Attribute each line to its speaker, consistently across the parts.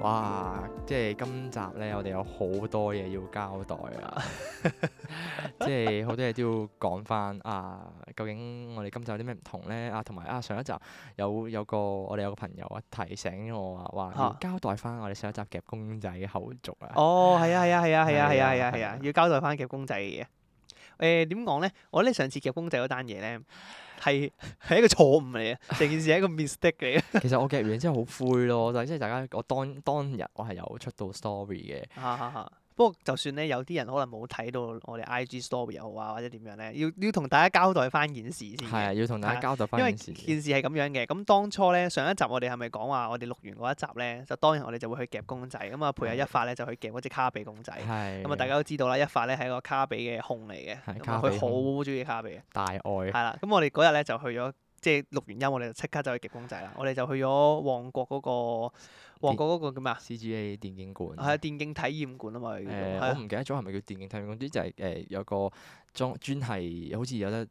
Speaker 1: 哇！即係今集咧，我哋有好多嘢要交代啊， 即係好多嘢都要講翻啊。究竟我哋今集有啲咩唔同咧？啊，同埋啊，上一集有有個我哋有個朋友啊提醒我啊，話要
Speaker 2: 啊
Speaker 1: 交代翻我哋上一集夾公仔嘅後續啊。
Speaker 2: 哦，係啊，係啊，係啊，係啊，係啊，係啊，
Speaker 1: 係
Speaker 2: 係
Speaker 1: 啊
Speaker 2: 啊，要交代翻夾公仔嘅嘢。誒點講咧？我覺得上次夾公仔嗰單嘢咧，係係一個錯誤嚟 嘅，成件事係一個 mistake 嚟嘅。
Speaker 1: 其實我夾完之後好灰咯，就係即係大家我當當日我係有出到 story 嘅。
Speaker 2: 哈哈哈！不過就算咧，有啲人可能冇睇到我哋 IG story 又好啊，或者點樣咧，要要同大家交代翻件事先
Speaker 1: 係啊，
Speaker 2: 嘅。
Speaker 1: 要同大家交代
Speaker 2: 因為
Speaker 1: 翻件事嘅。
Speaker 2: 件事係咁樣嘅，咁當初咧上一集我哋係咪講話我哋錄完嗰一集咧，就當然我哋就會去夾公仔，咁啊陪阿一發咧就去夾嗰只卡比公仔。
Speaker 1: 係
Speaker 2: 咁啊，大家都知道啦，一發咧係一個卡比嘅控嚟嘅，
Speaker 1: 係
Speaker 2: 咁
Speaker 1: 卡
Speaker 2: 啊
Speaker 1: 比
Speaker 2: 佢好中意卡比嘅。
Speaker 1: 大愛
Speaker 2: 係啦，咁我哋嗰日咧就去咗，即係錄完音，我哋就即刻就去夾公仔啦。我哋就去咗旺角嗰個旺角嗰個叫咩啊？
Speaker 1: CGA 電影館。
Speaker 2: 係電競體驗館啊嘛，佢叫
Speaker 1: 誒、
Speaker 2: 做係
Speaker 1: 我
Speaker 2: 啊
Speaker 1: 唔記得咗係咪叫電影體驗館，啲就係、誒、有個裝專係好似有得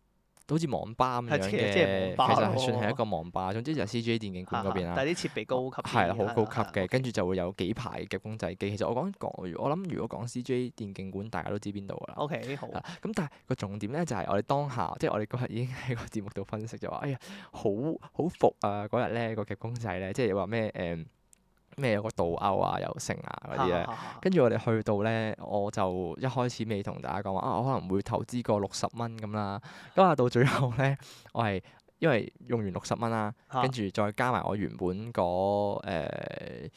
Speaker 1: 好似網吧咁樣
Speaker 2: 係
Speaker 1: 嘅，
Speaker 2: 即係即係網吧
Speaker 1: 其實係
Speaker 2: 咯
Speaker 1: 算係一個網吧，總之就係 CJ 電影館嗰邊
Speaker 2: 啊
Speaker 1: 啦。
Speaker 2: 但係啲設備高級啲，
Speaker 1: 係啦，啊好高級
Speaker 2: 係啦。
Speaker 1: 嘅，跟住就會有幾排嘅公仔機。其實我講講，如我諗如果講 CJ 電競館，大家都知邊度㗎啦。
Speaker 2: O K，好
Speaker 1: 係啦咁但係個重點咧就係我哋當下，即係我哋嗰日已經喺個節目度分析就話，哎呀，好好服啊！嗰日咧個劇公仔咧，即係話咩誒咩有個倒鈎啊，有剩啊嗰啲咧。跟住我哋去到咧，我就一開始未同大家講話啊，我可能會投資個六十蚊咁啦。咁啊，到最後咧，我係因為用完六十蚊啦，
Speaker 2: 嚇
Speaker 1: 跟住再加埋我原本嗰誒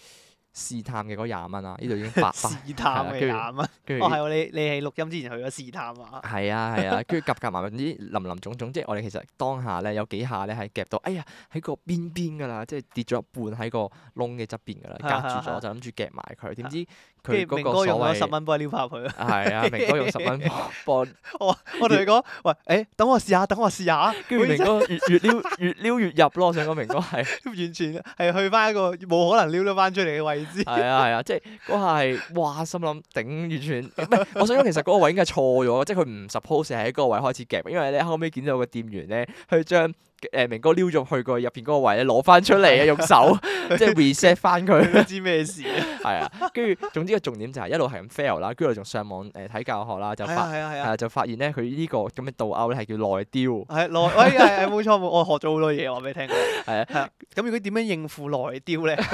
Speaker 1: 試探嘅嗰廿蚊啦，呢 度已經八百，
Speaker 2: 試探
Speaker 1: 係啦
Speaker 2: 嘅
Speaker 1: 跟住
Speaker 2: 眼啊！
Speaker 1: 跟住
Speaker 2: 哦，係喎，你你係錄音之前去咗試探啊？
Speaker 1: 係啊係啊，跟住夾夾埋埋啲林林總總，即係我哋其實當下咧有幾下咧係夾到，哎呀喺個邊邊㗎啦，即係跌咗一半喺個窿嘅側邊㗎啦，
Speaker 2: 係係
Speaker 1: 隔住
Speaker 2: 係
Speaker 1: 咗就諗住夾埋佢，點知
Speaker 2: 啊跟
Speaker 1: 佢
Speaker 2: 住
Speaker 1: 嗰
Speaker 2: 明
Speaker 1: 個
Speaker 2: 哥
Speaker 1: 所
Speaker 2: 用咗
Speaker 1: 謂
Speaker 2: 十蚊幫佢撩翻入 去啊！
Speaker 1: 係啊，明哥用十蚊幫，
Speaker 2: 我同佢講：喂，誒，等我試下，等我試下。
Speaker 1: 跟住明
Speaker 2: 佢
Speaker 1: 哥越越撩越撩越入咯，我想 講明哥係
Speaker 2: 完全係去翻一個冇可能撩得翻出嚟嘅位置。
Speaker 1: 係啊係啊，即係嗰下係哇心諗頂完全唔係，我想講其實嗰個位應該係錯咗，即係佢唔 suppose 係喺嗰個位開始夾，因為咧後尾見到個店員咧，佢將誒明哥撩咗去個入邊嗰個位咧攞翻出嚟啊，用 手即係 reset 翻佢。
Speaker 2: 佢 都知咩事啊！
Speaker 1: 係啊，跟住總之個重點就係一路係咁 fail 啦，跟住我仲上網誒睇教學啦，就
Speaker 2: 係
Speaker 1: 發
Speaker 2: 啊係啊係
Speaker 1: 係
Speaker 2: 啊！
Speaker 1: 啊就發現咧佢呢個咁嘅倒鈎咧係叫內雕，
Speaker 2: 係內，喂係係冇錯，冇我學咗好多嘢，話俾你聽。
Speaker 1: 係啊
Speaker 2: 係啊，咁如果點樣應付內雕咧？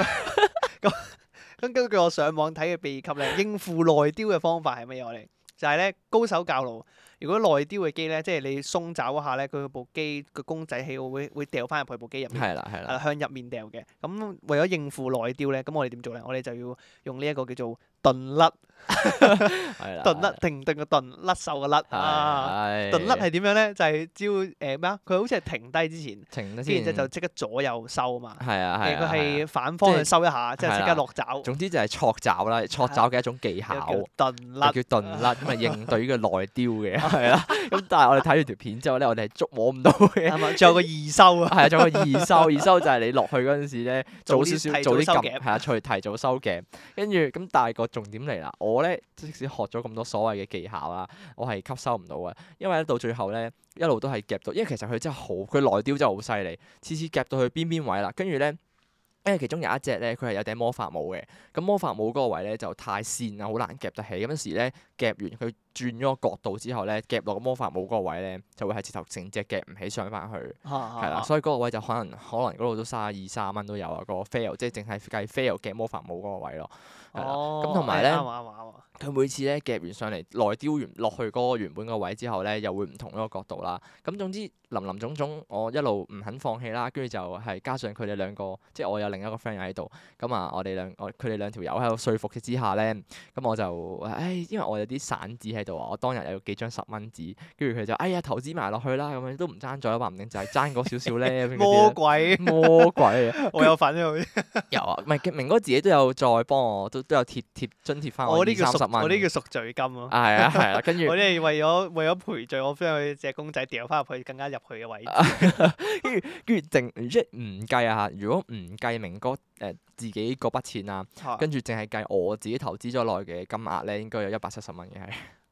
Speaker 2: 咁咁根據我上網睇嘅秘笈咧，應付內雕嘅方法係乜嘢？我哋就係咧高手教路。如果內雕嘅機咧，即係你鬆爪嗰下咧，佢部機個公仔器會會掉翻入去部機入面，
Speaker 1: 係啦係
Speaker 2: 係
Speaker 1: 啦
Speaker 2: 啦，向入面掉嘅。咁為咗應付內雕咧，咁我哋點做咧？我哋就要用呢一個叫做鈍甩、
Speaker 1: 係啦，
Speaker 2: 鈍甩、停頓嘅鈍、甩手嘅甩啊。
Speaker 1: 係
Speaker 2: 鈍甩係點樣咧？就係只要誒咩啊？佢好似係停低之前，
Speaker 1: 停
Speaker 2: 跟
Speaker 1: 得先，
Speaker 2: 住之後就即刻左右收啊嘛。
Speaker 1: 係啊係
Speaker 2: 誒
Speaker 1: 啊
Speaker 2: 佢
Speaker 1: 係啊。
Speaker 2: 係反方向收一下，
Speaker 1: 即
Speaker 2: 之
Speaker 1: 係
Speaker 2: 後即
Speaker 1: 係
Speaker 2: 刻
Speaker 1: 啦
Speaker 2: 落爪，
Speaker 1: 總之就係錯爪啦，錯爪嘅一種技巧，
Speaker 2: 又
Speaker 1: 就
Speaker 2: 啊叫頓甩，
Speaker 1: 叫 鈍 甩咁啊應對呢個內雕嘅，係啦。咁但係我哋睇完條片之後咧，我哋係捉摸唔到嘅，
Speaker 2: 係嘛？仲有個易收 啊，
Speaker 1: 係啊，仲有個二收，二收就係你落去嗰陣時咧，早少
Speaker 2: 早
Speaker 1: 少
Speaker 2: 啲
Speaker 1: 早
Speaker 2: 提
Speaker 1: 啲
Speaker 2: 早收
Speaker 1: 撳，
Speaker 2: 夾
Speaker 1: 係啊，隨提早收嘅。跟住咁，但係個重點嚟啦，我咧即使學咗咁多所謂嘅技巧啦，我係吸收唔到啊，因為咧到最後咧一路都係夾到，因為其實佢真係好，佢內雕真係好犀利，次次夾到去邊邊位啦，跟住咧。因為其中有一隻咧，佢係有頂魔法帽嘅。咁魔法帽嗰個位咧就太跣啦，好難夾得起。咁有時咧夾完佢轉咗個角度之後咧，夾落個魔法帽嗰個位咧，就會係直頭成隻夾唔起上翻去。係
Speaker 2: 係
Speaker 1: 啦，所以嗰個位就可能可能嗰度都三廿二三蚊都有啊，個 fail 即係淨係計 fail 嘅魔法帽嗰個位咯。係啦
Speaker 2: 哦，
Speaker 1: 咁同埋咧
Speaker 2: 係啱啊啱啊啱啊
Speaker 1: 佢每次咧夾完上嚟，內丟完落去嗰個原本個位之後咧，又會唔同一個角度啦。咁總之林林總總，我一路唔肯放棄啦，跟住就係加上佢哋兩個，即係我有另一個 friend 又喺度，咁啊，我哋兩我佢哋兩條友喺度說服之下咧，咁我就唉，因為我有啲散紙喺度啊，我當日有幾張十蚊紙，跟住佢就哎呀投資埋落去啦，咁樣都唔爭咗，話唔定就係爭嗰少少咧。咁樣嗰啲
Speaker 2: 魔
Speaker 1: 咧
Speaker 2: 鬼，
Speaker 1: 魔鬼啊！
Speaker 2: 我有份啊！
Speaker 1: 有啊，唔係明哥自己都有再幫我，都都有貼貼津貼翻
Speaker 2: 我
Speaker 1: 我
Speaker 2: 呢
Speaker 1: 二
Speaker 2: 叫
Speaker 1: 三十
Speaker 2: 贖，我呢
Speaker 1: 蚊。
Speaker 2: 叫贖罪金啊！
Speaker 1: 啊係啊 係啊，跟住
Speaker 2: 我呢係為咗為咗賠罪，我將佢隻公仔掉翻入去更加入去嘅位置。
Speaker 1: 啊跟住淨即係唔計啊嚇，如果唔計明哥誒、呃自己嗰筆錢啊，
Speaker 2: 嚇
Speaker 1: 跟住淨係計我自己投資咗內嘅金額咧，應該有一百七十蚊嘅係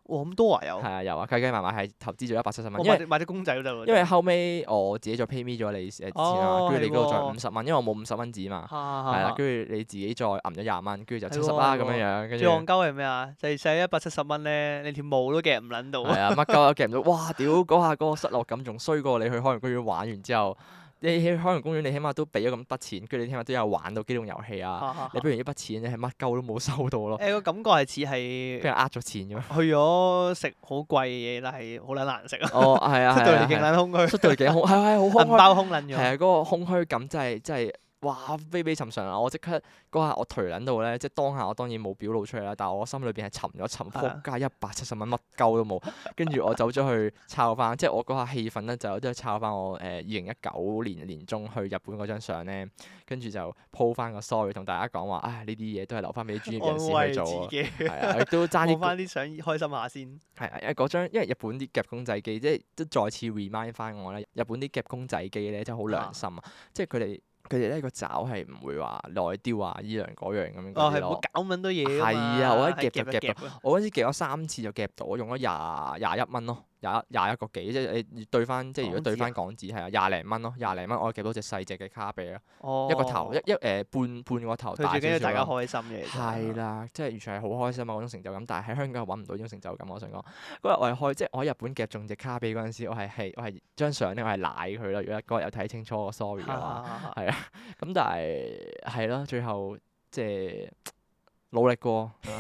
Speaker 2: 哇咁多啊有
Speaker 1: 係，啊有啊，計計埋埋係投資咗一百七十蚊，
Speaker 2: 我
Speaker 1: 因
Speaker 2: 買
Speaker 1: 為
Speaker 2: 隻買隻公仔都得喎。
Speaker 1: 因為後尾我自己再 pay me 咗你誒錢
Speaker 2: 哦啊
Speaker 1: 啊，跟住你嗰度再
Speaker 2: 係喎
Speaker 1: 五十蚊，因為我冇五十蚊紙嘛，係
Speaker 2: 係
Speaker 1: 啦，跟住你自己再揞咗廿蚊，跟住就七十
Speaker 2: 係喎
Speaker 1: 啦
Speaker 2: 係
Speaker 1: 咁樣
Speaker 2: 喎
Speaker 1: 樣，跟
Speaker 2: 最
Speaker 1: 住
Speaker 2: 戇。鳩係咩啊？就係使一百七十蚊咧，你條毛都夾唔撚到
Speaker 1: 係
Speaker 2: 啊！
Speaker 1: 啊，乜鳩都夾唔到，哇！屌嗰下嗰個失落感仲衰過你去海洋公園玩完之後，你去海洋公園你起碼都俾咗咁筆錢，跟住你起碼都有玩到機動遊戲啊。你俾完呢筆錢，你係乜鳩都冇收到咯，
Speaker 2: 誒個感覺係似
Speaker 1: 俾
Speaker 2: 係
Speaker 1: 人呃咗錢咁。
Speaker 2: 去咗食好貴嘅嘢，但係好撚難食啊！
Speaker 1: 哦，係 啊，
Speaker 2: 出到嚟
Speaker 1: 係
Speaker 2: 勁
Speaker 1: 啊，
Speaker 2: 撚空虛，
Speaker 1: 出到嚟勁空，係係好
Speaker 2: 銀
Speaker 1: 空虛，
Speaker 2: 包空撚
Speaker 1: 係
Speaker 2: 咗。
Speaker 1: 啊，嗰個空虛感真係真係。哇！非比尋常啊！我即刻嗰下我頹撚到咧，即係當下我當然冇表露出嚟啦，但係我心裏邊係沉咗沉，
Speaker 2: 係啊
Speaker 1: 撲街一百七十蚊乜鳩都冇，跟住我走咗去抄翻，即係我嗰下氣憤咧就都係抄翻我誒二零一九年年中去日本嗰張相咧，跟住就 po 翻個 story 同大家講話，唉呢啲嘢都係留翻俾專業人
Speaker 2: 安慰
Speaker 1: 士去
Speaker 2: 自
Speaker 1: 做啊，
Speaker 2: 己，
Speaker 1: 係啊，亦 都爭啲
Speaker 2: 放翻啲相開心下先。
Speaker 1: 係啊，因為嗰張因為日本啲夾公仔機，即係都再次 remind 翻我咧，日本啲夾公仔機咧真係好良心啊！即係佢哋佢哋咧個爪係唔會話內丟啊依樣嗰樣咁樣
Speaker 2: 哦，
Speaker 1: 嗰啲
Speaker 2: 係唔好
Speaker 1: 咯。
Speaker 2: 搞咁多嘢㗎
Speaker 1: 係
Speaker 2: 嘛
Speaker 1: 啊我一夾就
Speaker 2: 係
Speaker 1: 夾
Speaker 2: 夾啊
Speaker 1: 我嗰時夾咗三次就夾到，我用咗廿廿一蚊咯，廿一廿一個幾，即係你對翻即係如果
Speaker 2: 港紙啊
Speaker 1: 對翻港紙係啊廿零蚊咯，廿零蚊我夾到隻細隻嘅卡比咯，
Speaker 2: 哦
Speaker 1: 一個頭一一誒半半個頭大
Speaker 2: 佢最緊
Speaker 1: 少
Speaker 2: 要大家
Speaker 1: 少咯。
Speaker 2: 開心嘅。
Speaker 1: 係啦，即係完全係好開心啊！嗰種成就感，但係喺香港係揾唔到呢種成就感。我想講嗰日我係開，即係我喺日本夾中隻卡比嗰陣時，我係係我係張相咧，我係舐佢啦。如果嗰日有啊睇 清楚個 story 嘅話，
Speaker 2: 啦，
Speaker 1: 咁但係係咯，最後即係努力 過。啊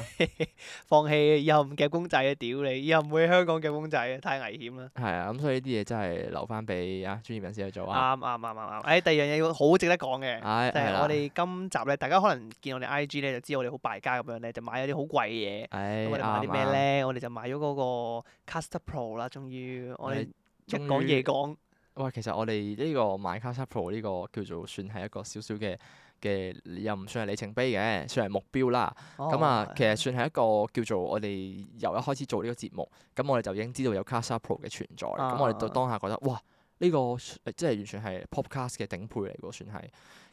Speaker 2: 放棄以後唔夾公仔啊！屌你，以後唔會喺香港夾公仔啊，太危險啦。
Speaker 1: 係啊，咁所以呢啲嘢真係留翻俾啊專業人士去做啊。
Speaker 2: 啱啱啱啱啱。誒，第二樣嘢好值得講嘅。
Speaker 1: 唉，
Speaker 2: 就係
Speaker 1: 係
Speaker 2: 我
Speaker 1: 啦，
Speaker 2: 哋今集咧，大家可能見我哋 I G 咧，就知我哋好敗家咁樣咧，就買咗啲好貴嘅嘢。
Speaker 1: 唉，
Speaker 2: 咁我哋買啲
Speaker 1: 啱
Speaker 2: 咩
Speaker 1: 啊
Speaker 2: 咧？我哋就買咗嗰個 Caster Pro 啦，終於我哋
Speaker 1: 係
Speaker 2: 一講夜講，
Speaker 1: 喂，其實我哋呢個買 Casa Pro 呢個叫做算係一個少少嘅嘅，又唔算係里程碑嘅，算係目標啦。咁
Speaker 2: 咁
Speaker 1: 啊，其實算係一個叫做我哋由一開始做呢個節目，咁我哋就已經知道有 Casa Pro 嘅存在，咁、我哋到
Speaker 2: 啊
Speaker 1: 當下覺得哇，呢、個呃即係完全係 Podcast 嘅頂配嚟喎，算係。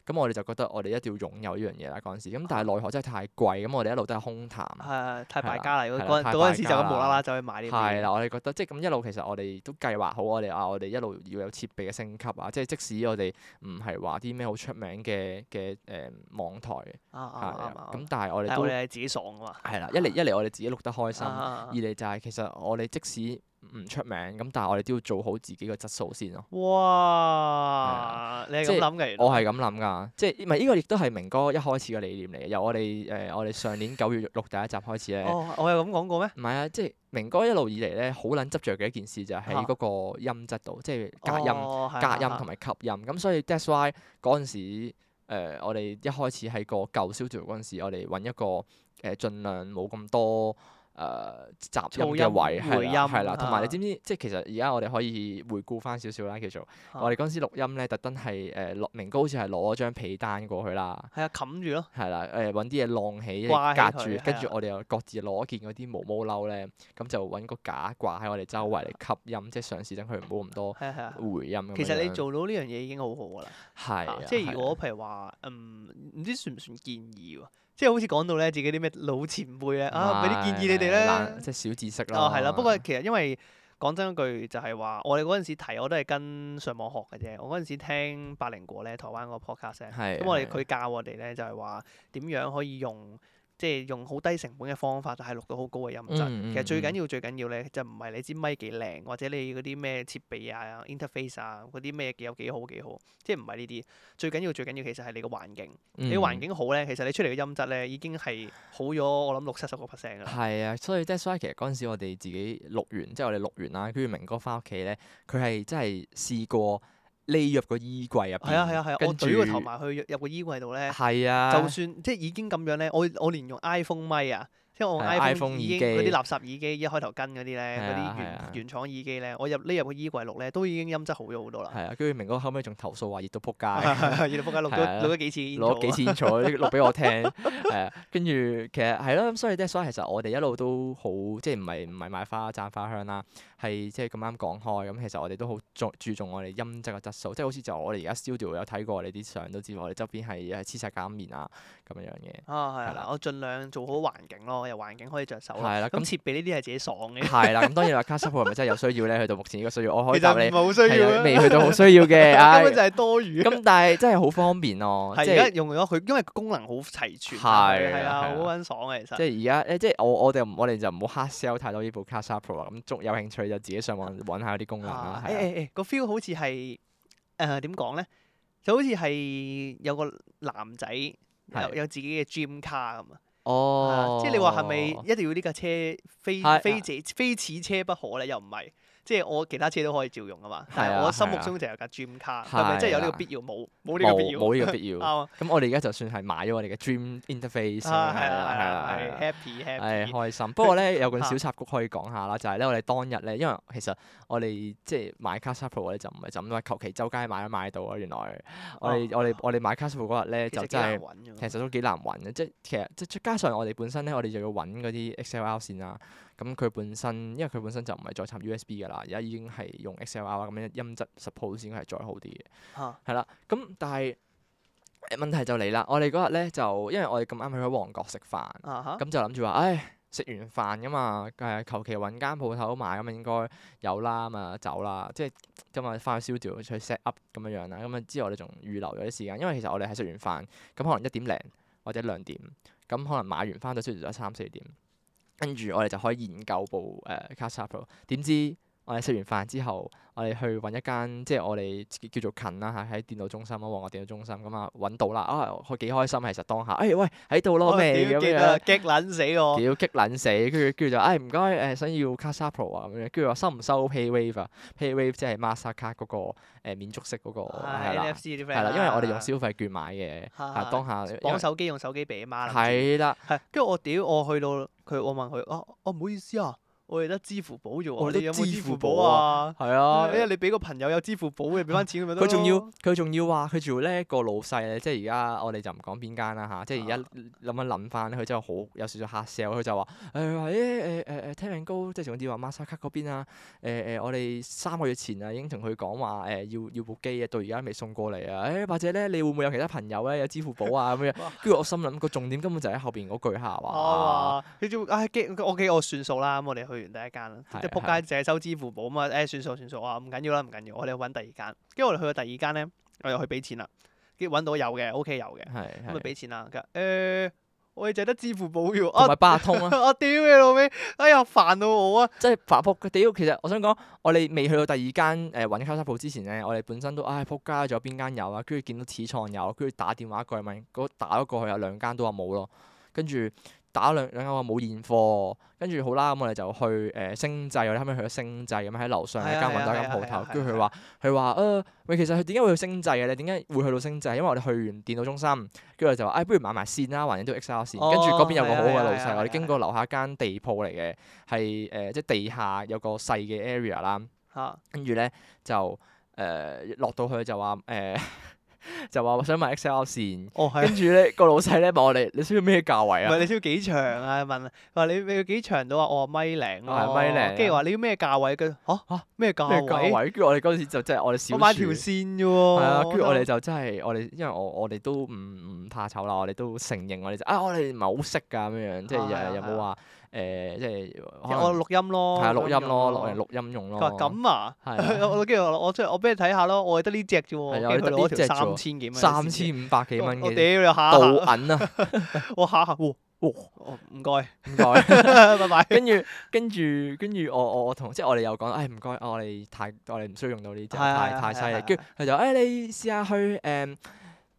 Speaker 1: 咁我哋就覺得我哋一定要擁有呢樣嘢啦嗰陣
Speaker 2: 啊
Speaker 1: 時，咁但係奈何真係太貴，咁我哋一路都係空談。
Speaker 2: 係太
Speaker 1: 係啦
Speaker 2: 敗家啦！
Speaker 1: 係啦
Speaker 2: 嗰
Speaker 1: 太
Speaker 2: 嗰陣時
Speaker 1: 敗
Speaker 2: 就
Speaker 1: 家
Speaker 2: 咁
Speaker 1: 啦
Speaker 2: 無啦啦走去買啊呢啲嘢。
Speaker 1: 係啦，我哋覺得即係咁一路，其實我哋都計劃好，我哋啊，我哋一路要有設備嘅升級啊，即係即使我哋唔係話啲咩好出名嘅嘅誒網台
Speaker 2: 啊，啊啊
Speaker 1: 啊
Speaker 2: 啊啊
Speaker 1: 咁但係我哋
Speaker 2: 但
Speaker 1: 都
Speaker 2: 係我哋係自己爽噶嘛。
Speaker 1: 係啦，一嚟一嚟我哋自己錄得開心，
Speaker 2: 啊啊
Speaker 1: 二
Speaker 2: 啊
Speaker 1: 嚟就係其實我哋即使唔出名，咁但係我哋都要做好自己嘅質素先咯。
Speaker 2: 哇！你係
Speaker 1: 即
Speaker 2: 咁
Speaker 1: 係
Speaker 2: 諗嘅，原來
Speaker 1: 我係咁諗㗎，即係唔係呢個亦都係明哥一開始嘅理念嚟嘅，由我哋誒、我哋上年九月錄第一集開始咧。
Speaker 2: 哦，我有咁講過咩？
Speaker 1: 唔係啊，即係明哥一路以嚟咧，好撚執着嘅一件事就係
Speaker 2: 啊
Speaker 1: 喺嗰個音質度，即係 隔音、
Speaker 2: 哦係
Speaker 1: 隔
Speaker 2: 係
Speaker 1: 音
Speaker 2: 係
Speaker 1: 同埋吸音。咁所以 that's why 嗰陣時，呃我哋一開始喺個舊 studio 嗰陣時，我哋揾一個誒、呃、盡量冇咁多誒、呃、雜音
Speaker 2: 噪
Speaker 1: 嘅
Speaker 2: 音
Speaker 1: 位，
Speaker 2: 回
Speaker 1: 係
Speaker 2: 音
Speaker 1: 啦，係啦。同埋
Speaker 2: 啊
Speaker 1: 你知唔知？即係其實而家我哋可以回顧翻少少啦，叫做
Speaker 2: 啊
Speaker 1: 我哋嗰陣時錄音咧，特登係誒落明哥好似係攞咗張被單過去啦。
Speaker 2: 係啊，冚住咯。
Speaker 1: 係啦，誒揾啲嘢晾
Speaker 2: 掛起
Speaker 1: 起，
Speaker 2: 佢
Speaker 1: 隔住，跟住
Speaker 2: 係啊
Speaker 1: 我哋又各自攞件嗰啲毛毛褸咧，咁就揾個架掛喺我哋周圍嚟吸音，即係嘗試等佢唔好咁多
Speaker 2: 係啊係啊。
Speaker 1: 回音咁樣。
Speaker 2: 其實你做到呢樣嘢已經好好噶啦。
Speaker 1: 係
Speaker 2: 啊
Speaker 1: 啊，
Speaker 2: 即係
Speaker 1: 係
Speaker 2: 如
Speaker 1: 啊
Speaker 2: 果譬如話，嗯，唔知算唔算建議喎？即係好似講到咧，自己啲咩老前輩咧，啊，俾啲建議你哋
Speaker 1: 唔係
Speaker 2: 咧。哦
Speaker 1: 懶即係小知識啦。
Speaker 2: 哦，係啦，不過其實因為講真一句就係話，我哋嗰陣時睇我都係跟上網學嘅啫。我嗰陣時聽百靈果咧，台灣個 podcast 呢
Speaker 1: 係啊
Speaker 2: 咁我哋
Speaker 1: 係
Speaker 2: 佢教我哋咧就係話點樣可以用即係用好低成本嘅方法，但係錄到好高嘅音質。
Speaker 1: 嗯嗯
Speaker 2: 其實最緊
Speaker 1: 嗯
Speaker 2: 要最緊要咧就唔係你支咪幾靚，或者你嗰啲咩設備啊、interface 啊嗰啲咩有幾好幾好，即係唔係呢啲。最緊要最緊要其實係你個環境。你個環
Speaker 1: 嗯
Speaker 2: 境好咧，其實你出嚟嘅音質咧已經係好咗，我諗六七十個 percent 㗎啦。
Speaker 1: 係啊，所以即係所以其實嗰陣時我哋自己錄完，即係我哋錄完啦，跟住明哥翻屋企咧，佢係真係試過匿入個衣櫃入邊，
Speaker 2: 係啊係啊係啊，我
Speaker 1: 跟住
Speaker 2: 懟個頭埋去入個衣櫃度咧，
Speaker 1: 係啊，
Speaker 2: 就算即係已經咁樣咧，我我連用 iPhone 咪啊，即係我用
Speaker 1: 係 iPhone
Speaker 2: 已經
Speaker 1: 耳
Speaker 2: 嗰
Speaker 1: 機
Speaker 2: 啲垃圾耳機一開頭跟嗰啲咧，
Speaker 1: 係
Speaker 2: 嗰
Speaker 1: 啊
Speaker 2: 啲
Speaker 1: 係啊
Speaker 2: 原原廠耳機咧，我入匿入個衣櫃錄咧，都已經音質好咗好多啦。
Speaker 1: 係啊，跟住明哥後尾仲投訴話熱到仆 街。
Speaker 2: 熱到仆街，錄
Speaker 1: 係啊
Speaker 2: 咗錄咗幾次煙
Speaker 1: 攞
Speaker 2: 咗
Speaker 1: 幾
Speaker 2: 啊，
Speaker 1: 千彩錄俾我聽，係啊，跟住其實係咯，咁所以即係所以其實我哋一路都好，即係唔係唔係買花讚花香啦，係即係咁啱講開，咁其實我哋都好注注重我哋音質嘅質素，即係好似就我哋而家 studio 有睇過你啲相都知，我哋周邊係係黐晒膠面啊咁樣樣嘅，
Speaker 2: 啊係
Speaker 1: 係啦
Speaker 2: 啊，我盡量做好環境咯，由環境可以着手啦。
Speaker 1: 係啦，
Speaker 2: 咁
Speaker 1: 咁
Speaker 2: 設備呢啲係自己爽嘅，
Speaker 1: 係啦，咁當然話卡濕鋪係咪真係有需要咧？去到目前呢個需要，我可以
Speaker 2: 其
Speaker 1: 答
Speaker 2: 實
Speaker 1: 你
Speaker 2: 唔係好需要
Speaker 1: 係
Speaker 2: 啊
Speaker 1: 啊，未去到好需要嘅，
Speaker 2: 根
Speaker 1: 唉
Speaker 2: 本就係多餘。
Speaker 1: 咁但係真係好方便咯，即
Speaker 2: 係而
Speaker 1: 係
Speaker 2: 家。用咗佢，因為功能好齊全，
Speaker 1: 係啊
Speaker 2: 係
Speaker 1: 係啊
Speaker 2: 啊，好撚爽啊，其實。
Speaker 1: 即係而家誒，即係我我哋唔我哋就唔好 hard sell 太多呢部 Casa Pro 啦。咁仲有興趣就自己上網揾下啲功能啦
Speaker 2: 啊。誒
Speaker 1: 係啊
Speaker 2: 誒誒，個 feel 好似係誒點講咧？就好似係有個男仔有
Speaker 1: 係
Speaker 2: 有自己嘅 gym car 咁啊係啊，，
Speaker 1: 哦
Speaker 2: 即係你話係咪一定要呢架車非
Speaker 1: 係
Speaker 2: 非這非此車不可咧？又唔係，即係我其他車都可以照用啊嘛。但
Speaker 1: 係
Speaker 2: 係
Speaker 1: 啊
Speaker 2: 我心目
Speaker 1: 係啊
Speaker 2: 中就有架 gym car，係咪真係有呢個
Speaker 1: 係啊
Speaker 2: 必要？冇冇呢個必
Speaker 1: 冇
Speaker 2: 要，
Speaker 1: 冇呢個必要？
Speaker 2: 啱 啊！
Speaker 1: 咁我哋而家就算係買咗我哋嘅 Dream Interface 咁樣
Speaker 2: 啊係
Speaker 1: 係
Speaker 2: 啦
Speaker 1: 啦
Speaker 2: 係
Speaker 1: 係啦
Speaker 2: 啦係啊
Speaker 1: 係啦。
Speaker 2: ，happy
Speaker 1: 唉，
Speaker 2: happy
Speaker 1: 開心。不過咧，有 個
Speaker 2: 啊
Speaker 1: 小插曲可以講下啦，就係咧，我哋當日咧，因為其實我哋即係買 Casa Pro 咧，就唔係就咁話求其周街買都買到啊。原來我哋我哋我哋買 Casa Pro 嗰日咧，
Speaker 2: 哦其
Speaker 1: 就
Speaker 2: 實幾
Speaker 1: 真係
Speaker 2: 難。揾㗎
Speaker 1: 其
Speaker 2: 喎
Speaker 1: 實都幾難揾嘅，即係其實即係加上我哋本身咧，我哋就要揾嗰啲 XLR 線啦。咁佢本身因為佢本身就唔係再插 USB 㗎啦，而家已經係用 XLR 啦咁樣音質 suppose 應該係再好啲嘅，
Speaker 2: 嚇
Speaker 1: 係啦。咁但係誒問題就嚟啦，我哋嗰日咧就因為我哋咁啱去咗旺角食飯，
Speaker 2: 啊哈
Speaker 1: 咁就諗住話，唉，食完飯㗎嘛，誒求其揾間鋪頭買咁應該有啦，咁啊走啦，即係啊今日翻去 studio 去 set up 咁樣樣啦，咁啊之後我哋仲預留咗啲時間，因為其實我哋係食完飯，咁可能一點零或者兩點，咁可能買完翻到 studio 就三四點，跟住我哋就可以研究部誒 Casa Pro，點知？我哋食完飯之後，我哋去揾一間即係我哋叫做近啦嚇，喺電腦中心啊，旺角電腦中心咁啊揾到啦，啊我幾開心其實當下，誒、哎喂喺度咯
Speaker 2: 我
Speaker 1: 未咁
Speaker 2: 哦屌記
Speaker 1: 樣
Speaker 2: 得，激撚死我！
Speaker 1: 屌激撚死，跟住跟住就唉唔該誒想要 Casa Pro 啊咁樣，跟住話收唔收 PayWave 啊？PayWave 即係 Mastercard 嗰個誒免觸式嗰個
Speaker 2: 係
Speaker 1: 係啦，
Speaker 2: NFC 啲 friend
Speaker 1: 係啦，因為我哋用
Speaker 2: 啊
Speaker 1: 消費券買嘅，啊
Speaker 2: 係
Speaker 1: 當下因為
Speaker 2: 綁手機用手機俾媽啦，
Speaker 1: 係啦，
Speaker 2: 係跟住我屌我去到佢，我問佢啊，我唔好意思啊，我哋得支付寶啫
Speaker 1: 我
Speaker 2: 喎，
Speaker 1: 哋得
Speaker 2: 你有冇
Speaker 1: 支
Speaker 2: 支
Speaker 1: 付
Speaker 2: 付
Speaker 1: 寶
Speaker 2: 寶啊？
Speaker 1: 係啊
Speaker 2: 因。為你俾個朋友有支付寶嘅，俾翻錢佢咪得
Speaker 1: 佢仲要
Speaker 2: 咯
Speaker 1: 佢仲要話佢仲要咧個老細咧，即係而家我哋就唔講邊間啦吓，即係而家
Speaker 2: 啊
Speaker 1: 諗一諗翻咧，佢真係好有少少 hard sell，佢就話誒話誒誒誒誒聽命高，即係總之話 Mastercard 嗰邊啊，誒、誒我哋三個月前啊已經同佢講話誒要要部機啊，到而家未送過嚟啊，誒、或者咧你會唔會有其他朋友咧有支付寶啊咁樣
Speaker 2: 哇，
Speaker 1: 跟住我心諗個重點根本就喺後邊嗰句下話，
Speaker 2: 啊嘛，佢仲唉激我激我算數啦，咁我哋去完第一間啦，
Speaker 1: 係
Speaker 2: 即係仆街淨係收支付寶啊嘛，誒算數算數啊，唔緊要啦唔緊要，我哋揾第二間，跟住我哋去到第二間咧，我又去俾錢啦，跟住揾到有嘅，OK 有嘅，
Speaker 1: 係
Speaker 2: 咁咪
Speaker 1: 係
Speaker 2: 俾錢啦，佢話誒我哋就係得支付寶嘅喎，
Speaker 1: 同
Speaker 2: 啊
Speaker 1: 埋八達通啊。
Speaker 2: 我屌你老味，哎呀煩到我啊！
Speaker 1: 即係白仆嘅屌！其實我想講，我哋未去到第二間誒揾交叉鋪之前咧，我哋本身都唉仆街，仲有邊間有啊？跟住見到始創有，跟住打電話過去問，嗰打咗過去有兩間都話冇咯，跟住打兩兩間話冇現貨，跟住好啦，咁我哋就去誒、呃星際，我哋後尾去咗星際咁喺樓上一
Speaker 2: 係
Speaker 1: 間
Speaker 2: 啊係啊
Speaker 1: 揾到一間
Speaker 2: 係啊
Speaker 1: 鋪
Speaker 2: 係啊
Speaker 1: 頭
Speaker 2: 係啊，
Speaker 1: 跟住佢話佢話呃誒喂，其實佢點解會去星際嘅咧？點解會去到星際？因為我哋去完電腦中心，跟住我哋就話誒、哎不如買埋線啦，橫掂都 XR 線，跟住嗰邊有個好好嘅
Speaker 2: 哦
Speaker 1: 老
Speaker 2: 係啊係啊
Speaker 1: 細，我
Speaker 2: 係啊
Speaker 1: 哋經過樓下一間地鋪嚟嘅。係誒、呃即係地下有個細嘅 area 啦，
Speaker 2: 嚇
Speaker 1: 跟住咧就誒落、到去就話誒、 呃就話想買 XL 線，
Speaker 2: 哦係啊
Speaker 1: 跟。住咧個老細咧問我哋你需要咩價位
Speaker 2: 唔
Speaker 1: 啊？
Speaker 2: 係你需要幾長啊？問佢話你你要幾長到啊？我話米零咯，
Speaker 1: 係米哦零啊
Speaker 2: 跟住話你要咩價位嘅？嚇嚇咩價
Speaker 1: 咩價
Speaker 2: 位？
Speaker 1: 位？跟住我哋嗰陣時就真係我哋
Speaker 2: 哦
Speaker 1: 小
Speaker 2: 我買條
Speaker 1: 條
Speaker 2: 線啫
Speaker 1: 係
Speaker 2: 喎。
Speaker 1: 啊，跟住我哋就真係我哋，因為我我哋都唔唔怕醜啦，我哋都承認我哋就啊，我哋唔係好識㗎咁樣樣，即係
Speaker 2: 啊係啊
Speaker 1: 又有
Speaker 2: 係
Speaker 1: 冇
Speaker 2: 啊
Speaker 1: 話誒，即係可
Speaker 2: 即係我
Speaker 1: 能
Speaker 2: 錄音咯，
Speaker 1: 係啊
Speaker 2: 咁
Speaker 1: 錄
Speaker 2: 樣
Speaker 1: 音咯，攞嚟錄音用咯。
Speaker 2: 佢話咁啊，
Speaker 1: 係 啊
Speaker 2: 我跟住我話我即係我俾你睇下咯，我係得呢只啫
Speaker 1: 係
Speaker 2: 喎，跟
Speaker 1: 啊
Speaker 2: 住佢攞
Speaker 1: 我得呢隻
Speaker 2: 條
Speaker 1: 啫喎
Speaker 2: 三千幾蚊，
Speaker 1: 三千五百幾蚊
Speaker 2: 我我
Speaker 1: 嘅
Speaker 2: 屌你下
Speaker 1: 導
Speaker 2: 下，
Speaker 1: 銀啊，
Speaker 2: 我下下，哇哇，哦唔 該，
Speaker 1: 唔該。
Speaker 2: 拜拜。
Speaker 1: 跟住跟住跟住我我我同即係我哋又講，唉唔該，啊我哋太我哋唔需要用到呢隻，
Speaker 2: 係啊係
Speaker 1: 太
Speaker 2: 啊
Speaker 1: 太
Speaker 2: 係啊
Speaker 1: 犀
Speaker 2: 係
Speaker 1: 利。
Speaker 2: 啊
Speaker 1: 跟住佢就誒你試下去誒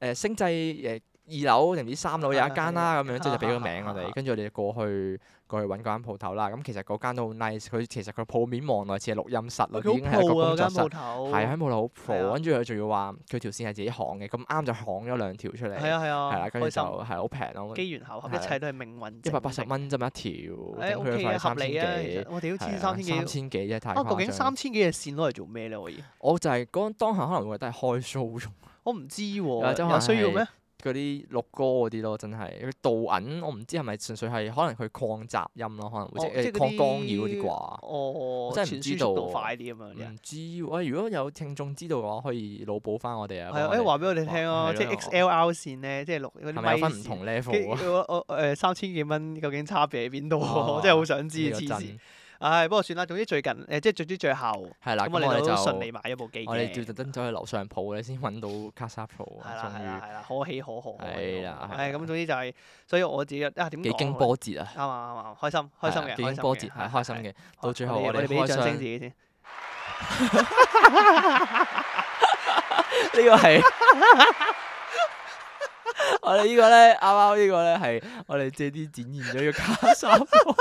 Speaker 1: 誒星際誒二樓定唔知三樓有一間啦，咁樣即係就俾個名我哋，跟住我哋就過去過去揾嗰間鋪頭啦。咁其實嗰間都好 nice，佢其實個鋪面望落似係錄音室咯，
Speaker 2: 佢好
Speaker 1: 已經係一個
Speaker 2: pro 啊
Speaker 1: 工
Speaker 2: 間
Speaker 1: 作室
Speaker 2: 鋪。頭，
Speaker 1: 係喺鋪頭好
Speaker 2: 係
Speaker 1: pro，
Speaker 2: 啊
Speaker 1: 跟住佢仲要話佢條線係自己行嘅，咁啱就行咗兩條出嚟，
Speaker 2: 係
Speaker 1: 係
Speaker 2: 啊係啊，
Speaker 1: 啦，跟住
Speaker 2: 開
Speaker 1: 就
Speaker 2: 心
Speaker 1: 係好平咯，
Speaker 2: 機緣巧合，
Speaker 1: 係
Speaker 2: 一
Speaker 1: 啊
Speaker 2: 切都係命運。
Speaker 1: 一百八十，蚊啫嘛一條，
Speaker 2: 誒
Speaker 1: 頂
Speaker 2: OK
Speaker 1: 佢
Speaker 2: 啊，合
Speaker 1: 三
Speaker 2: 理啊
Speaker 1: 千
Speaker 2: 其
Speaker 1: 幾
Speaker 2: 實。。我屌
Speaker 1: 係啊
Speaker 2: 千三千幾
Speaker 1: 三千幾啫，太誇
Speaker 2: 啊！
Speaker 1: 張。
Speaker 2: 究竟三千幾嘅線攞嚟做咩咧？可以，
Speaker 1: 我就係嗰當下可能會覺得係開 show 用
Speaker 2: 我唔知
Speaker 1: 或者
Speaker 2: 喎，
Speaker 1: 可能
Speaker 2: 有需要咩？
Speaker 1: 嗰啲錄歌嗰啲咯，真係佢導引，我唔知係咪純粹係可能佢抗雜音咯，可能
Speaker 2: 哦
Speaker 1: 會
Speaker 2: 即
Speaker 1: 即
Speaker 2: 係
Speaker 1: 係
Speaker 2: 嗰
Speaker 1: 抗干擾
Speaker 2: 啲
Speaker 1: 嗰啲啩。
Speaker 2: 哦，
Speaker 1: 我真係唔
Speaker 2: 傳
Speaker 1: 知
Speaker 2: 輸速
Speaker 1: 道
Speaker 2: 度快啲咁啊樣嘅。
Speaker 1: 唔知喂，如果有聽眾知道嘅話，可以腦補翻我哋啊。
Speaker 2: 係啊，誒
Speaker 1: 幫我哋
Speaker 2: 話俾我哋聽咯，
Speaker 1: 哇
Speaker 2: 即
Speaker 1: 係咯
Speaker 2: 係 XLR 線咧，即係錄嗰啲
Speaker 1: 係咪
Speaker 2: 咪
Speaker 1: 有分唔
Speaker 2: 線
Speaker 1: 同
Speaker 2: 跟呃
Speaker 1: level 啊？
Speaker 2: 我我誒三千幾蚊究竟差別喺邊度？
Speaker 1: 哦
Speaker 2: 我真係好想知，
Speaker 1: 呢
Speaker 2: 黐
Speaker 1: 個
Speaker 2: 線。
Speaker 1: 真
Speaker 2: 唉，不過算啦，總之最近呃誒，即係最之最後，咁
Speaker 1: 係啦，咁
Speaker 2: 我哋
Speaker 1: 哋
Speaker 2: 都
Speaker 1: 就
Speaker 2: 順利買咗部機
Speaker 1: 我哋
Speaker 2: 嘅
Speaker 1: 就。特登走去樓上鋪咧，先揾到卡莎 Pro
Speaker 2: 係啦
Speaker 1: 啊，
Speaker 2: 係啦
Speaker 1: 終
Speaker 2: 係啦，可喜可賀。
Speaker 1: 係啦係啦
Speaker 2: 係咁，總之就係，所以我自己啊點
Speaker 1: 於幾
Speaker 2: 講
Speaker 1: 經
Speaker 2: 好咧？
Speaker 1: 波折啊！
Speaker 2: 啱啊啱啊，開心開心
Speaker 1: 係啊
Speaker 2: 嘅，
Speaker 1: 幾
Speaker 2: 開
Speaker 1: 經
Speaker 2: 心
Speaker 1: 波折
Speaker 2: 嘅
Speaker 1: 係開心。嘅。到最後
Speaker 2: 我
Speaker 1: 我
Speaker 2: 哋
Speaker 1: 哋
Speaker 2: 俾啲
Speaker 1: 開
Speaker 2: 掌聲
Speaker 1: 箱
Speaker 2: 自己先。
Speaker 1: 呢個係我哋呢個咧，啱啱呢個咧係我哋借啲展現咗呢個卡莎鋪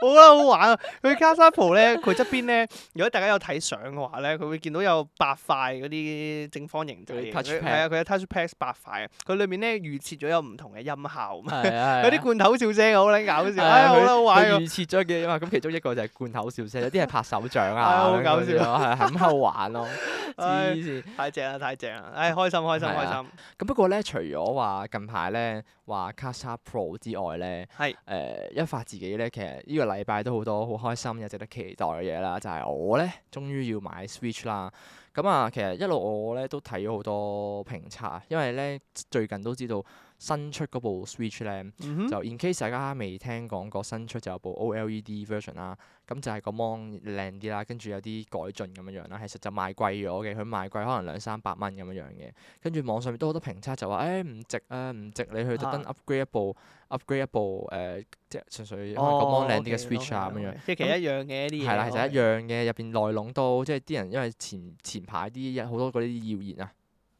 Speaker 2: 好啦，好玩啊！佢卡莎鋪咧，佢側邊咧，如果大家有睇相嘅話咧，佢會見到有八塊嗰啲正方形仔嘅，
Speaker 1: 嗰啲 touch
Speaker 2: 佢
Speaker 1: pad
Speaker 2: 係啊，佢有 touch pad 八塊，佢裏面咧預設咗有唔同嘅音效啊嘛，
Speaker 1: 係啊，
Speaker 2: 有啲罐頭笑聲好撚搞
Speaker 1: 係
Speaker 2: 笑，
Speaker 1: 啊
Speaker 2: 唉，好
Speaker 1: 佢
Speaker 2: 啦，好玩
Speaker 1: 佢
Speaker 2: 喎，
Speaker 1: 預設咗嘅嘛，咁其中一個就係罐頭笑聲，有啲係拍手掌
Speaker 2: 係啊
Speaker 1: 啊，
Speaker 2: 好
Speaker 1: 咁樣
Speaker 2: 搞笑
Speaker 1: 嗰啲咯係係咁喺度玩咯，
Speaker 2: 唉
Speaker 1: 黐線。
Speaker 2: 太正啦，太正啦，唉，開心開心
Speaker 1: 係
Speaker 2: 開
Speaker 1: 啊
Speaker 2: 心，
Speaker 1: 咁不過咧，除咗話近排咧話 Casa Pro 之外咧，
Speaker 2: 係
Speaker 1: 誒、一發自己咧，其實呢個禮拜都好多好開心又值得期待嘅嘢啦，就係、我咧終於要買 Switch 啦。咁啊，其實一路我咧都睇咗好多評測，啊因為咧最近都知道新出嗰部 Switch 咧，
Speaker 2: 嗯哼，
Speaker 1: 就 in case 大家未聽講過新出就有部 OLED version 啦，咁就係個 mon 靚啲啦，跟住有啲改進咁樣樣啦，其實就賣貴咗嘅，佢賣貴可能兩三百蚊咁樣樣嘅，跟住網上面都好多評測就話誒唔值啊，唔值你去特登 upgrade 一部 upgrade 一部誒、呃即係純粹可能個 mon 靚啲嘅
Speaker 2: 哦
Speaker 1: Switch 啊咁樣樣。，
Speaker 2: 即係其實一樣嘅啲嘢，
Speaker 1: 係啦，其實一
Speaker 2: OK，
Speaker 1: 樣嘅，入邊內籠都即係啲人因為前前排啲好多嗰啲謠言啊，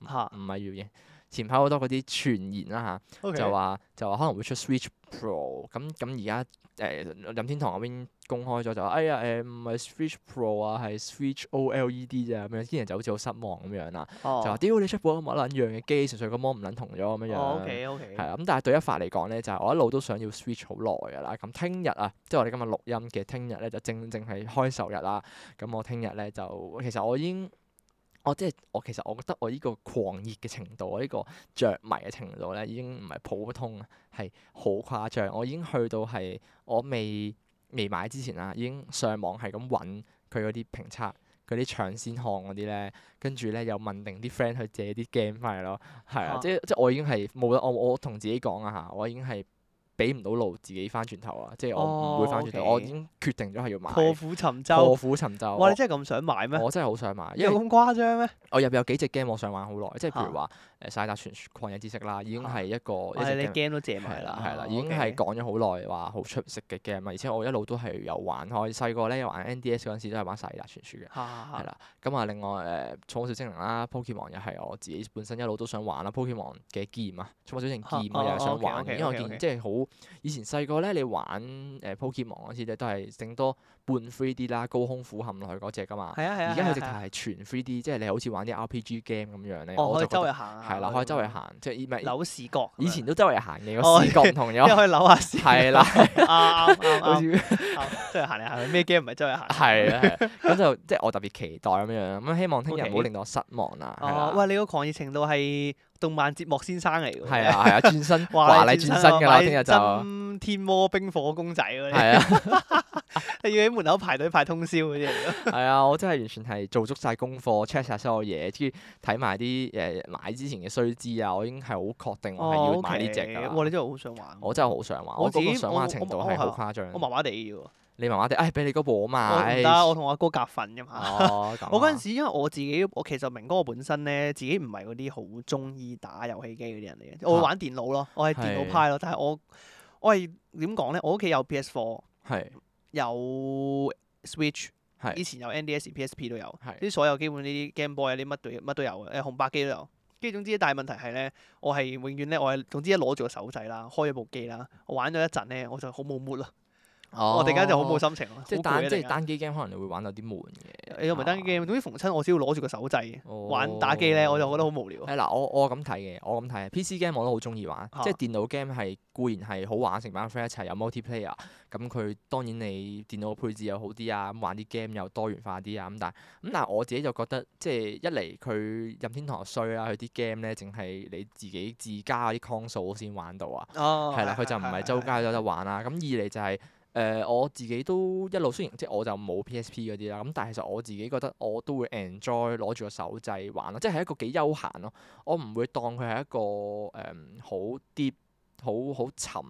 Speaker 2: 嚇
Speaker 1: 唔係謠言，前排好多嗰啲傳言啦嚇，
Speaker 2: ，OK，
Speaker 1: 就話就話可能會出 Switch Pro，咁咁而家誒任天堂嗰邊公開咗就話，哎呀誒唔係 Switch Pro 啊，係 Switch OLED 咋咁樣，啲人就好似好失望咁樣啦，
Speaker 2: 哦
Speaker 1: 就話屌你出部咁乜撚樣嘅機，純粹個芒唔撚同咗咁樣樣。
Speaker 2: 哦，OK OK，
Speaker 1: 係啊，咁但係對一發嚟講咧，就係、我一路都想要 Switch 好耐㗎啦。咁聽日啊，即係我哋今日錄音嘅聽日咧，就正正係開售日啦。咁我聽日咧就其實我已經。我即係我其實我覺得我呢個狂熱嘅程度，我呢個着迷嘅程度咧，已經唔係普通啊，係好誇張。我已經去到係我未未買之前啊，已經上網係咁揾佢嗰啲評測、佢啲搶先看嗰啲咧，跟住咧又問定啲 friend 去借啲 game 翻嚟咯。係啊
Speaker 2: 啊，
Speaker 1: 即係即係我已經係冇得我我同自己講啊嚇，我已經係俾唔到路自己翻轉頭啊，即係我唔會翻轉頭，
Speaker 2: 哦，OK
Speaker 1: 我已經決定咗係要買，
Speaker 2: 破釜沉
Speaker 1: 破
Speaker 2: 舟，
Speaker 1: 釜沉舟。
Speaker 2: 哇！
Speaker 1: 我
Speaker 2: 你真係咁想買咩？
Speaker 1: 我真係好想買，因
Speaker 2: 有
Speaker 1: 為
Speaker 2: 咁誇張咩？
Speaker 1: 我入邊有幾隻 game 我想玩好耐，即係譬如
Speaker 2: 嚇
Speaker 1: 話誒《晒達傳説曠野之息》啦，已經
Speaker 2: 嚇
Speaker 1: 係一個
Speaker 2: 我
Speaker 1: 一
Speaker 2: 係你
Speaker 1: 隻 game。
Speaker 2: game 都借埋
Speaker 1: 係啦，
Speaker 2: 啦，
Speaker 1: 係啦，
Speaker 2: 哦
Speaker 1: 已經
Speaker 2: ，OK
Speaker 1: 係講咗好耐話好出色嘅 game 啦，而且我一路都係有玩開，細個咧有玩 NDS 嗰陣時都係玩《晒達傳説》嘅。係
Speaker 2: 係啦，
Speaker 1: 啦，咁啊，另外誒《寵物小精靈》啦，《Pokemon》又係我自己本身一路都想玩啦，《Pokemon》嘅劍啊，《寵物小精靈
Speaker 2: 啊》
Speaker 1: 劍我又係
Speaker 2: 哦哦
Speaker 1: 想
Speaker 2: ，OK，
Speaker 1: 玩嘅，
Speaker 2: OK，
Speaker 1: 因為
Speaker 2: OK，
Speaker 1: 我見即係好以前細個咧，你玩誒《Pokemon》嗰時咧都係整多半 3D 啦，高空俯瞰落去嗰只噶嘛。
Speaker 2: 係啊係啊，
Speaker 1: 而家佢
Speaker 2: 係
Speaker 1: 直
Speaker 2: 啊
Speaker 1: 頭
Speaker 2: 係啊
Speaker 1: 係全 3D，即係你好似玩啲 RPG game 咁樣咧，
Speaker 2: 哦，
Speaker 1: 我
Speaker 2: 可以
Speaker 1: 就覺
Speaker 2: 周
Speaker 1: 得
Speaker 2: 圍行啊，
Speaker 1: 係啦，可以周圍行，即係唔係
Speaker 2: 扭視角咁樣，
Speaker 1: 以前都周圍行嘅，
Speaker 2: 哦
Speaker 1: 個視覺唔 同
Speaker 2: 因為
Speaker 1: 咗，
Speaker 2: 可以扭下視，
Speaker 1: 係 啦，
Speaker 2: 啱啊啱啱
Speaker 1: 好
Speaker 2: 啱
Speaker 1: 似。
Speaker 2: 啱，周圍行嚟行去，咩 game 唔係周圍行？
Speaker 1: 係啊，係啊咁就即係我特別期待咁樣樣，咁希望聽日唔好啊
Speaker 2: OK 哦
Speaker 1: 令到我失望啦。係啦
Speaker 2: 哦，喂，你個狂熱程度係動漫節幕先生嚟㗎喎。
Speaker 1: 係啊係啊，轉 身華麗轉身㗎啦，聽日就係
Speaker 2: 真天魔冰火公仔嗰啲，
Speaker 1: 啊
Speaker 2: 你要喺門口排隊排通宵嗰啲嚟㗎。
Speaker 1: 係啊，我真係完全係做足晒功課，check 晒所有嘢，跟住睇埋啲誒買之前嘅須知啊，我已經係好確定我係要買呢只㗎
Speaker 2: 哦
Speaker 1: 啦
Speaker 2: OK，哇！你真係好想玩。
Speaker 1: 我真係好想玩，
Speaker 2: 我
Speaker 1: 我
Speaker 2: 自己
Speaker 1: 嗰個想玩程度
Speaker 2: 我我
Speaker 1: 係好
Speaker 2: 我
Speaker 1: 誇張
Speaker 2: 我。麻麻地嘅喎，
Speaker 1: 你麻麻地，唉，俾你嗰部我
Speaker 2: 我
Speaker 1: 買
Speaker 2: 唔。得，我同我阿哥夾份㗎嘛。
Speaker 1: 哦，咁
Speaker 2: 我嗰
Speaker 1: 啊
Speaker 2: 陣時，因為我自己，我其實明哥我本身咧，自己唔係嗰啲好中意打遊戲機嗰啲人嚟嘅，我會
Speaker 1: 啊
Speaker 2: 玩電腦咯，我係電腦派咯，但係我我係點講咧？我屋企有 PS4，
Speaker 1: 係
Speaker 2: 有 Switch，以
Speaker 1: 係
Speaker 2: 前有 NDS、PSP 都有，
Speaker 1: 係
Speaker 2: 啲所有基本呢啲 Game Boy 啊啲乜都乜都有嘅，誒紅白機都有。跟住總之，但係問題係咧，我係永遠咧，我係總之一攞住個手掣啦，開咗部機啦，我玩咗一陣咧，我就好冇 mood 咯，我突然間就好冇
Speaker 1: 心，
Speaker 2: 心情咯，
Speaker 1: 哦即係
Speaker 2: 好攰啊
Speaker 1: 單即
Speaker 2: 突然
Speaker 1: 係
Speaker 2: 間
Speaker 1: 單機 game 可能你會玩到啲悶嘅。
Speaker 2: 又唔係單機 game，總之逢親我只要攞住個手掣
Speaker 1: 啊哦
Speaker 2: 玩打機咧，我就覺得好無聊。
Speaker 1: 係嗱，我我咁睇嘅，我咁睇嘅 PC game 我都好中意玩，
Speaker 2: 嚇
Speaker 1: 即係電腦 game 係固然係好玩，成班 friend 一齊有 multiplayer，咁佢當然你電腦嘅配置又好啲啊，咁玩啲 game 又多元化啲啊，咁但係咁但係我自己就覺得即係一嚟佢任天堂衰啦，佢啲 game 咧淨係你自己自家嗰啲 console 先玩到啊，
Speaker 2: 哦，
Speaker 1: 係啦，佢就 唔係周街都有得玩啦。咁二嚟就係、誒、我自己都一路雖然即係我就冇 PSP 嗰啲啦，咁但係其實我自己覺得我都會 enjoy 攞住個手掣玩咯，即係一個幾休閒咯。我唔會當佢係一個誒好 deep、好好沉、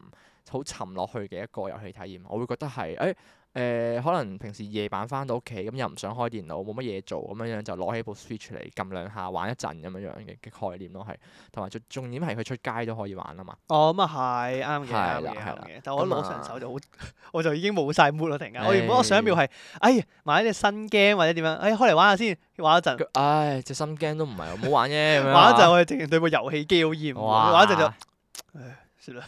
Speaker 1: 好沉落去嘅一個遊戲體驗。我會覺得係誒。誒、可能平時夜晚翻到屋企咁又唔想開電腦，冇乜嘢做咁樣樣就攞起部 Switch 嚟撳兩下玩一陣咁樣樣嘅嘅概念咯，係同埋最重點係佢出街都可以玩啊嘛。
Speaker 2: 哦，咁啊係啱嘅，
Speaker 1: 係啦
Speaker 2: 啱嘅，
Speaker 1: 係啦
Speaker 2: 啱嘅。但我一
Speaker 1: 咁
Speaker 2: 攞
Speaker 1: 啊
Speaker 2: 上手就好，我就已經冇晒 mood 啦，突然間。我原本我上一秒係，哎，買啲新 game 或者點樣，哎，開嚟玩下先，玩一陣，
Speaker 1: 佢唉，隻心驚都唔係好好玩啫，咁樣
Speaker 2: 玩一陣
Speaker 1: 啊
Speaker 2: 我係直情對部遊戲機好厭惡，
Speaker 1: 哇
Speaker 2: 玩一陣就，唉，算啦，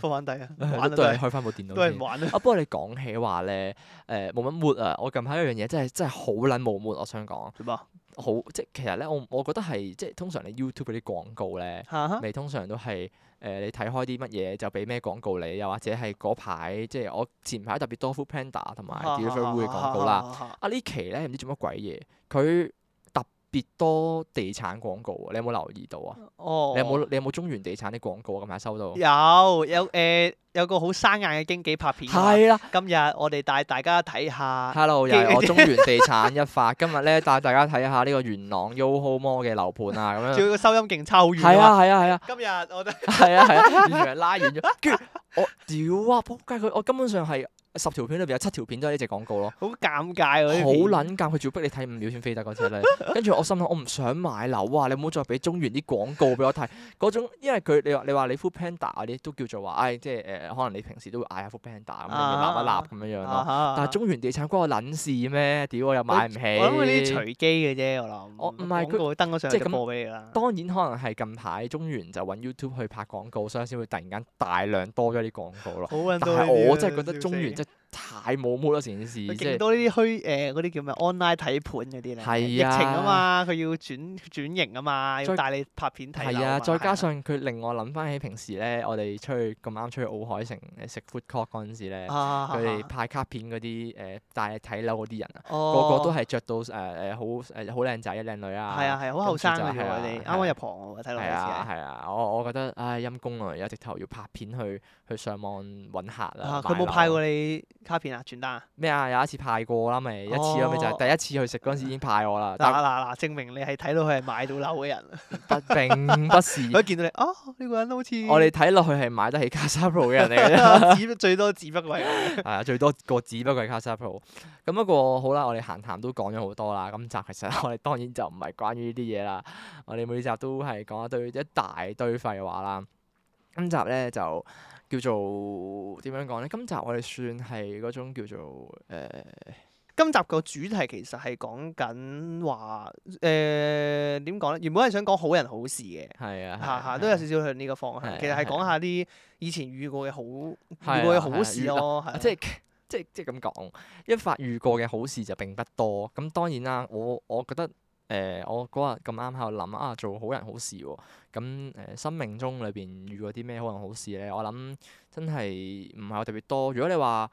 Speaker 2: 放玩底啊，唔玩啦
Speaker 1: 都
Speaker 2: 都
Speaker 1: 係
Speaker 2: 係
Speaker 1: 開翻部電
Speaker 2: 都
Speaker 1: 腦
Speaker 2: 係唔
Speaker 1: 先。
Speaker 2: 玩啦。
Speaker 1: 啊，不過你講起話咧，誒冇乜 mood 啊！我近排有樣嘢真係真係好撚冇 mood，我想講，
Speaker 2: 做咩啊？
Speaker 1: 好即係其實咧，我我覺得係即係通常你 YouTube 嗰啲廣告咧，
Speaker 2: 嚇嚇
Speaker 1: 你通常都係誒、你睇開啲乜嘢就俾咩廣告你，又或者係嗰排即係我前排特別多 Foodpanda 同埋 Deliveroo 嘅廣告啦。。啊呢期咧唔知做乜鬼嘢，佢特別多地產廣告喎，你有冇留意到啊？
Speaker 2: 哦，
Speaker 1: 你有冇你有冇中原地產啲廣告啊？近排收到？
Speaker 2: 有有誒有個好生硬嘅經紀拍片㗎嘛，
Speaker 1: 係啦
Speaker 2: 今日我哋帶大家睇下，
Speaker 1: ，Hello，又 係我
Speaker 2: 基
Speaker 1: 中原地產一發， 今日咧帶大家睇下呢個元朗 YOHO Mall 嘅樓盤啊，
Speaker 2: 仲
Speaker 1: 咁樣。
Speaker 2: 要個收音勁差好遠
Speaker 1: 係
Speaker 2: 啊嘛！
Speaker 1: 啊係啊係啊
Speaker 2: 今日我哋
Speaker 1: 係啊係啊，完全係拉遠咗。 跟住我屌啊仆街！佢我根本上係十條片裏邊有七條片都係呢只廣告咯。
Speaker 2: 好尷尬
Speaker 1: 好
Speaker 2: 嗰啲片
Speaker 1: 撚尷，佢仲要逼你睇五秒先飛得 嗰只咧。跟住我心諗，我唔想買樓啊！你唔好再俾中原啲廣告俾我睇。嗰種因為佢你話你話你 Foodpanda 嗰啲都叫做話，哎唉、即係誒、可能你平時都會嗌下 Foodpanda 咁
Speaker 2: 啊
Speaker 1: 樣立一立咁樣樣咯。
Speaker 2: 啊
Speaker 1: 但係中原地產關我撚事咩？屌我又買唔起。
Speaker 2: 我諗佢呢啲隨機嘅啫，我諗。
Speaker 1: 我唔係佢
Speaker 2: 廣告登咗上
Speaker 1: 即
Speaker 2: 去
Speaker 1: 係
Speaker 2: 就
Speaker 1: 咁
Speaker 2: 播俾你 啦。
Speaker 1: 當然可能係近排中原就揾 YouTube 去拍廣告，所以先會突然間大量多咗啲廣告咯。
Speaker 2: 好撚
Speaker 1: 但
Speaker 2: 多呢
Speaker 1: 係
Speaker 2: 啲
Speaker 1: 我
Speaker 2: 啊
Speaker 1: 真係覺得中原
Speaker 2: 笑
Speaker 1: 真係太冇 mood 啦，成件事
Speaker 2: 死
Speaker 1: 即
Speaker 2: 佢
Speaker 1: 係
Speaker 2: 勁。多呢啲虛誒嗰啲叫咩 online 睇盤嗰啲咧，
Speaker 1: 係啊
Speaker 2: 疫情啊嘛，佢要轉轉型啊嘛，要
Speaker 1: 再
Speaker 2: 帶你拍片睇樓
Speaker 1: 係啊，
Speaker 2: 嘛
Speaker 1: 再加上佢令我諗翻起平時咧，我哋出去咁啱出去奧海城誒食 food court 嗰陣時咧，
Speaker 2: 啊哦
Speaker 1: 佢哋派卡片嗰啲誒帶你睇樓嗰啲人啊，個
Speaker 2: 個
Speaker 1: 個都係着到誒誒好誒好靚仔靚女啊，
Speaker 2: 係啊係啊好後生嘅啫
Speaker 1: 跟住就係啊
Speaker 2: 喎，你啱
Speaker 1: 係啊
Speaker 2: 啱入行喎，睇落好
Speaker 1: 係啊
Speaker 2: 似係。
Speaker 1: 係啊，我我覺得唉陰公啦，而家直頭要拍片去去上網揾客啦
Speaker 2: 啊，佢冇派過你卡片啊，傳單啊，
Speaker 1: 咩啊？有一次派過啦，咪一次咯，咪就
Speaker 2: 哦
Speaker 1: 係第一次去食嗰陣時已經派我啦，
Speaker 2: 嗱
Speaker 1: 啊但
Speaker 2: 嗱嗱，證明你係睇到佢係買到樓嘅人。
Speaker 1: 不並不是
Speaker 2: 佢一見到你，啊呢個人好似
Speaker 1: 我哋睇落去係買得起卡莎 Pro 嘅人嚟嘅 啫。
Speaker 2: 只最多只不過係我
Speaker 1: 係啊，最多個只不過係 Casa Pro。咁不過好啦，我哋閒談都講咗好多啦。咁集其實我哋當然就唔係關於呢啲嘢啦。我哋每集都係講一堆一大堆廢話啦。今集咧就叫做點樣講咧？今集我哋算係嗰種叫做誒、呃
Speaker 2: 今集個主題其實係講緊話誒點講咧？原本係想講好人好事嘅，
Speaker 1: 係啊，係
Speaker 2: 下
Speaker 1: 啊
Speaker 2: 下都有少少向呢個方向。
Speaker 1: 係
Speaker 2: 其實係
Speaker 1: 係
Speaker 2: 講下啲以前遇過嘅好
Speaker 1: 係啊
Speaker 2: 遇過嘅好事咯，係
Speaker 1: 啊
Speaker 2: 啊
Speaker 1: 即係 即係即係咁講，一發遇過嘅好事就並不多。咁當然啦，我我覺得誒、呃我嗰日咁啱喺度諗啊，做好人好事喎。咁誒、呃生命中裏邊遇過啲咩好人好事咧？我諗真係唔係話特別多。如果你話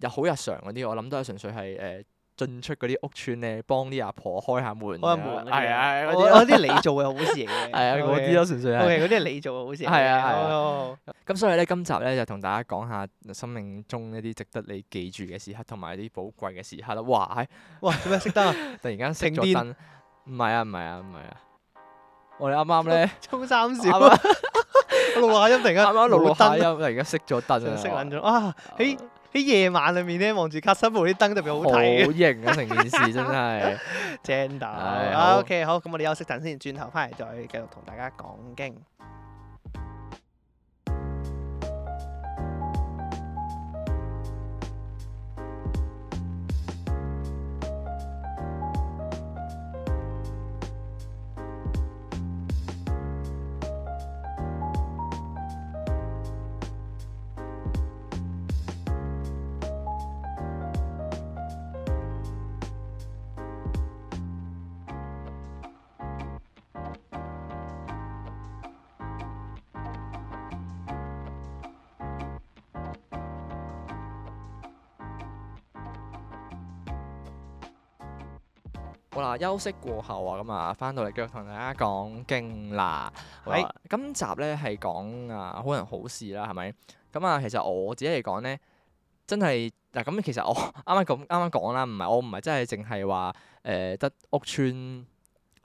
Speaker 1: 日好日常嗰啲，我諗都係純粹係誒呃進出嗰啲屋村咧，幫啲阿婆開下門，
Speaker 2: 開下門
Speaker 1: 係啊係啊嗰
Speaker 2: 我
Speaker 1: 啲
Speaker 2: 我
Speaker 1: 咯，
Speaker 2: 啲你做嘅好事嚟嘅，
Speaker 1: 係啊嗰啲咯，純粹
Speaker 2: OK。
Speaker 1: 係
Speaker 2: O。K，嗰啲係你做嘅好事嚟嘅。
Speaker 1: 係啊係啊
Speaker 2: 啊，
Speaker 1: 咁所以咧，今集咧就同大家講下生命中一啲值得你記住嘅時刻，同埋啲寶貴嘅時刻啦。哇！係
Speaker 2: 哇，做咩識得啊？
Speaker 1: 突然間熄
Speaker 2: 停
Speaker 1: 咗
Speaker 2: 電
Speaker 1: 燈，唔係啊，唔係啊，唔係啊！我哋啱啱咧，
Speaker 2: 沖三
Speaker 1: 啱
Speaker 2: 少，
Speaker 1: 啱
Speaker 2: 錄下音突然間
Speaker 1: 啱啱錄錄下
Speaker 2: 冇燈
Speaker 1: 音，突然間熄咗燈
Speaker 2: 真係
Speaker 1: 啊！
Speaker 2: 熄撚咗啊！喺喺夜晚裏面咧，望住卡森布啲燈特別好睇嘅，
Speaker 1: 好型啊！成件事真係
Speaker 2: 正到
Speaker 1: 唉
Speaker 2: 啊
Speaker 1: 好
Speaker 2: OK，好，咁我哋休息陣先，轉頭翻嚟再繼續同大家講經。
Speaker 1: 好啦，休息過後啊，咁啊，翻到嚟繼續同大家講經啦。好啦今集咧係講啊好人好事啦，係咪？咁啊，其實我自己嚟講咧，真係嗱咁，其實我 啱啱咁啱啱講啦，唔係我唔係真係淨係話誒得屋村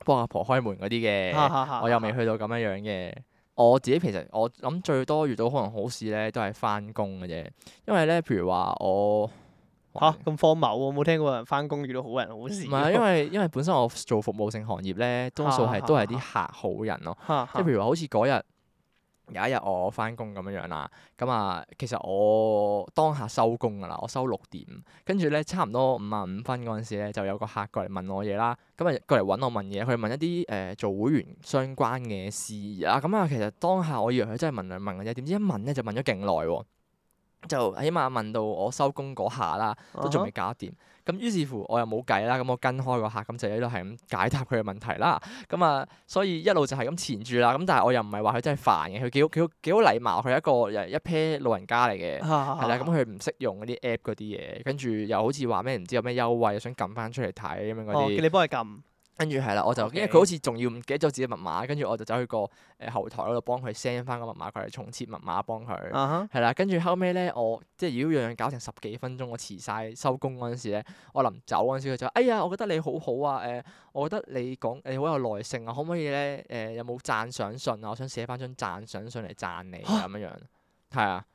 Speaker 1: 幫阿婆開門嗰啲嘅。我
Speaker 2: 我
Speaker 1: 又未去到咁樣樣嘅。我自己其實我諗最多遇到可能好事咧，都係翻工嘅啫。因為咧，譬如話我
Speaker 2: 嚇咁荒謬喎，冇聽過有人翻工遇到好人好事喎。
Speaker 1: 唔係因為因為本身我做服務性行業咧，多數係都係啲客好人咯。
Speaker 2: 嚇
Speaker 1: 即係譬如話，好似嗰日有一日我翻工咁樣樣啦，咁啊，其實我當下收工噶啦，我收六點，跟住咧差唔多五啊五分嗰陣時咧，就有個客過嚟問我嘢啦，咁啊過嚟揾我問嘢，佢問一啲誒、呃做會員相關嘅事宜啦，咁啊其實當下我以為佢真係問兩問嘅啫，點知一問咧就問咗勁耐喎。就起碼問到我收工嗰下啦， 都仲
Speaker 2: 啊
Speaker 1: 未搞掂。咁於是乎我又冇計啦，咁我跟開個客，咁就一路係咁解答佢嘅問題啦。咁啊，所以一路就係咁纏住啦。咁但係我又唔係話佢真係煩嘅，佢幾好幾好幾好禮貌，佢係一個一 pair 老人家嚟嘅。
Speaker 2: 係
Speaker 1: 係啦，咁佢唔識用嗰啲 app 嗰啲嘢，跟住又好似話咩唔知有咩優惠，想撳翻出嚟睇咁樣嗰
Speaker 2: 哦，叫
Speaker 1: 啲。
Speaker 2: 你幫佢撳。
Speaker 1: 跟住係啦，我就
Speaker 2: OK
Speaker 1: 因為佢好似仲要唔記得咗自己密碼，跟住我就走去個誒後台嗰度幫佢 send 翻個密碼，佢嚟重設密碼幫佢。
Speaker 2: 啊哈
Speaker 1: 係啦，跟住後尾咧，我即係如果樣樣搞成十幾分鐘，我遲晒收工嗰陣時咧，我臨走嗰陣時佢就話哎呀，我覺得你好好啊，誒、我覺得你講你好有耐性啊，可唔可以咧誒、有冇讚賞信啊？我想寫翻張讚賞信嚟讚你啊咁樣樣，係啊，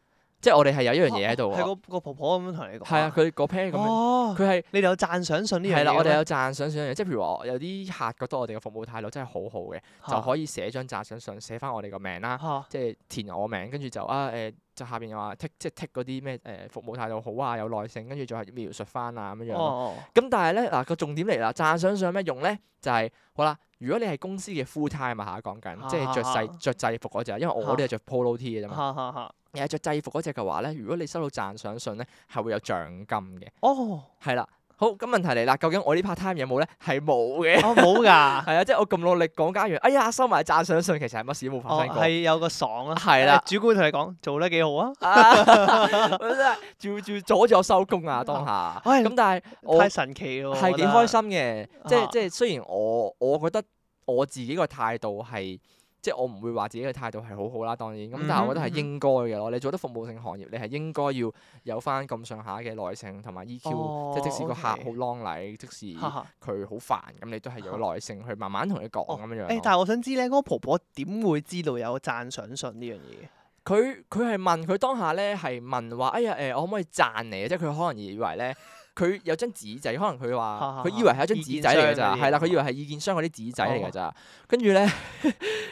Speaker 1: 即係我哋係有一樣嘢喺度
Speaker 2: 係
Speaker 1: 啊，
Speaker 2: 個個婆婆咁樣同你講。
Speaker 1: 係啊，佢嗰 pair 咁樣，
Speaker 2: 哦，
Speaker 1: 佢係。
Speaker 2: 你哋有讚賞信呢樣嘢
Speaker 1: 係
Speaker 2: 嘅咩？
Speaker 1: 啦，我哋有讚賞信嘅，即係譬如話有啲客覺得我哋嘅服務態度真係好好嘅，就可以啊寫張讚賞信，寫翻我哋個名啦。
Speaker 2: 嚇
Speaker 1: 即係填我名，跟住就啊誒、就下邊又話剔即係剔嗰啲咩誒服務態度好啊，有耐性，跟住再係描述翻啊咁樣樣
Speaker 2: 哦
Speaker 1: 咯。
Speaker 2: 哦
Speaker 1: 咁、但係咧嗱個重點嚟啦，讚賞上有咩用咧？就係、好啦，如果你係公司嘅 full time 啊嚇，講緊即係着
Speaker 2: 啊
Speaker 1: 制着制服嗰只，因為我
Speaker 2: 啊
Speaker 1: 我哋係着 polo T 嘅啫
Speaker 2: 嚇
Speaker 1: 嘛。
Speaker 2: 嚇嚇
Speaker 1: 你係着制服嗰只嘅話咧，如果你收到讚賞信咧，係會有獎金嘅。
Speaker 2: 哦，
Speaker 1: 係啦，好咁問題嚟啦，究竟我呢 part time 有冇咧？係冇 嘅。
Speaker 2: 我哦冇㗎。
Speaker 1: 係啊，即係我咁努力講加完，哎呀收埋讚賞信，其實係乜事都冇發
Speaker 2: 哦，
Speaker 1: 生過。
Speaker 2: 係有個爽啊。
Speaker 1: 係啦
Speaker 2: 誒主管同你講做得幾好啊，
Speaker 1: 啊！我真係照照阻住我收工啊，當下。
Speaker 2: 喂
Speaker 1: 咁但係我
Speaker 2: 太神奇咯。
Speaker 1: 係幾
Speaker 2: 我覺得。
Speaker 1: 開心嘅，即係
Speaker 2: 啊
Speaker 1: 即係雖然我我覺得我自己個態度係。即係我唔會話自己嘅態度係好好啦，當然咁，但係我覺得
Speaker 2: 嗯
Speaker 1: 係
Speaker 2: 哼
Speaker 1: 應該嘅咯。你做得服務性行業，你係應該要有翻咁上下嘅耐性同埋 EQ，、
Speaker 2: 哦
Speaker 1: 即係即使個客好
Speaker 2: OK
Speaker 1: 啷禮，即使
Speaker 2: 嚇嚇
Speaker 1: 佢好煩，咁你都係有耐性去慢慢同佢
Speaker 2: 哦
Speaker 1: 講咁樣樣
Speaker 2: 誒，
Speaker 1: 咯。
Speaker 2: 但係我想知咧，嗰個婆婆點會知道有讚賞信呢樣嘢？
Speaker 1: 佢佢係問佢當下咧係問話，哎呀誒、我可唔可以讚你？啊即係佢可能以為咧，佢有張紙仔，可能佢話佢以為係一張紙仔嚟㗎咋，
Speaker 2: 意見箱嗰啲哦
Speaker 1: 係啦，佢以為係意見箱嗰啲紙仔嚟㗎咋。跟住 咧，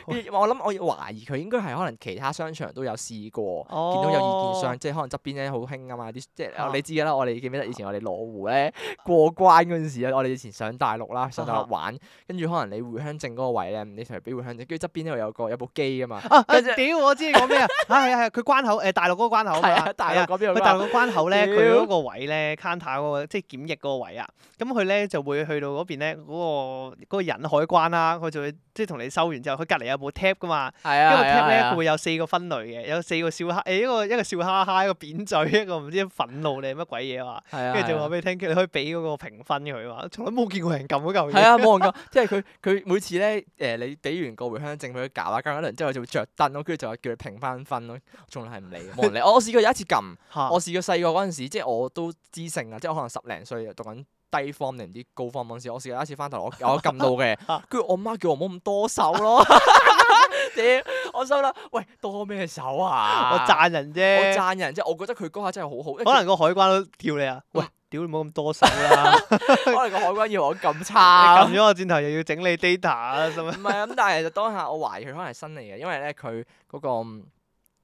Speaker 1: 跟住我諗我懷疑佢應該係可能其他商場都有試過，
Speaker 2: 哦，
Speaker 1: 見到有意見箱，即係可能側邊咧好興啊嘛，啲即
Speaker 2: 啊
Speaker 1: 係你知㗎啦。我哋記唔記得以前我哋羅湖咧過關嗰陣時啊，我哋以前上大陸啦，上大
Speaker 2: 啊哈
Speaker 1: 陸玩，跟住可能你回鄉證嗰個位咧，你隨便回鄉證，跟住側邊咧有個有部機㗎嘛，
Speaker 2: 啊！啊
Speaker 1: 跟住
Speaker 2: 屌，我知你講 咩啊！啊係啊係啊，佢關口誒大陸嗰個關口啊嘛
Speaker 1: 係啊，大
Speaker 2: 係
Speaker 1: 陸嗰邊有
Speaker 2: 佢
Speaker 1: 個
Speaker 2: 大陸個關口咧，佢
Speaker 1: 屌
Speaker 2: 嗰個位咧，counter 嗰個個即係檢疫嗰個位啊，咁佢咧就會去到嗰邊咧嗰、個嗰、個人海關啦，佢就會即係同你收完之後，佢隔離有部 tap 噶嘛，
Speaker 1: 係
Speaker 2: 一
Speaker 1: 啊，
Speaker 2: 個
Speaker 1: 係
Speaker 2: tap
Speaker 1: 啊，
Speaker 2: 咧
Speaker 1: 係
Speaker 2: 佢
Speaker 1: 啊
Speaker 2: 會有四個分類嘅，有四個笑哈，誒一個一個笑哈哈，一個扁嘴，一個唔知憤怒定係乜鬼嘢話，
Speaker 1: 係啊，
Speaker 2: 跟住就
Speaker 1: 係啊
Speaker 2: 話俾你聽，你可以俾嗰個評分佢話，從來冇見過人撳嗰嚿
Speaker 1: 係
Speaker 2: 嘢，
Speaker 1: 啊，冇人教，即係佢佢每次咧誒、你俾完個回鄉證俾佢搞啦，搞完一輪之後就會着燈咯，跟住就話叫佢評翻分咯，從來係唔理 嘅，冇人理。我我試過有一次撳，
Speaker 2: 嚇
Speaker 1: 我試過細個嗰陣時，即係我都知性啊啦，即係我可能十零歲讀緊低 form 定唔知高 form 嗰陣時，我試過有一次翻頭我我 撳到嘅，跟住我媽叫我唔好咁多手咯，屌！我心諗喂多咩手啊？
Speaker 2: 我讚人
Speaker 1: 我
Speaker 2: 啫，
Speaker 1: 讚人，即係我覺得佢嗰下真係好好，
Speaker 2: 可
Speaker 1: 可
Speaker 2: 能個海關都叫你啊，喂
Speaker 1: 嗯，
Speaker 2: 屌你冇咁多手 啦，
Speaker 1: 可能個海關以為我咁
Speaker 2: 你
Speaker 1: 差。
Speaker 2: 撳咗我轉頭又要整理 data 啊，咁樣
Speaker 1: 唔係啊咁，但係其實當下我懷疑佢可能係新嚟嘅，因為咧佢嗰個嗯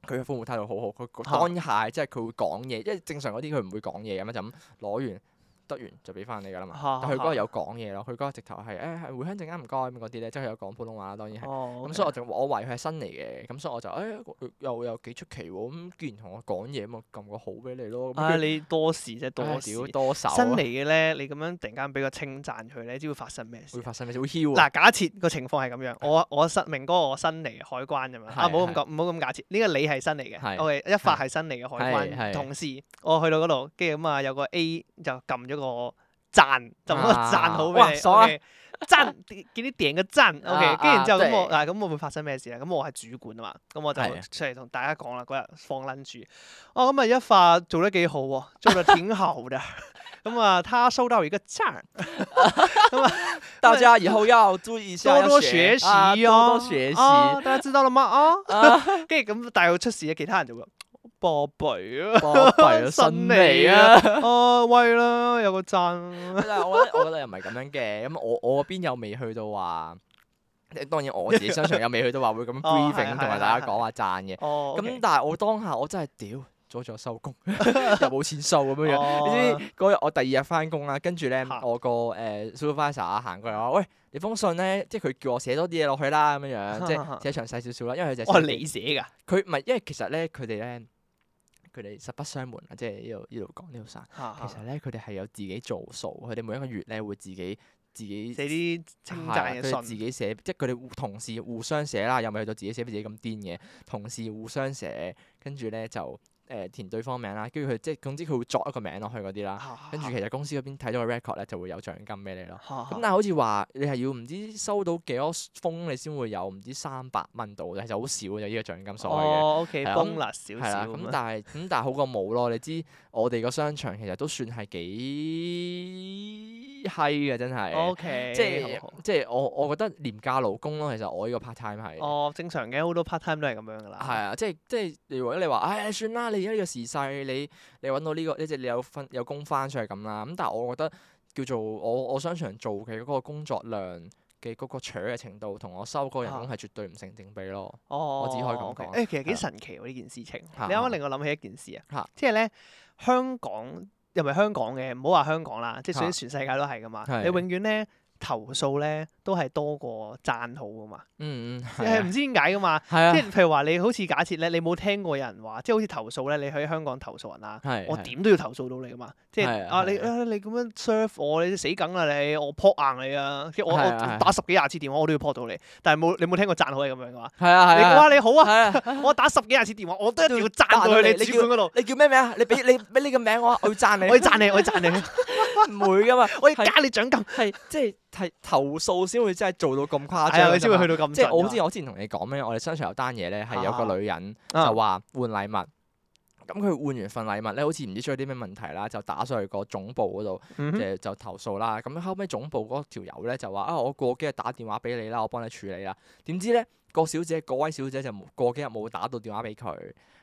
Speaker 1: 佢嘅父母態度好好，佢佢
Speaker 2: 嚇
Speaker 1: 當下即係佢會講嘢，因為正常嗰啲佢唔會講嘢咁樣就咁攞完得完就俾翻你㗎啦嘛。 但佢嗰日有講嘢咯，佢嗰日直頭係誒係回鄉證啊唔該咁嗰啲咧，即係佢有講普通話啦，當然係。
Speaker 2: 哦
Speaker 1: 咁
Speaker 2: ，OK，
Speaker 1: 所以我就我懷疑佢係新嚟嘅，咁所以我就誒、哎又又幾出奇喎，咁既然同我講嘢咁，我撳個好俾你咯。咁
Speaker 2: 啊，
Speaker 1: 跟住
Speaker 2: 你多事啫，多
Speaker 1: 唉
Speaker 2: 事。
Speaker 1: 屌多手啊，
Speaker 2: 新嚟嘅咧，你咁樣突然間俾個稱讚佢咧，知會發生咩事
Speaker 1: 會？發生咩事？會囂啊！
Speaker 2: 嗱，假設個情況係咁樣，我我新明哥我新嚟海關咁樣，啊
Speaker 1: 係
Speaker 2: 唔好咁講，唔好咁假設，呢個你係新嚟嘅
Speaker 1: 係
Speaker 2: ，OK，一發係新嚟嘅海
Speaker 1: 係係
Speaker 2: 關同事，我去到嗰度，跟住咁啊有個 A 就撳咗個讚，就咁個
Speaker 1: 啊
Speaker 2: 讚好
Speaker 1: 哇
Speaker 2: 俾你
Speaker 1: 爽啊
Speaker 2: ，OK，讚， 見啲點嘅讚，OK，
Speaker 1: 啊
Speaker 2: 跟住然之後咁
Speaker 1: 啊
Speaker 2: 我
Speaker 1: 對
Speaker 2: 嗱咁我會發生咩事咧？咁我係主管啊嘛，咁我就
Speaker 1: 係啊
Speaker 2: 出嚟同大家講啦，嗰日放 lunch，哦咁啊一發做得幾好喎，做得挺好的， 咁啊他收到一個讚。
Speaker 1: 大家以後要注意一下，
Speaker 2: 多多
Speaker 1: 要
Speaker 2: 學習
Speaker 1: 啊，
Speaker 2: 哦，
Speaker 1: 多多學習。
Speaker 2: 啊，大家知道了嗎？啊
Speaker 1: 啊，
Speaker 2: 跟住咁，但係佢出事嘅其他人就會波貝 啊，
Speaker 1: 我弊
Speaker 2: 新
Speaker 1: 啊，新
Speaker 2: 嚟
Speaker 1: 嚟啊！ 哦
Speaker 2: 啊威啦，有個讚，
Speaker 1: 但係我覺得我覺得又唔係咁樣 嘅，咁我我嗰邊又未去到話，即係當然我自己身上又未去到話會咁
Speaker 2: 哦係
Speaker 1: briefing
Speaker 2: 係
Speaker 1: 同埋大家講話讚嘅。
Speaker 2: 哦，
Speaker 1: 咁但係我當下我真係屌，阻住我收工， 又冇錢收咁樣樣。啊你
Speaker 2: 樣
Speaker 1: 知唔知嗰日我第二日翻工啦，跟住咧
Speaker 2: 嚇
Speaker 1: 我個誒 supervisor 行過嚟話：喂，你封信咧，即係佢叫我寫多啲嘢落去啦，咁樣樣，即係寫詳細少少啦，因為佢就係
Speaker 2: 我係
Speaker 1: 寫
Speaker 2: 哦你寫噶，
Speaker 1: 佢唔係，因為其實咧，佢哋咧，佢哋實不相瞞啊，即係呢度呢度講呢度散。
Speaker 2: 啊
Speaker 1: 其實咧，佢哋係有自己做數，佢哋每一個月咧會自己自己
Speaker 2: 寫啲稱
Speaker 1: 係啊
Speaker 2: 讚
Speaker 1: 佢哋
Speaker 2: 嘅
Speaker 1: 自
Speaker 2: 信，
Speaker 1: 己寫，即係佢哋同事互相寫啦，又咪去到自己寫俾自己咁癲嘅，同事互相寫，跟住咧就誒、呃填對方名啦，跟住佢即係總之佢會作一個名落去嗰啲
Speaker 2: 啊
Speaker 1: 啦，跟住其實公司嗰邊睇到個 record 咧就會有獎金俾你咯。咁
Speaker 2: 咁
Speaker 1: 但係好似話你係要唔知收到幾多封你先會有唔知三百蚊到，其實好少嘅呢個獎金所謂嘅。
Speaker 2: 哦，OK，
Speaker 1: 係啊咁
Speaker 2: bonus 少
Speaker 1: 係啦，
Speaker 2: 少
Speaker 1: 咁
Speaker 2: 咁啊
Speaker 1: 但係咁但係好過冇咯。你知我哋個商場其實都算係幾閪嘅，真係。
Speaker 2: ，OK，
Speaker 1: 即係
Speaker 2: 好好
Speaker 1: 即係我我覺得廉價勞工咯。其實我呢個 part time 係。
Speaker 2: 哦，正常嘅，好多 part time 都係咁樣噶啦，
Speaker 1: 係啊，即係即係，如果你話，唉，算啦，你而家呢個時勢，你你揾到呢、個，即係你有分有工翻出去咁啦。咁但係我覺得叫做我我商場做嘅嗰個工作量嘅嗰個扯嘅程度，同我收嗰個人
Speaker 2: 啊
Speaker 1: 工係絕對唔成正比咯。
Speaker 2: 哦，
Speaker 1: 只可以咁
Speaker 2: OK
Speaker 1: 講
Speaker 2: 誒，其實
Speaker 1: 係
Speaker 2: 幾
Speaker 1: 啊
Speaker 2: 神奇喎呢件事情。
Speaker 1: 嚇
Speaker 2: 你啱啱
Speaker 1: 嚇
Speaker 2: 令我諗起一件事啊
Speaker 1: 嚇，
Speaker 2: 即係咧香港又唔係香港嘅，唔好話香港啦，即係屬於全世界都係噶嘛。
Speaker 1: 係
Speaker 2: 你永遠咧投訴咧都係多過讚好噶嘛，
Speaker 1: 嗯嗯，
Speaker 2: 即係唔
Speaker 1: 係
Speaker 2: 知點解噶嘛。
Speaker 1: 啊，
Speaker 2: 即
Speaker 1: 係啊
Speaker 2: 係譬如話你好似假設咧，你冇聽過有人話，即係好似投訴咧，你喺香港投訴人啦。
Speaker 1: 係，啊
Speaker 2: 我
Speaker 1: 係
Speaker 2: 點都要投訴到你噶嘛，即
Speaker 1: 係
Speaker 2: 係
Speaker 1: 啊
Speaker 2: 啊你
Speaker 1: 係啊
Speaker 2: 啊你咁樣 serve 我，你死梗啦你，我撲硬你啊！即係我
Speaker 1: 係啊係啊
Speaker 2: 我打十幾廿次電話我都要撲到你，但係冇你冇聽過讚好係咁樣噶嘛？
Speaker 1: 係啊
Speaker 2: 你
Speaker 1: 係啊，
Speaker 2: 哇你好啊！
Speaker 1: 係啊。
Speaker 2: 我打十幾廿次電話，我都一定要讚到佢你主管嗰度，
Speaker 1: 你叫咩名啊？ 你俾你俾你個名我，我要讚你。
Speaker 2: 我要讚你，我要讚 你，
Speaker 1: 唔會噶嘛，
Speaker 2: 我要加你獎金，
Speaker 1: 係即係係投訴先會真係做到咁誇
Speaker 2: 係啊，啊
Speaker 1: 張。
Speaker 2: 你先會去到咁盡㗎嘛。
Speaker 1: 即係我之前我之前同你講咩？我哋商場有單嘢咧，係有個女人
Speaker 2: 啊
Speaker 1: 就話換禮物。咁佢換完份禮物咧，好似唔知出咗啲咩問題啦，就打上去個總部嗰度，
Speaker 2: 嗯哼
Speaker 1: 就就投訴啦。咁後尾總部嗰條友咧就話啊，我過幾日打電話俾你啦，我幫你處理啦。點知咧個小姐，嗰位小姐就冇過幾日冇打到電話俾佢。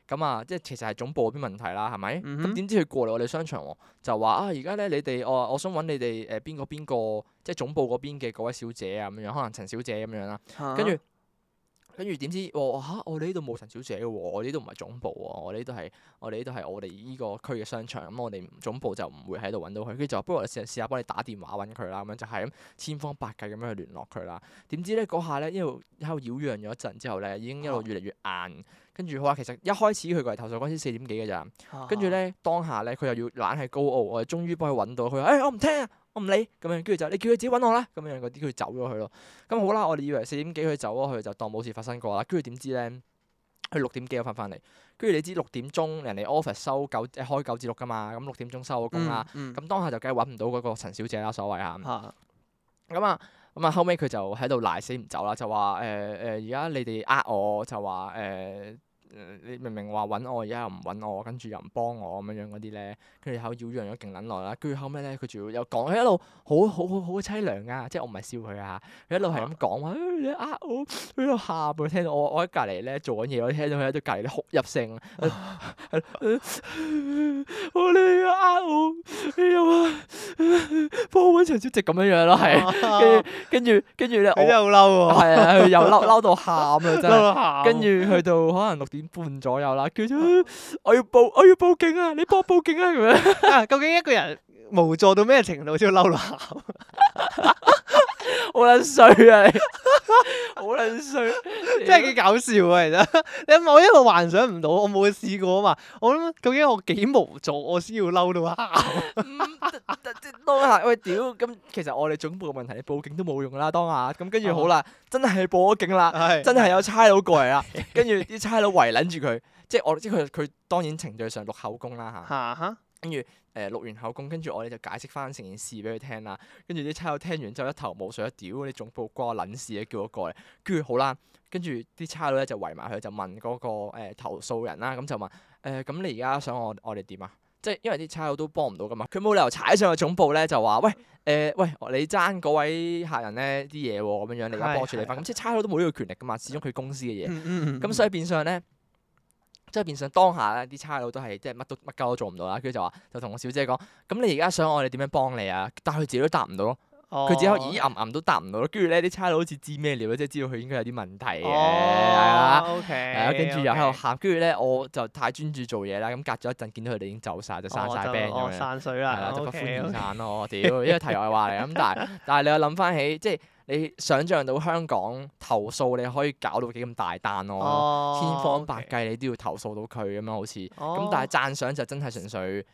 Speaker 1: 咁啊，即係其實係總部嗰邊問題啦，係咪？
Speaker 2: 嗯
Speaker 1: 咁
Speaker 2: 哼
Speaker 1: 點知佢過嚟我哋商場喎，就話啊，而家咧你哋我我想揾你哋誒邊個邊個，即係總部嗰邊嘅嗰位小姐啊咁樣，可能陳小姐咁樣啦。
Speaker 2: 啊
Speaker 1: 跟住跟住點知我話嚇我哋呢度冇陳小姐嘅喎，我哋呢度唔係總部喎，我哋呢度係我哋呢度係我哋呢個區嘅商場，咁我哋總部就唔會喺度揾到佢，跟住就話不如我哋試試下幫你打電話揾佢啦，咁樣就係咁千方百計咁樣去聯絡佢啦。點知咧嗰下咧，因為喺度擾攘咗一陣之後咧，已經一路
Speaker 2: 啊
Speaker 1: 越嚟越硬，跟住好啦，其實一開始佢過嚟投訴嗰陣時四點幾嘅咋，跟住
Speaker 2: 啊，
Speaker 1: 咧當下咧佢又要懶係高傲，我哋終於幫佢揾到，佢話：誒、我唔聽啊，我唔理咁樣，跟住就你叫佢自己揾我啦，咁樣嗰啲佢走咗去咯。咁好啦，我哋以為四點幾佢走咗去就當冇事發生過啦，跟住點知咧佢六點幾又翻返嚟，跟住你知六點鐘人哋 office 收九誒開九至六噶嘛，咁六點鐘收咗工啦。
Speaker 2: 嗯，
Speaker 1: 咁當下就梗係揾唔到嗰個陳小姐啦，所謂嚇。
Speaker 2: 嚇
Speaker 1: 咁啊，咁啊，後尾佢就喺度賴死唔走啦，就話誒呃誒，而家你哋呃我，就話誒誒，你明明話揾我，而家又唔揾我，跟住又唔幫我咁樣樣嗰啲咧，跟住後擾攘咗勁撚耐啦，跟住後尾咧，佢仲要又講，佢一路好好好好凄涼啊，即係我唔係笑佢啊，佢一路係咁講話，哎你呃我，佢喺度喊啊，聽到我我喺隔離咧做緊嘢，我聽到佢喺度隔離啲哭泣聲，啊 我你又呃我，你又話 幫我揾陳小姐咁樣樣咯，係。
Speaker 2: 跟住
Speaker 1: 跟住跟住咧，我
Speaker 2: 你真係好嬲喎，
Speaker 1: 係啊，佢又嬲嬲到喊啊，真
Speaker 2: 嬲
Speaker 1: 係。
Speaker 2: 到喊
Speaker 1: 跟住去到可能六點半左右啦，叫咗我要報我要報警啊！你幫我報警啊！咁樣，
Speaker 2: 啊究竟一個人無助到咩程度先會嬲啊到 喊？
Speaker 1: 好撚衰啊！你好撚衰，
Speaker 2: 真係幾搞笑啊！其實 你諗我一路幻想唔到，我冇試過啊嘛。我諗究竟我幾無助，我先要嬲到喊。
Speaker 1: 當下喂屌咁，其實我哋總部嘅問題，你報警都冇用啦。當下咁跟住好啦，真係報咗警啦。
Speaker 2: 係
Speaker 1: 真係有差佬過嚟啦，跟住啲差佬圍撚住佢，即係我即係佢佢當然程序上錄口供啦嚇，
Speaker 2: 嚇嚇
Speaker 1: 跟住誒呃錄完口供，跟住我哋就解釋翻成件事俾佢聽啦。跟住啲差佬聽完之後一頭霧水，屌你仲報關我撚事嘅，叫我過嚟。跟住好啦，跟住啲差佬咧就圍埋佢，就問嗰、個、誒投訴人啦，咁就問誒咁、你而家想我我哋點啊？即係因為啲差佬都幫唔到噶嘛，佢冇理由踩上去總部咧就話喂誒、呃喂你爭嗰位客人咧啲嘢喎咁樣樣，你而家幫我處理翻。咁即係差佬都冇呢個權力噶嘛，始終佢公司嘅嘢。
Speaker 2: 嗯嗯
Speaker 1: 咁所以變相咧，即係變相當下咧，啲差佬都係即係乜都乜鳩都做唔到啦。跟住就話就同個小姐講：咁你而家想我哋點樣幫你啊？但係佢自己都答唔到咯，
Speaker 2: 佢
Speaker 1: 佢只可以咦吟吟都答唔到咯。跟住咧啲差佬好似知咩料咧，即係知道佢應該有啲問題嘅，係啦、
Speaker 2: 哦，OK，
Speaker 1: 係啊，跟住又喺度
Speaker 2: OK
Speaker 1: 喊，跟住咧我就太專注做嘢啦，咁隔咗一陣見到佢哋已經走晒，就散晒
Speaker 2: 哦
Speaker 1: band
Speaker 2: 就哦
Speaker 1: 咁樣。
Speaker 2: 散水
Speaker 1: 係
Speaker 2: 啦
Speaker 1: 啦，就不歡
Speaker 2: OK，
Speaker 1: 而
Speaker 2: OK
Speaker 1: 散咯。屌，呢個題外話嚟咁，但係但係你又諗翻起，即係你想像到香港投訴你可以搞到幾咁大單咯，
Speaker 2: 哦，
Speaker 1: 千方百計你都要投訴到佢咁樣好似。咁
Speaker 2: 哦。
Speaker 1: 但係讚賞就真係純粹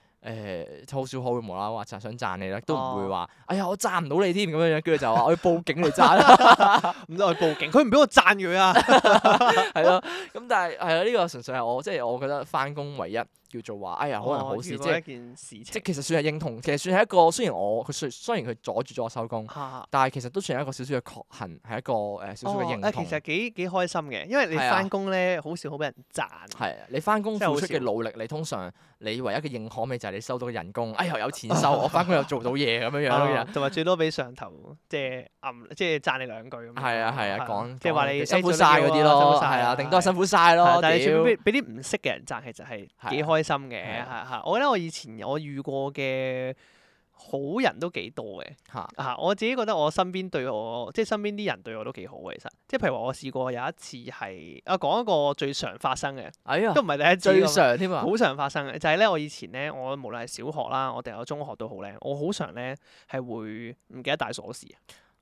Speaker 1: 誒，好少可會無啦啦話想讚你啦，都唔
Speaker 2: 哦
Speaker 1: 會話，哎呀我讚唔到你添咁樣樣，跟住就話我要報警嚟 讚啦，
Speaker 2: 唔得，我去報警，佢唔俾我讚佢啊！
Speaker 1: 係咯。咁但係係啊啦，呢個純粹係我即係我覺得翻工唯一叫做話，哎 呀可能好事，
Speaker 2: 遇
Speaker 1: 即
Speaker 2: 過
Speaker 1: 係
Speaker 2: 哦一件事情，
Speaker 1: 即係其實算係認同，其實算係一個雖然我佢雖雖然佢阻住咗我收工。
Speaker 2: 嚇
Speaker 1: 但係其實都算係一個少少嘅確幸，係一個誒少少嘅
Speaker 2: 啊哦
Speaker 1: 認
Speaker 2: 誒
Speaker 1: 同。
Speaker 2: 其實幾幾開心嘅，因為你
Speaker 1: 係啊
Speaker 2: 翻工咧好少好俾人讚。
Speaker 1: 係啊你翻工
Speaker 2: 真係
Speaker 1: 付
Speaker 2: 好
Speaker 1: 出嘅
Speaker 2: 少
Speaker 1: 努力，你通常你唯一嘅認可咪就係你收到嘅人工，哎呀有錢 收，我翻工又做到嘢咁樣樣嘅
Speaker 2: 啊。同埋最多俾上頭即係暗即係讚你兩句咁樣。
Speaker 1: 係啊係啊，講
Speaker 2: 即係話你
Speaker 1: 講辛苦
Speaker 2: 誒
Speaker 1: 晒
Speaker 2: 做得
Speaker 1: 嗰啲
Speaker 2: 幾好啊辛
Speaker 1: 咯，
Speaker 2: 苦晒
Speaker 1: 係啊，
Speaker 2: 啊
Speaker 1: 頂多係辛苦晒咯
Speaker 2: 係。但係
Speaker 1: 哦屌啊
Speaker 2: 你俾俾啲唔識嘅人讚，其實係幾開心嘅，
Speaker 1: 係
Speaker 2: 係
Speaker 1: 啊
Speaker 2: 係。我覺得我以前我遇過嘅好人都幾多嘅，
Speaker 1: 嚇
Speaker 2: 啊我自己覺得我身邊對我即係身邊啲人對我都幾好嘅，其實即係譬如話我試過有一次係啊講一個最常發生嘅，
Speaker 1: 哎呀
Speaker 2: 都，唔係第一次
Speaker 1: 最
Speaker 2: 咁樣
Speaker 1: 常添啊！
Speaker 2: 好常發生嘅就係咧，我以前咧，我無論係小學啦，我定係中學都好咧，我好常咧係會唔記得帶鎖匙啊，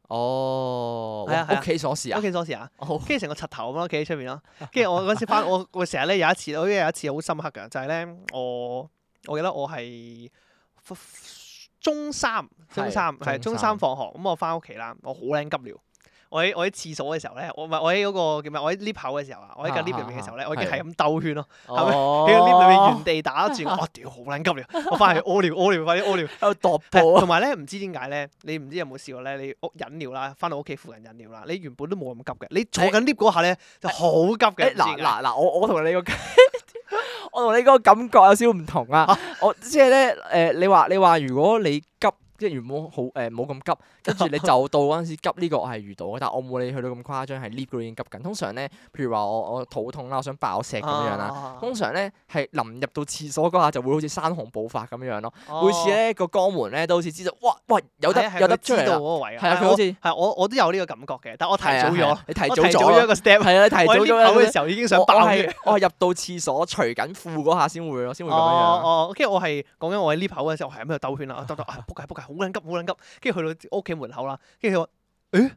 Speaker 1: 哦，
Speaker 2: 係啊係
Speaker 1: 哇
Speaker 2: 啊
Speaker 1: 屋企鎖匙
Speaker 2: 屋
Speaker 1: 啊，
Speaker 2: 企鎖匙啊，
Speaker 1: 哦
Speaker 2: 跟住成個柒頭咁咯，企喺出面咯，跟住我嗰時翻，我我成日咧有一次，我記得有一次好深刻㗎，就係咧我我記得我係中三中三
Speaker 1: 係
Speaker 2: 係中
Speaker 1: 中三
Speaker 2: 三放學，咁我翻屋企啦，我好撚急尿。我喺我喺廁所嘅時候咧，我唔係我喺嗰個叫咩？我喺 lift 口嘅時候啊，我喺架 lift 入面嘅時候咧，我已經係咁兜圈咯，
Speaker 1: 啊哦，
Speaker 2: 喺個 lift 裏面原地打轉，我屌好撚急尿，我翻去屙尿屙尿快啲屙尿。
Speaker 1: 喺度踱步啊！
Speaker 2: 同埋咧，唔知點解咧，你唔知有冇試過咧？你屋飲料啦，翻到屋企附近飲料啦，你原本都冇咁急嘅，你坐緊 lift 嗰下咧就好急嘅。
Speaker 1: 誒嗱嗱嗱，我我同你個 我同你個感覺有少少唔同啊！我即係咧誒，你話你話如果你急。即係原本好誒冇咁急，跟住你就到嗰陣時急呢個我係遇到嘅，但係我冇你去到咁誇張，係 lift 嗰度已經急緊。通常咧，譬如話我我肚痛啦，我想爆石咁樣啦，
Speaker 2: 啦
Speaker 1: 通常咧係臨入到廁所嗰下就會好似山洪暴發咁樣樣咯。
Speaker 2: 哦
Speaker 1: 每次咧個肛門咧都好似知道，哇哇有得有得出嚟
Speaker 2: 啊知道嗰
Speaker 1: 啦，
Speaker 2: 個位
Speaker 1: 係啊佢好似
Speaker 2: 係我我都有呢個感覺嘅，但我提早
Speaker 1: 係
Speaker 2: 咗
Speaker 1: 啊，你提
Speaker 2: 我
Speaker 1: 早
Speaker 2: 提早
Speaker 1: 咗
Speaker 2: 咗一
Speaker 1: 啊，
Speaker 2: 個 step。
Speaker 1: 係啊你提
Speaker 2: 我
Speaker 1: 早
Speaker 2: 喺 lift 口
Speaker 1: 咗
Speaker 2: 嘅時候已經 想
Speaker 1: 我
Speaker 2: 爆
Speaker 1: 我
Speaker 2: 血
Speaker 1: 係。 我係入到廁所除緊褲嗰下先會咯，先會咁樣樣咯。
Speaker 2: 哦哦，跟住我係講緊我喺 lift 口嘅時候，我係咁喺度兜圈啦，兜兜啊，仆街仆街，好撚急好撚急，跟住去到屋企門口啦，跟住我，誒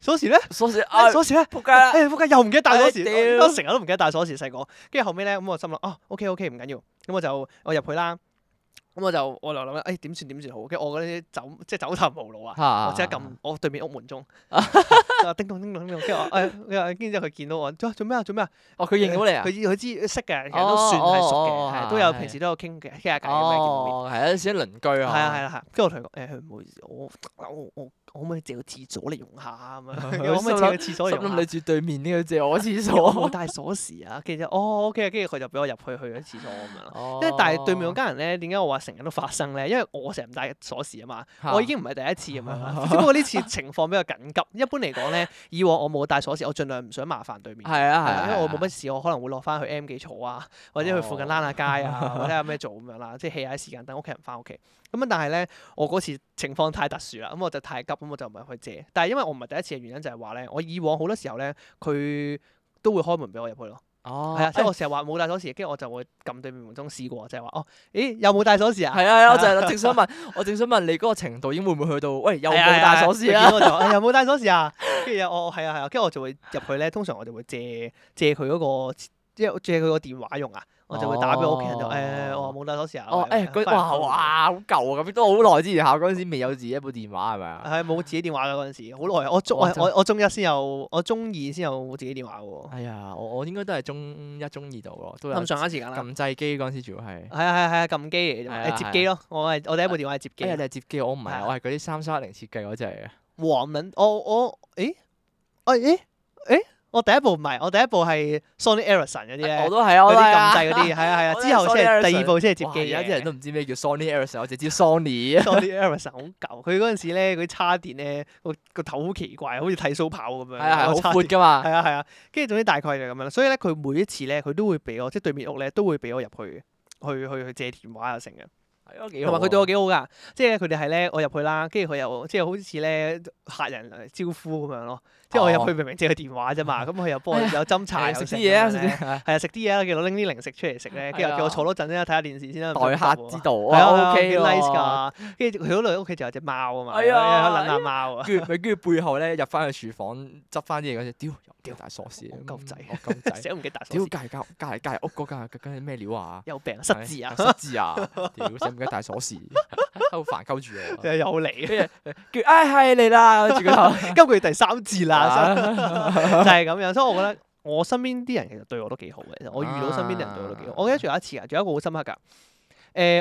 Speaker 2: 鎖匙咧，
Speaker 1: 鎖匙
Speaker 2: 哎
Speaker 1: 啊，
Speaker 2: 鎖匙咧。
Speaker 1: 仆街啦！
Speaker 2: 誒仆街又唔記得帶鎖
Speaker 1: 哎屌
Speaker 2: 匙，我成日都唔記得帶鎖匙細個。跟住後尾咧，咁我心諗哦，OK OK 唔緊要，咁我就我入去啦。咁我就我就諗啦，誒點算點算好？跟住我嗰啲走即係走投無路啊！
Speaker 1: 嚇
Speaker 2: 我即刻撳我對面屋 門鐘，啊叮咚叮咚叮咚，跟住我誒，跟住之後佢見到我，做做咩啊做咩啊？
Speaker 1: 哦，佢認到你啊！
Speaker 2: 佢佢知識嘅，其實都算係熟
Speaker 1: 哦哦
Speaker 2: 嘅，
Speaker 1: 哦
Speaker 2: 係都有
Speaker 1: 係
Speaker 2: 平時都有傾嘅傾下偈咁樣見到面。
Speaker 1: 哦，係啊，少鄰居
Speaker 2: 係
Speaker 1: 啊，
Speaker 2: 啊係啦係啦，跟住我同佢講誒，唔好意思，我我我我可唔可以借個廁所嚟用下啊咁樣？ 我可唔可以借個廁所嚟
Speaker 1: 心
Speaker 2: 用
Speaker 1: 諗
Speaker 2: 下
Speaker 1: 你？住對面呢個借我廁
Speaker 2: 我冇
Speaker 1: 所。
Speaker 2: 帶鎖匙啊，跟住就哦 OK，跟住佢就俾我入去去咗廁所咁樣啦。
Speaker 1: 哦
Speaker 2: 因為但係對面嗰家人咧，點解我話成日都發生咧？因為我成日唔帶鎖匙啊嘛，
Speaker 1: 哦
Speaker 2: 我已經唔係第一次咁樣啦。只不過呢次情況比較緊急。一般嚟講咧，以往我冇帶鎖匙，我盡量唔想麻煩對面。
Speaker 1: 係啊係啊，哦
Speaker 2: 因為我冇
Speaker 1: 係
Speaker 2: 乜事，我可能會落翻去 M 記坐啊，或者去附近躝下街 啊，或者有咩做咁樣啦，即係 hea 下啲時間等屋企人翻屋企。咁啊，但係咧，我嗰次情況太特殊啦，咁我就太急，咁我就唔係去借。但係因為我唔係第一次嘅原因就係話咧，我以往好多時候咧，佢都會開門俾我入去咯。
Speaker 1: 啊。哦，
Speaker 2: 係啊，即係
Speaker 1: 哎
Speaker 2: 我成日話冇帶鎖匙，跟住我就會撳對面門鐘試過，就係話哦，咦有冇帶鎖匙啊？
Speaker 1: 係啊，係啊我就係正想問， 我正想問你嗰個程度已經會唔會去到？喂，有
Speaker 2: 係啊
Speaker 1: 冇帶鎖匙
Speaker 2: 係啊
Speaker 1: 啊？
Speaker 2: 佢見到我就哎有冇帶鎖匙啊？跟住我我係啊係啊，跟住我就會入去咧。通常我就會借借佢嗰個，即係借佢個電話用啊。我就會打俾我屋企人就
Speaker 1: 哦
Speaker 2: 誒，我話冇帶鎖匙啊。
Speaker 1: 哦，
Speaker 2: 喂
Speaker 1: 誒，嗰
Speaker 2: 翻嚟
Speaker 1: 哇
Speaker 2: 開門
Speaker 1: 哇好舊啊！咁都好耐之前考嗰陣時，未有自己一部電話係咪啊？
Speaker 2: 係冇自己電話㗎嗰陣時，好耐啊。我中
Speaker 1: 哇
Speaker 2: 我
Speaker 1: 真
Speaker 2: 我我中一先有，我中二先有自己電話喎。
Speaker 1: 哎呀，我我應該都係中一、中二度咯，都有
Speaker 2: 咁上下時間啦。
Speaker 1: 撳掣機嗰陣時，主要係。
Speaker 2: 係啊係啊係啊，撳機嚟啫
Speaker 1: 係
Speaker 2: 嘛，
Speaker 1: 啊
Speaker 2: 誒接機咯。我係我第一部電話係接機
Speaker 1: 哎呀，你係接機，我唔
Speaker 2: 係啊
Speaker 1: 係，我係嗰啲三三零設計嗰只嚟嘅。
Speaker 2: 黃撚，我我誒，我誒誒，哎我第一部唔係，我第一部係 Sony Ericsson 嗰啲咧
Speaker 1: 我。都係啊，我
Speaker 2: 嗰
Speaker 1: 都係
Speaker 2: 啲
Speaker 1: 啊
Speaker 2: 撳掣嗰啲，係啊係 啊，
Speaker 1: 我都係
Speaker 2: 之後先
Speaker 1: Sony
Speaker 2: 係
Speaker 1: Ericsson
Speaker 2: 第二部先係接
Speaker 1: 哇
Speaker 2: 機
Speaker 1: 而家啲 人
Speaker 2: 嘅。
Speaker 1: 都唔知咩叫 Sony Ericsson，我直 接 Sony 啊。
Speaker 2: Sony Ericsson 好舊，佢嗰陣時咧，佢叉電咧，個個頭好奇怪，好似剃鬚刨咁樣。
Speaker 1: 係啊，
Speaker 2: 我
Speaker 1: 係好
Speaker 2: 叉
Speaker 1: 闊
Speaker 2: 電
Speaker 1: 㗎嘛。
Speaker 2: 係啊係啊，跟住總之大概就係咁樣啦。所以咧，佢每一次咧，佢都會俾我，即係對面屋咧，都會俾我入去。去去去借電話又啊成嘅，
Speaker 1: 係咯，幾
Speaker 2: 同埋佢對我幾好啊㗎，即係佢哋係咧，我入去啦，跟住佢又即係好似咧客人嚟招呼咁樣咯，即係我入去明明借佢電話啫嘛，咁佢又幫我有斟茶
Speaker 1: 係
Speaker 2: 又
Speaker 1: 食啲
Speaker 2: 成
Speaker 1: 嘢啊，
Speaker 2: 咁樣
Speaker 1: 食
Speaker 2: 咧
Speaker 1: 啲嘢
Speaker 2: 係啊，食啲嘢啦，叫我拎啲零食出嚟食咧，跟住又叫我坐多陣啦，睇下電視先啦。啊唔使
Speaker 1: 待
Speaker 2: 急
Speaker 1: 啊客
Speaker 2: 喎
Speaker 1: 之道，
Speaker 2: 係啊
Speaker 1: 哇
Speaker 2: ，OK
Speaker 1: ，OK 喎
Speaker 2: nice 㗎。跟住佢嗰度屋企就有隻貓啊嘛，
Speaker 1: 係啊
Speaker 2: 佢撚下貓 啊。
Speaker 1: 跟住咪跟住背後咧入翻去廚房執翻啲嘢嗰陣，屌屌大鎖 匙，
Speaker 2: 戇鳩仔
Speaker 1: 嗯戇鳩仔，
Speaker 2: 死都唔記得打鎖
Speaker 1: 屌
Speaker 2: 匙，
Speaker 1: 隔離間隔離隔離屋嗰間究竟係咩料啊？
Speaker 2: 有病失智啊
Speaker 1: 係，失智啊！屌，使唔記得帶 鎖匙，好煩鳩住我。啊
Speaker 2: 又 嚟。
Speaker 1: 跟住哎唉係嚟啦，住個 頭
Speaker 2: 今個月第三節啦，
Speaker 1: 啊
Speaker 2: 就係咁樣。所以我覺得我身邊啲人其實對我都幾好嘅，其實我遇到身邊啲人對我都幾好
Speaker 1: 啊。
Speaker 2: 我記得仲有一次啊，仲有一個好深刻㗎。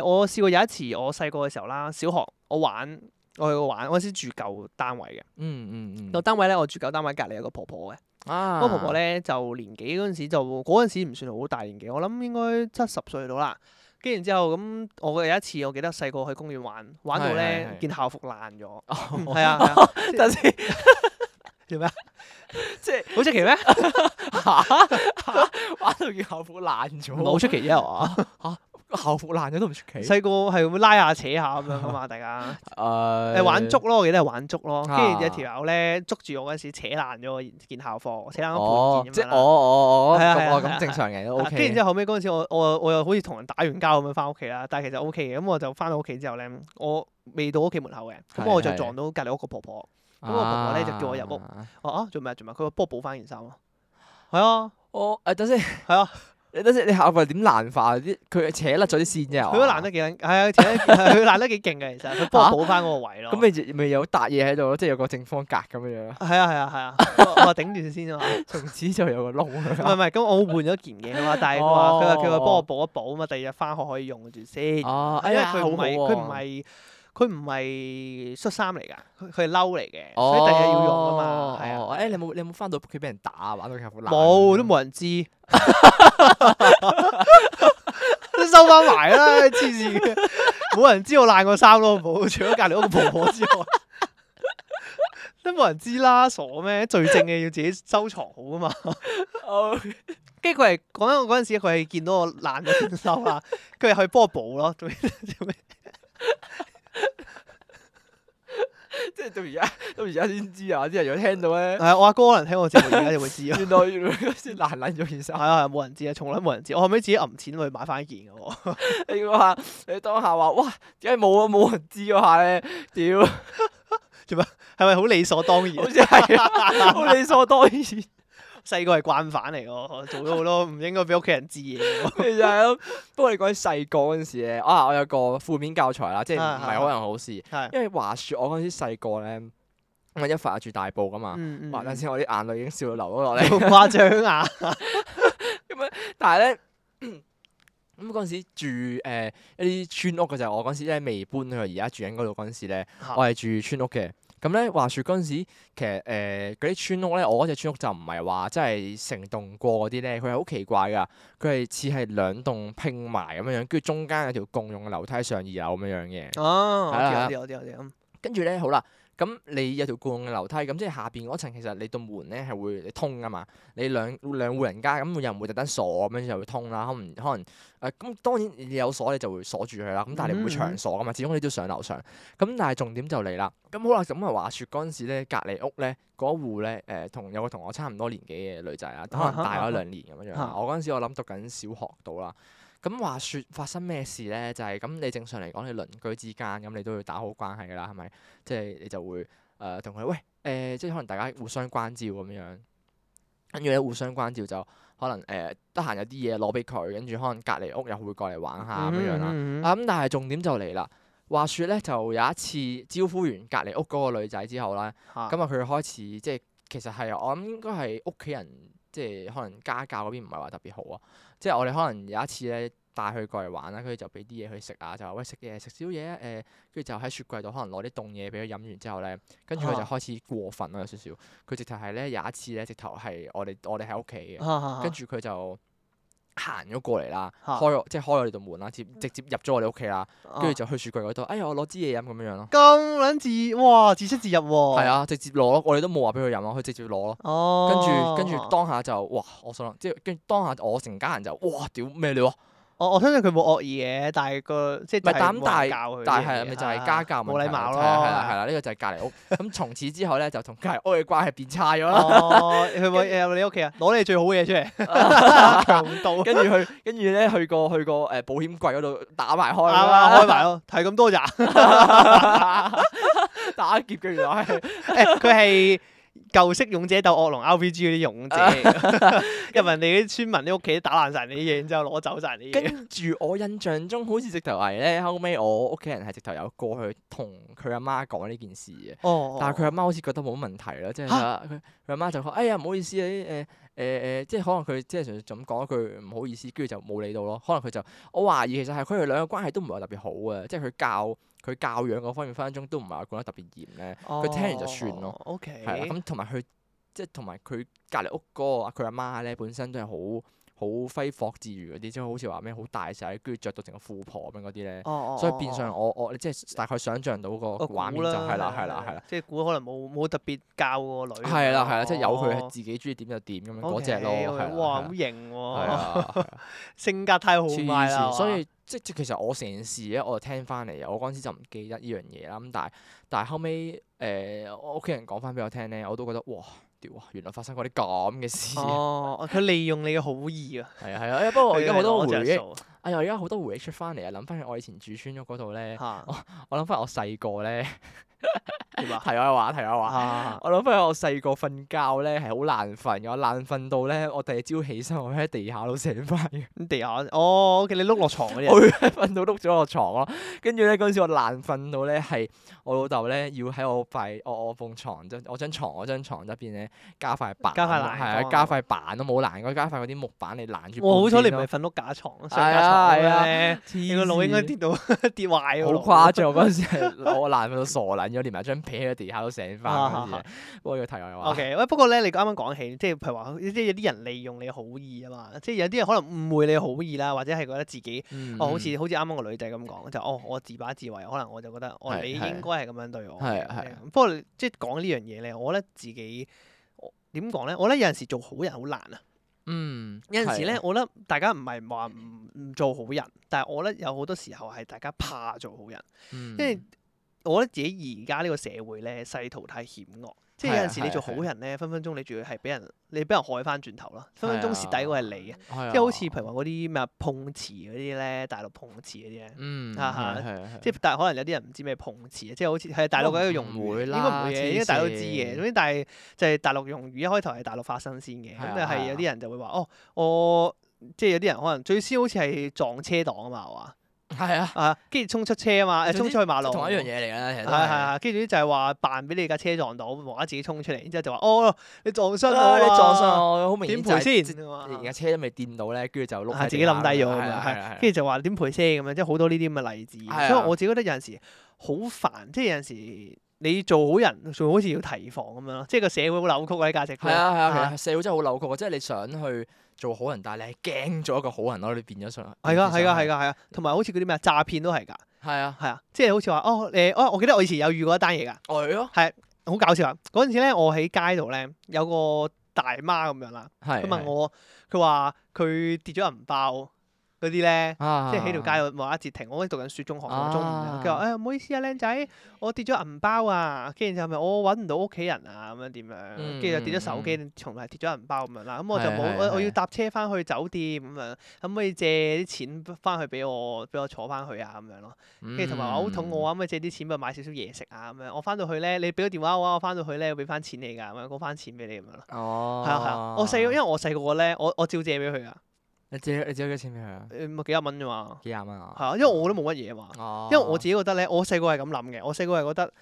Speaker 2: 誒，我試過有一次，我細個嘅時候啦，小學我玩，我去玩，我嗰陣時住舊單位嘅。
Speaker 1: 嗯嗯嗯，
Speaker 2: 個單位咧，我住舊單位隔離有個婆婆嘅。
Speaker 1: 啊
Speaker 2: 我婆婆咧就年紀嗰陣時就嗰陣時唔算好大年紀，我諗應該七十歲到啦。跟住然之後咁，我有一次我記得細個去公園玩，玩到
Speaker 1: 係係
Speaker 2: 咧
Speaker 1: 係
Speaker 2: 件校服爛咗，嗯
Speaker 1: 哦，
Speaker 2: 係啊 係啊，
Speaker 1: 等陣先，
Speaker 2: 做咩啊？
Speaker 1: 即係
Speaker 2: 好出奇咩？
Speaker 1: 玩到件校服爛
Speaker 2: 唔係好
Speaker 1: 咗，
Speaker 2: 出奇啫，係嘛？
Speaker 1: 校服爛咗都唔出奇。
Speaker 2: 細個係會拉下扯下咁樣噶嘛，大家
Speaker 1: 誒
Speaker 2: 誒玩捉咯，我記 得係玩捉咯。跟
Speaker 1: 啊
Speaker 2: 住有條友咧捉住我嗰陣時扯爛咗我件校服，扯爛咗
Speaker 1: 哦
Speaker 2: 半，件
Speaker 1: 即
Speaker 2: 咁
Speaker 1: 係
Speaker 2: 樣
Speaker 1: 我
Speaker 2: 啦。
Speaker 1: 我我
Speaker 2: 係啊係
Speaker 1: 咁
Speaker 2: 啊
Speaker 1: 我
Speaker 2: 係啊
Speaker 1: 咁正常嘅都
Speaker 2: 啊
Speaker 1: OK
Speaker 2: 跟住之後後尾嗰陣時，我我我又好似同人打完交咁樣翻屋企啦，但係其實 O K 嘅，咁我就翻到屋企之後咧，我未到屋企門口嘅，咁
Speaker 1: 係
Speaker 2: 我就
Speaker 1: 係
Speaker 2: 撞到隔離屋個婆婆，
Speaker 1: 咁
Speaker 2: 我婆婆呢就叫我入屋。我啊做咩啊做咩啊，佢話幫我補翻件衫咯，
Speaker 1: 哦
Speaker 2: 係啊，
Speaker 1: 我誒等先，係
Speaker 2: 啊，
Speaker 1: 你等先，你校服係點爛化啲？佢扯甩咗啲線啫。哦
Speaker 2: 佢都爛得幾撚，係啊， 扯得佢爛得幾勁嘅，其實佢幫我補翻嗰個位咯。
Speaker 1: 咁咪咪有笪嘢喺度咯，即係有個正方格咁樣樣，
Speaker 2: 係啊係啊係啊，我我頂住 先啊嘛。
Speaker 1: 從此就有個窿
Speaker 2: 唔 係
Speaker 1: 咁樣。
Speaker 2: 唔係，咁我換咗件嘢啊嘛，但係佢話佢話佢話
Speaker 1: 哦
Speaker 2: 幫我補一補啊嘛，第二日翻學可以用住先。
Speaker 1: 哦，哎
Speaker 2: 因為
Speaker 1: 呀，
Speaker 2: 佢唔係佢唔
Speaker 1: 係，
Speaker 2: 係佢唔係恤衫嚟㗎，佢佢係褸嚟嘅，所以第二日要用啊嘛，係
Speaker 1: 哦
Speaker 2: 啊。
Speaker 1: 誒，你有冇你有冇翻到屋企俾人打啊？玩到校服爛？
Speaker 2: 冇都。冇人 知，都收翻埋啦，黐線嘅，冇人知我爛過衫咯，冇除咗隔離屋個婆婆之外。都冇人知啦，傻咩？罪證嘅要自己收藏好啊嘛。
Speaker 1: 哦
Speaker 2: 跟住佢係講緊我嗰陣時，佢係見到我爛咗件衫啦，佢係去幫我補咯。 做咩做咩
Speaker 1: 即係到而家 到而家先知啊！啲人有聽到 咧
Speaker 2: 係，啊我阿哥可能聽我節目而家就會知咯。
Speaker 1: 原來原來嗰時爛爛咗件衫
Speaker 2: 係。啊，係啊冇人知啊，從來冇人知。我後尾自己揞錢去買翻件嘅喎。
Speaker 1: 你嗰下， 你當下話哇，點解冇啊冇人知嗰下咧？屌，
Speaker 2: 係咪好理所當然？
Speaker 1: 好似係啊好理所當然，你就
Speaker 2: 細個係慣犯嚟㗎，我做咗好多唔應該俾屋企人知嘢㗎。
Speaker 1: 係咯。不過你講起細個嗰陣時咧，啊，我有個負面教材啦，即係唔係可能好事，
Speaker 2: 係，
Speaker 1: 因為話説我嗰陣時細個咧，咁啊一發住大埔噶嘛，
Speaker 2: 嗯
Speaker 1: 哇！等
Speaker 2: 嗯
Speaker 1: 陣先，我啲眼淚已經笑到流咗落嚟。
Speaker 2: 好誇張啊！
Speaker 1: 但係咧， 咁嗰陣時住誒、呃一啲村屋嘅就係我嗰陣時咧未搬去而家住緊嗰度嗰陣時咧，
Speaker 2: 嚇
Speaker 1: 我係住村屋嘅。咁咧話説嗰陣時，其實誒嗰啲村屋咧，我嗰只村屋就唔係話真係成棟過嗰啲咧，佢係好奇怪㗎，佢係似係兩棟拼埋咁樣樣，跟住中間有條共用嘅樓梯上二樓咁樣樣嘅。
Speaker 2: 哦，
Speaker 1: 係啦
Speaker 2: 我知我知我知我知，
Speaker 1: 跟住咧好啦，咁你有條共用嘅樓梯，咁即係下邊嗰層其實你道門咧係會通噶嘛，你兩兩戶人家咁又唔會特登鎖咁樣就會通啦，可能可能誒咁、當然你有鎖你就會鎖住佢啦，咁但係你唔會長鎖噶嘛，始終你都要上樓上。咁但係重點就嚟啦，咁好啦，咁啊話説嗰陣時咧，隔離屋咧嗰戶咧誒同有個同我差唔多年紀嘅女仔啊，可能大我一兩年咁樣樣啦
Speaker 2: 啊。
Speaker 1: 我嗰陣時我諗讀緊小學到啦。咁話説發生咩事咧？就係、咁，你正常嚟講，你鄰居之間咁，你都要打好關係㗎啦，係咪？即係你就會誒同佢喂誒、呃即係可能大家互相關照咁樣，跟住咧互相關照就可能誒呃得閒有啲嘢攞俾佢，跟住可能隔離屋又會過嚟玩下咁樣啦。
Speaker 2: 嗯嗯嗯
Speaker 1: 啊咁，但係重點就嚟啦。話説咧，就有一次招呼完隔離屋嗰個女仔之後咧，
Speaker 2: 嚇
Speaker 1: 咁啊佢開始即係其實係我諗應該係屋企人即係可能家教嗰邊唔係話特別好啊，即係我哋可能有一次咧帶佢過嚟玩啦，跟住就俾啲嘢佢食啊，就話喂食嘢食宵夜啊誒，跟、住就喺雪櫃度可能攞啲凍嘢俾佢飲完之後咧，跟住佢就
Speaker 2: 啊
Speaker 1: 開始過分啦有少少，佢直頭係咧有一次咧直頭係我哋我哋喺屋企嘅。
Speaker 2: 嚇嚇
Speaker 1: 跟住佢就行咗過嚟啦，
Speaker 2: 嚇
Speaker 1: 開我即係開我哋道門啦，直直接入咗我哋屋企啦，
Speaker 2: 嚇
Speaker 1: 跟住就去雪櫃嗰度，哎呀我攞支嘢飲咁樣樣咯，
Speaker 2: 哦咁撚自哇自出自入喎。
Speaker 1: 係，啊，直接攞咯，我哋都冇話俾佢飲咯，佢直接攞咯。跟
Speaker 2: 哦
Speaker 1: 住，跟住當下就哇！我想諗，即係跟住當下我成家人就哇屌咩料啊！
Speaker 2: 我我相信佢冇惡意嘅，但係個即係
Speaker 1: 唔係
Speaker 2: 就
Speaker 1: 但
Speaker 2: 係冇人教佢
Speaker 1: 但
Speaker 2: 呢樣
Speaker 1: 係
Speaker 2: 嘢啊
Speaker 1: 咪就係家教問
Speaker 2: 冇
Speaker 1: 題
Speaker 2: 禮貌
Speaker 1: 係
Speaker 2: 咯，
Speaker 1: 啦係啊啦係啦，呢個就係隔 離屋。咁從此之後咧，就同隔離屋嘅關係變差咗啦。
Speaker 2: 哦，佢會入你屋企啊，攞你最好嘅嘢出嚟，強盜
Speaker 1: 跟住去，跟住咧去過去過誒保險櫃嗰度打埋開
Speaker 2: 啱
Speaker 1: 啦
Speaker 2: 啊，開埋咯，睇咁多咋？
Speaker 1: 打劫嘅原來 係。
Speaker 2: 誒，佢係舊式勇者鬥惡龍 RPG 嗰啲勇者嚟㗎，
Speaker 1: 啊
Speaker 2: 入人哋啲村民啲屋企打爛晒你啲嘢，然之後攞走晒你啲嘢。
Speaker 1: 跟住我印象中好似直頭係咧，後尾我屋企人係直頭有過去同佢阿媽講呢件事嘅，
Speaker 2: 哦
Speaker 1: 但係佢阿媽好似覺得冇乜問題啦，即係
Speaker 2: 嚇
Speaker 1: 佢佢阿媽就話：哎呀唔好意思啊，啲誒誒誒，即係可能佢即係純粹咁講一句唔好意思，跟住就冇理到咯。可能佢就我懷疑其實係佢哋兩個關係都唔係話特別好嘅，即係佢教佢教養嗰方面分分鐘都唔係話管得特別嚴咧，佢聽完就算咯
Speaker 2: 哦。O
Speaker 1: 係啦。
Speaker 2: K，
Speaker 1: 咁同埋佢即係同埋佢隔離屋嗰個佢阿媽咧，本身都係好好揮霍自如嗰啲，即係好似話咩好大使，跟住着到成個富婆咁樣嗰啲咧。
Speaker 2: 哦
Speaker 1: 所以變相
Speaker 2: 哦
Speaker 1: 我我即係大概想像到個
Speaker 2: 哦我
Speaker 1: 畫面
Speaker 2: 估
Speaker 1: 就
Speaker 2: 啦
Speaker 1: 係啦係啦係啦。，
Speaker 2: 即係估可能冇冇特別教個女咁樣。
Speaker 1: 係啦係啦，即係由佢
Speaker 2: 哦
Speaker 1: 自己中意點就點咁樣嗰只
Speaker 2: OK，
Speaker 1: 咯，係
Speaker 2: OK，
Speaker 1: 啦
Speaker 2: 哇，好
Speaker 1: 係啦
Speaker 2: 型
Speaker 1: 係
Speaker 2: 喎，
Speaker 1: 啊，係啊
Speaker 2: 性格太豪
Speaker 1: 黐
Speaker 2: 邁啦，
Speaker 1: 線！所以即即其實我成件事咧，我就聽翻嚟，我嗰陣時就唔記得呢樣嘢啦。咁但係但係後尾誒，我屋企人講翻俾我聽咧，我都覺得哇屌啊！原來發生過啲咁嘅事，
Speaker 2: 係嘛哦，佢利用你嘅好意啊，
Speaker 1: 係啊係啊！哎啊呀 不過我而家好多回憶，
Speaker 2: 憶
Speaker 1: 哎呀我而家好多回憶出翻嚟啊！諗翻起我以前住村屋嗰度咧，
Speaker 2: 嚇
Speaker 1: 我諗翻我細個咧，
Speaker 2: 點啊
Speaker 1: 題外話題外話。
Speaker 2: 啊
Speaker 1: 我諗翻我細個瞓覺咧係好難瞓嘅，我難瞓到咧，我第二朝起身我喺地下度醒翻嘅，
Speaker 2: 咁地下哦，OK，你碌落床嗰
Speaker 1: 我
Speaker 2: 啲
Speaker 1: 會 瞓到碌咗落床咯。跟住咧嗰陣時我難瞓到咧係我老豆咧要喺我塊我我埲床即我張床我張床側邊咧加塊板，
Speaker 2: 加塊欄
Speaker 1: 係啊
Speaker 2: 杆
Speaker 1: 加塊板都冇欄杆，加塊嗰啲木板嚟攔
Speaker 2: 嘢，
Speaker 1: 住半邊咯。
Speaker 2: 哇，好彩你唔係瞓碌架床，上架
Speaker 1: 係啊
Speaker 2: 床
Speaker 1: 係啊
Speaker 2: 咁咧，你
Speaker 1: 你
Speaker 2: 個腦應該跌到 跌壞
Speaker 1: 好
Speaker 2: 喎，
Speaker 1: 誇張！嗰陣時係我難瞓到傻撚咗，連埋張被喺地下都醒翻嗰陣時
Speaker 2: 啊啊啊
Speaker 1: 不過要題外話。
Speaker 2: O.K. 喂，不過咧，你啱啱講起，即係譬如話，即係有啲人利用你好意啊嘛，即係有啲人可能誤會你好意啦，或者係覺得自己，
Speaker 1: 嗯
Speaker 2: 哦，好似好似啱啱個女仔咁講，就哦，我自把自為，可能我就覺得，哦，
Speaker 1: 係
Speaker 2: 你應
Speaker 1: 係
Speaker 2: 該係咁樣對我
Speaker 1: 係
Speaker 2: 嘅。
Speaker 1: 係
Speaker 2: 咁不過你即係講呢樣嘢咧，我覺得自己我點講咧？我覺得有陣時做好人好難啊！
Speaker 1: 嗯
Speaker 2: 有陣時
Speaker 1: 係
Speaker 2: 咧，我覺得大家唔係話唔唔做好人，但係我覺得有好多時候係大家怕做好人，
Speaker 1: 嗯
Speaker 2: 因為我覺得自己而家呢個社會咧，世途太險惡，即係有
Speaker 1: 係啊
Speaker 2: 陣時你做好人咧，分分鐘你仲要係俾人你俾人害翻轉頭啦，分分鐘蝕底嗰個係你啊！
Speaker 1: 係啊
Speaker 2: 即係好似譬如話嗰啲咩啊碰瓷嗰啲咧，大陸碰瓷嗰啲咧，
Speaker 1: 嗯
Speaker 2: 啊啊
Speaker 1: 係係係
Speaker 2: 即係但係可能有啲人唔知咩碰瓷啊，即係好似係大陸嘅一個用
Speaker 1: 唔
Speaker 2: 語，
Speaker 1: 會
Speaker 2: 應
Speaker 1: 啦
Speaker 2: 該唔會嘅，應該大家都知
Speaker 1: 黐線
Speaker 2: 嘅。總之但係就係大陸用語，一開頭係大陸發生先嘅，
Speaker 1: 係啊
Speaker 2: 咁就
Speaker 1: 係啊
Speaker 2: 係有啲人就會話哦，我即係有啲人可能最先好似係撞車檔啊嘛，係嘛
Speaker 1: 係啊，
Speaker 2: 啊，跟住衝出車啊嘛，誒
Speaker 1: 總
Speaker 2: 衝
Speaker 1: 之
Speaker 2: 出去馬路，
Speaker 1: 同一樣嘢嚟㗎啦，其實
Speaker 2: 係
Speaker 1: 都
Speaker 2: 係
Speaker 1: 係。
Speaker 2: 係，跟住就係話扮俾你架車撞到，無啦啦自己衝出嚟，然之後就話哦，你撞傷我
Speaker 1: 啊
Speaker 2: 啊，
Speaker 1: 你撞上我，好明
Speaker 2: 點
Speaker 1: 顯
Speaker 2: 賠
Speaker 1: 就係
Speaker 2: 先？
Speaker 1: 而家車都未掂到咧，跟住就碌
Speaker 2: 啊
Speaker 1: 喺
Speaker 2: 自己
Speaker 1: 地
Speaker 2: 冧低咗
Speaker 1: 下
Speaker 2: 咁
Speaker 1: 啦
Speaker 2: 樣，
Speaker 1: 係啦
Speaker 2: 係
Speaker 1: 係啦
Speaker 2: 跟住就話點賠先咁樣，即係好多呢啲咁嘅例子。
Speaker 1: 係啊
Speaker 2: 所以我自己覺得有陣時好煩，即係有陣時你做好人，仲好似要提防咁樣咯。即係個社會好扭曲嗰啲價值
Speaker 1: 係
Speaker 2: 觀。
Speaker 1: 啊係啊，其實社會真係好扭曲啊！即係你想去做好人，但係你係驚做一個好人咯，你變咗上
Speaker 2: 係㗎，係㗎，係㗎，
Speaker 1: 㗎，
Speaker 2: 係啊，同埋好似嗰啲咩詐騙都係㗎，
Speaker 1: 係啊，
Speaker 2: 係啊，即係好似話哦，誒，哦，我記得我以前有遇過一單嘢㗎，
Speaker 1: 係咯，
Speaker 2: 好搞笑啊！嗰陣時咧，我喺街度咧有個大媽咁樣啦，
Speaker 1: 係
Speaker 2: 佢問我，佢話佢跌咗銀包嗰啲咧，
Speaker 1: 啊，
Speaker 2: 即係喺條街度無啦啦截停，我嗰陣讀緊書，中學
Speaker 1: 啊
Speaker 2: 同中五嘅，佢話：誒唔好意思啊，靚仔，我跌咗銀包啊，跟住就咪我揾唔到屋企人啊，咁樣點樣，跟住就跌咗手機，從嚟跌咗銀包咁樣啦。咁我就
Speaker 1: 係係
Speaker 2: 冇，
Speaker 1: 係
Speaker 2: 我我要搭車翻去酒店咁樣，可唔可以借啲錢翻去俾我，俾我坐翻去啊咁樣咯。
Speaker 1: 跟
Speaker 2: 跟住同埋話好肚餓啊，
Speaker 1: 啊，
Speaker 2: 可唔可以借啲錢俾我買少少嘢食啊咁樣。我翻到去咧，你俾個電話我啊，我翻到去咧會俾翻錢你㗎，咁樣攞翻錢俾你咁樣咯。
Speaker 1: 哦
Speaker 2: 係，啊係啊，我細個因為我細個個咧，我我照借俾佢啊㗎，
Speaker 1: 你借你借幾多錢俾佢啊？
Speaker 2: 誒咪幾廿蚊啫嘛。
Speaker 1: 幾廿蚊啊？
Speaker 2: 係啊，因為我都冇乜嘢嘛。
Speaker 1: 哦，
Speaker 2: 因為我自己覺得咧，我細個係咁諗嘅，我細個係覺得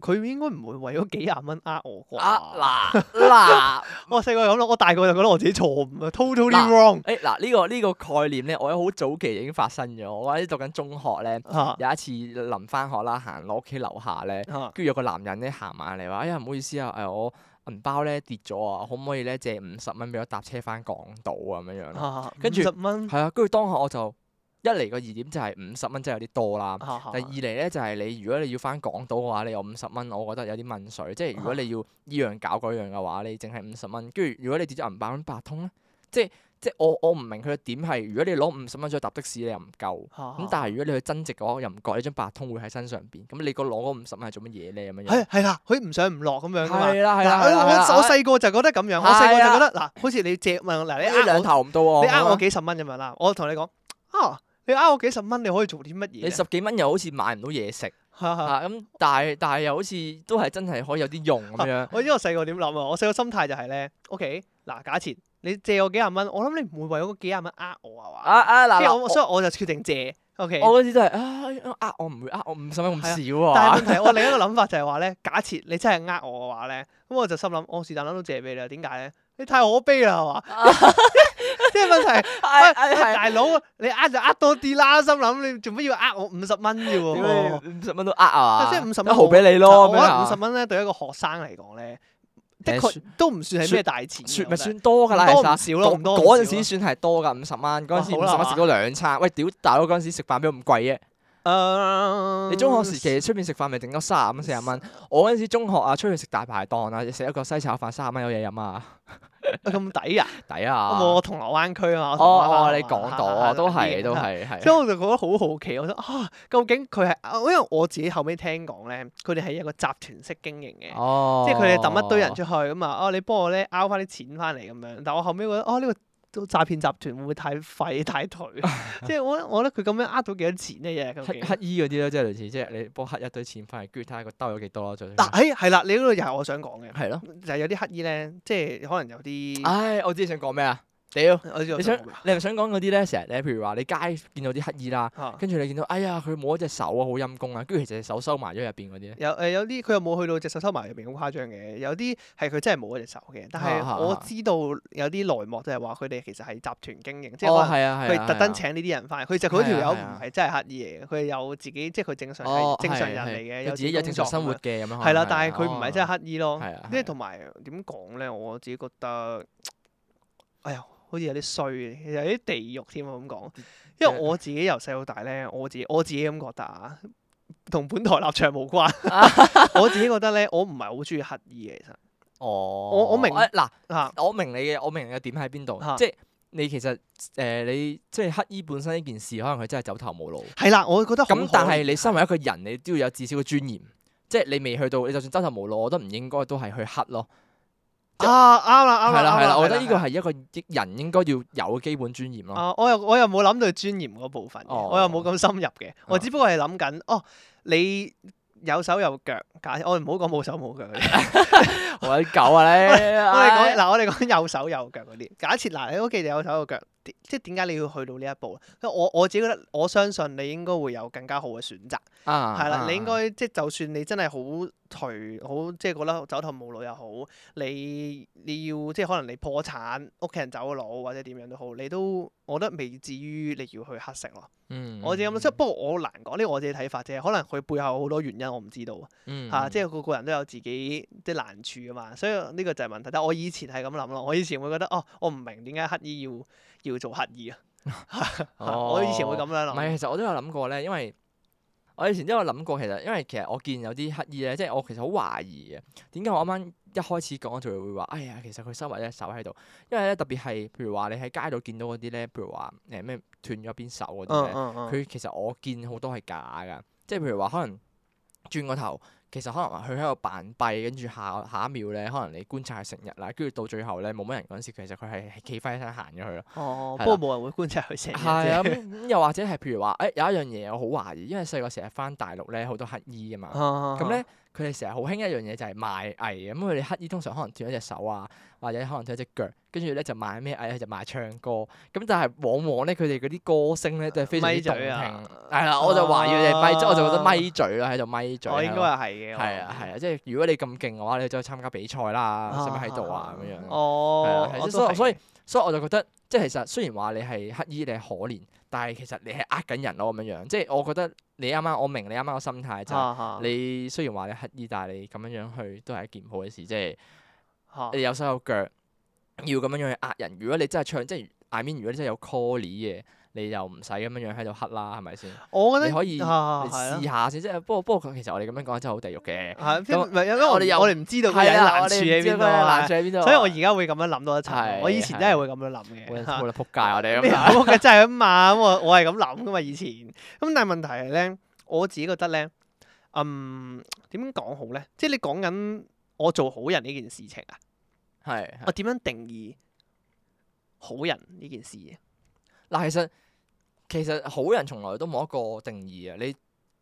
Speaker 2: 佢應該唔會為咗幾廿蚊呃我啩。
Speaker 1: 啊嗱 嗱。
Speaker 2: 我細個係咁諗，我大個就覺得我自己錯誤啊，totally
Speaker 1: 嗱
Speaker 2: wrong
Speaker 1: 誒嗱呢個呢、個概念咧，我喺好早期已經發生咗。我喺讀緊中學咧，
Speaker 2: 嚇
Speaker 1: 有一次臨翻學啦，行落屋企樓下咧，
Speaker 2: 嚇
Speaker 1: 跟住有個男人咧行埋嚟話：哎呀唔好意思啊，誒、我銀包咧跌咗啊，可唔可以咧借五十蚊俾我搭車翻港島啊咁樣樣咯？
Speaker 2: 嚇，
Speaker 1: 跟住
Speaker 2: 五十蚊
Speaker 1: 係啊，跟住當下我就一嚟個疑點就係五十蚊真係有啲多啦。
Speaker 2: 嚇嚇
Speaker 1: 第二嚟咧就係、你如果你要翻港島嘅話，你有五十蚊，我覺得有啲問水。即係如果你要依樣搞嗰樣嘅話，你淨係五十蚊，跟住如果你跌咗銀包咁八通咧，即係即係我我唔明佢嘅點係，如果你攞五十蚊出去搭的士，你又唔夠。
Speaker 2: 嚇
Speaker 1: 咁但係如果你去增值嘅話，又唔覺你張八通會喺身上邊，咁你個攞嗰五十蚊係做乜嘢咧？咁樣
Speaker 2: 係啊
Speaker 1: 樣
Speaker 2: 係啦，佢唔上唔落咁樣㗎嘛。
Speaker 1: 係啦係啦
Speaker 2: 嗱，
Speaker 1: 係啦
Speaker 2: 我
Speaker 1: 係啦啊
Speaker 2: 我我細個就覺得咁樣，我細個
Speaker 1: 係啊
Speaker 2: 就覺得嗱，好似你借問嗱，
Speaker 1: 呢
Speaker 2: 你呃
Speaker 1: 兩啊
Speaker 2: 我，
Speaker 1: 頭唔到喎。
Speaker 2: 你呃我
Speaker 1: 咁樣
Speaker 2: 幾十蚊咁樣啦，我同你講啊，你呃我幾十蚊，你可以做啲乜嘢
Speaker 1: 你
Speaker 2: 呢？
Speaker 1: 十幾蚊又好似買唔到嘢食
Speaker 2: 嚇嚇
Speaker 1: 啊咁，但係但係又好似都係真係可以有啲用
Speaker 2: 啊
Speaker 1: 咁樣。
Speaker 2: 我知我細個點諗啊！我細個心態就係咧，OK，嗱，假設你借我幾廿蚊，我諗你唔會為嗰幾廿蚊呃我啊嘛。
Speaker 1: 啊啊嗱
Speaker 2: 跟住
Speaker 1: 嗱，
Speaker 2: 我，所以我就決定借。OK，
Speaker 1: 我嗰時都係啊，呃我唔會呃我五十蚊咁
Speaker 2: 係啊
Speaker 1: 少
Speaker 2: 但
Speaker 1: 啊
Speaker 2: 係，問題我另一個諗法就係話咧，假設你真係呃我嘅話咧，咁我就心諗，我是但諗都借俾你啦。點解咧？你太可悲啦， 係嘛？ 即係問題，
Speaker 1: 啊係
Speaker 2: 喂
Speaker 1: 係係，
Speaker 2: 大佬，你呃就呃多啲啦。心諗你做乜要呃我五十蚊啫 喎？
Speaker 1: 五十蚊都呃啊，
Speaker 2: 即係50蚊
Speaker 1: 一毫俾你咯，啊
Speaker 2: 我覺得五十蚊咧對一個學生嚟講咧，的
Speaker 1: 誒
Speaker 2: 確都唔算係咩大錢嘅。
Speaker 1: 算
Speaker 2: 我
Speaker 1: 咪
Speaker 2: 覺得
Speaker 1: 算多㗎啦，其
Speaker 2: 唔多唔
Speaker 1: 實
Speaker 2: 少咯唔多唔少
Speaker 1: 嗰
Speaker 2: 咯
Speaker 1: 陣時算係多㗎，五十蚊嗰陣時五
Speaker 2: 哇
Speaker 1: 十
Speaker 2: 好啦
Speaker 1: 蚊食咗兩餐，喂屌大佬嗰陣時食飯邊咁貴啫？
Speaker 2: 誒呃嗯
Speaker 1: 你 中學時期出面食飯咪整咗三十蚊四十蚊，我嗰陣時中學啊出去食大排檔啊，食一個西炒飯三十蚊有嘢飲啊，
Speaker 2: 咁抵啊！
Speaker 1: 抵啊！
Speaker 2: 我冇銅鑼灣區啊嘛。我銅鑼灣啊
Speaker 1: 哦哦
Speaker 2: 嘛，
Speaker 1: 你講 到
Speaker 2: 係係係呢
Speaker 1: 啊，都
Speaker 2: 啲
Speaker 1: 係
Speaker 2: 嘢
Speaker 1: 都
Speaker 2: 係
Speaker 1: 係係
Speaker 2: 所以我就覺得好好奇，我覺得啊，究竟佢係啊因為我自己後尾聽講咧，佢哋係一個集團式經營嘅，
Speaker 1: 哦，
Speaker 2: 即係佢哋抌一堆人出去咁啊，哦你幫我咧拗翻啲錢翻嚟咁樣。但我後尾覺得哦呢、個詐騙集團會唔會太廢太 頹？即係我我覺得佢咁樣呃到幾多錢呢？日究
Speaker 1: 乞
Speaker 2: 竟？
Speaker 1: 乞衣嗰啲咯，即係類似，即係你幫乞一堆錢翻嚟，跟住睇下個兜有幾多咯，最
Speaker 2: 嗱，誒哎係啦，你嗰度又係我想講嘅，
Speaker 1: 係咯。
Speaker 2: 就係有啲乞衣咧，即係可能有啲，
Speaker 1: 唉，我知你想講咩啊？屌，
Speaker 2: 我知道
Speaker 1: 你想
Speaker 2: 講咩啊
Speaker 1: 你係咪想講嗰啲咧？成日咧，譬如話你街見到啲乞衣啦，
Speaker 2: 啊
Speaker 1: 跟住你見到哎呀佢冇一隻手啊，好陰功啊，跟住其實隻手收埋咗入邊嗰啲咧。
Speaker 2: 有誒、呃有啲佢又冇去到隻手收埋入邊咁誇張嘅，有啲係佢真係冇嗰隻手嘅。但
Speaker 1: 啊啊
Speaker 2: 係
Speaker 1: 啊
Speaker 2: 我知道有啲內幕就係話佢哋其實係集團經營，即係
Speaker 1: 哦，
Speaker 2: 可能
Speaker 1: 係啊，係啊，
Speaker 2: 佢特登
Speaker 1: 係啊。
Speaker 2: 請呢啲人翻嚟。佢就嗰條
Speaker 1: 係啊
Speaker 2: 友
Speaker 1: 係啊
Speaker 2: 唔係真係乞兒嚟嘅，佢有自己即係佢正常係
Speaker 1: 哦，
Speaker 2: 正常人
Speaker 1: 係
Speaker 2: 嚟嘅，
Speaker 1: 係
Speaker 2: 有
Speaker 1: 佢自己有正常生活
Speaker 2: 嘅。
Speaker 1: 嘅咁樣。
Speaker 2: 係啦，但係佢唔係真
Speaker 1: 啊係
Speaker 2: 係乞兒咯
Speaker 1: 係啊。
Speaker 2: 即
Speaker 1: 係
Speaker 2: 係
Speaker 1: 啊
Speaker 2: 同埋點講咧？我自己覺得，哎呀，好似有啲衰嘅，有啲地獄添啊！咁
Speaker 1: 嗯
Speaker 2: 講，因為我自己由細到大咧，我自己我自己咁覺得啊，同本台立場無關。 我自己覺得咧，我唔係好中意乞衣嘅，其實啊
Speaker 1: 哦，
Speaker 2: 我我明
Speaker 1: 哎嗱，
Speaker 2: 嚇
Speaker 1: 我明你嘅，我明你嘅點喺邊度
Speaker 2: 嚇，
Speaker 1: 即係你其實誒、呃你即係乞衣本身呢件事，可能佢真係走投無路。
Speaker 2: 係啦，我覺得好
Speaker 1: 咁
Speaker 2: 可
Speaker 1: 但係
Speaker 2: 惜
Speaker 1: 你身為一個人，你都要有至少嘅尊嚴，即係你未去到，你就算走投無路，我覺得唔應該都係去乞咯。
Speaker 2: 啊啱啦啱啦
Speaker 1: 係
Speaker 2: 啱
Speaker 1: 啦係
Speaker 2: 啦，
Speaker 1: 啦，我覺得呢個
Speaker 2: 係
Speaker 1: 係一個人應該要有嘅基本尊嚴咯。
Speaker 2: 啊，我又我又冇諗到尊嚴嗰部分嘅，
Speaker 1: 哦
Speaker 2: 我又冇咁深入嘅，我
Speaker 1: 啊
Speaker 2: 只不過係諗緊哦，你有手有腳，假我唔好講冇手冇腳嗰啲，
Speaker 1: 我啲狗啊咧，
Speaker 2: 我哋講
Speaker 1: 唉
Speaker 2: 嗱我哋講有手有腳嗰啲，假設嗱你屋企就有手有腳，點即係點解你要去到呢一步咧？因為我我自己覺得，我相信你應該會有更加好嘅選擇。
Speaker 1: 啊
Speaker 2: 係啦，
Speaker 1: 啊
Speaker 2: 你應該即係就算你真係好頹，好即係覺得走投無路又好，你你要即係可能你破產，屋企人走咗佬或者點樣都好，你都我覺得未至於你要去乞食咯。
Speaker 1: 嗯
Speaker 2: 我自己咁諗，即係不過我好難講，呢個我自己睇法啫。可能佢背後好多原因我唔知道啊
Speaker 1: 嗯
Speaker 2: 嚇，即係個個人都有自己即係難處啊嘛，所以呢個就係問題。但我以前係咁諗咯，我以前會覺得哦，我唔明點解乞衣要要做乞衣啊，我以前會咁樣
Speaker 1: 哦唔係，
Speaker 2: 諗。
Speaker 1: 其實我都有諗過咧，因為我以前都有諗過，其實因為其實我見有啲乞衣咧，即係我其實好懷疑嘅。點解我啱啱一開始講就會話，哎呀，其實佢收埋一隻手喺度，因為咧特別係譬如話你喺街度見到嗰啲咧，譬如話誒咩斷咗邊手嗰啲
Speaker 2: 嗯
Speaker 1: 咧，
Speaker 2: 嗯嗯
Speaker 1: 佢、其實我見好多係假㗎，即係譬如話可能轉個頭。其實可能話佢喺度扮閉，跟住下下一秒咧，可能你觀察佢成日啦，跟住到最後咧冇乜人嗰陣時，其實佢係係企翻起身行咗去咯。
Speaker 2: 哦，
Speaker 1: 係
Speaker 2: 不過
Speaker 1: 啦
Speaker 2: 冇人會觀察 佢成日
Speaker 1: 係
Speaker 2: 啫。
Speaker 1: 啊，咁咁又或者係譬如話，誒、有一樣嘢我好懷疑，因為細個成日翻大陸咧，好多乞衣啊嘛。咁
Speaker 2: 咁
Speaker 1: 咧，佢哋成日好興一樣嘢就係賣藝，咁佢哋乞衣通常可能斷咗隻手啊，或者可能斷咗隻腳，跟住咧就賣咩藝咧就賣唱歌。咁但係往往咧佢哋嗰啲歌聲咧都係非常之
Speaker 2: 咪
Speaker 1: 動
Speaker 2: 嘴啊
Speaker 1: 聽。係啦，我就懷疑佢哋咪，即係我就覺得咪嘴啦，喺度咪嘴啦。啊
Speaker 2: 我應該係嘅。
Speaker 1: 係啊係啊，即係如果你咁勁嘅話，你就去參加比賽啦，使唔使喺度啊咁樣？
Speaker 2: 哦
Speaker 1: 係
Speaker 2: 我
Speaker 1: 啊，係，
Speaker 2: 都
Speaker 1: 所
Speaker 2: 係
Speaker 1: 以所以所以我就覺得，即係其實雖然話你係乞衣，你係可憐，但係其實你係呃緊人咯咁樣樣。即係我覺得你啱啱，我明你啱啱個心態就係
Speaker 2: 啊
Speaker 1: 你雖然話你乞衣，但係你咁樣樣去都係一件唔好嘅事，即係
Speaker 2: 啊
Speaker 1: 你有手有腳，要咁樣樣去呃人。如果你真係唱，即係 I mean，如果你真係有 call 嘅，你又唔使咁樣樣喺度乞啦，係咪先？
Speaker 2: 我覺得
Speaker 1: 你可以
Speaker 2: 啊
Speaker 1: 你
Speaker 2: 係啊
Speaker 1: 試下先，即係不過不過其實我哋咁樣講真係啊好地獄
Speaker 2: 係
Speaker 1: 嘅。
Speaker 2: 啊
Speaker 1: 咁
Speaker 2: 因為因為我
Speaker 1: 我哋
Speaker 2: 哋
Speaker 1: 又
Speaker 2: 我哋唔知道佢有
Speaker 1: 係啊，
Speaker 2: 難
Speaker 1: 我
Speaker 2: 處
Speaker 1: 哋
Speaker 2: 喺
Speaker 1: 唔知
Speaker 2: 邊
Speaker 1: 佢
Speaker 2: 度
Speaker 1: 難
Speaker 2: 啊
Speaker 1: 處喺邊度啊，
Speaker 2: 所以我而家會咁樣諗多一層。
Speaker 1: 係
Speaker 2: 我以前真係會咁樣諗
Speaker 1: 冇
Speaker 2: 嘅。
Speaker 1: 得
Speaker 2: 嚇
Speaker 1: 冇得撲街啊！我哋咁
Speaker 2: 咩
Speaker 1: 樣
Speaker 2: 啊我嘅真係咁嘛，咁我我係咁諗噶嘛以前。咁但係問題係咧，我自己覺得咧，嗯點講好咧？即係你講緊我做好人呢件事情啊，
Speaker 1: 係係
Speaker 2: 我點樣定義好人呢件事？
Speaker 1: 嗱，其實其實好人從來都冇一個定義啊，你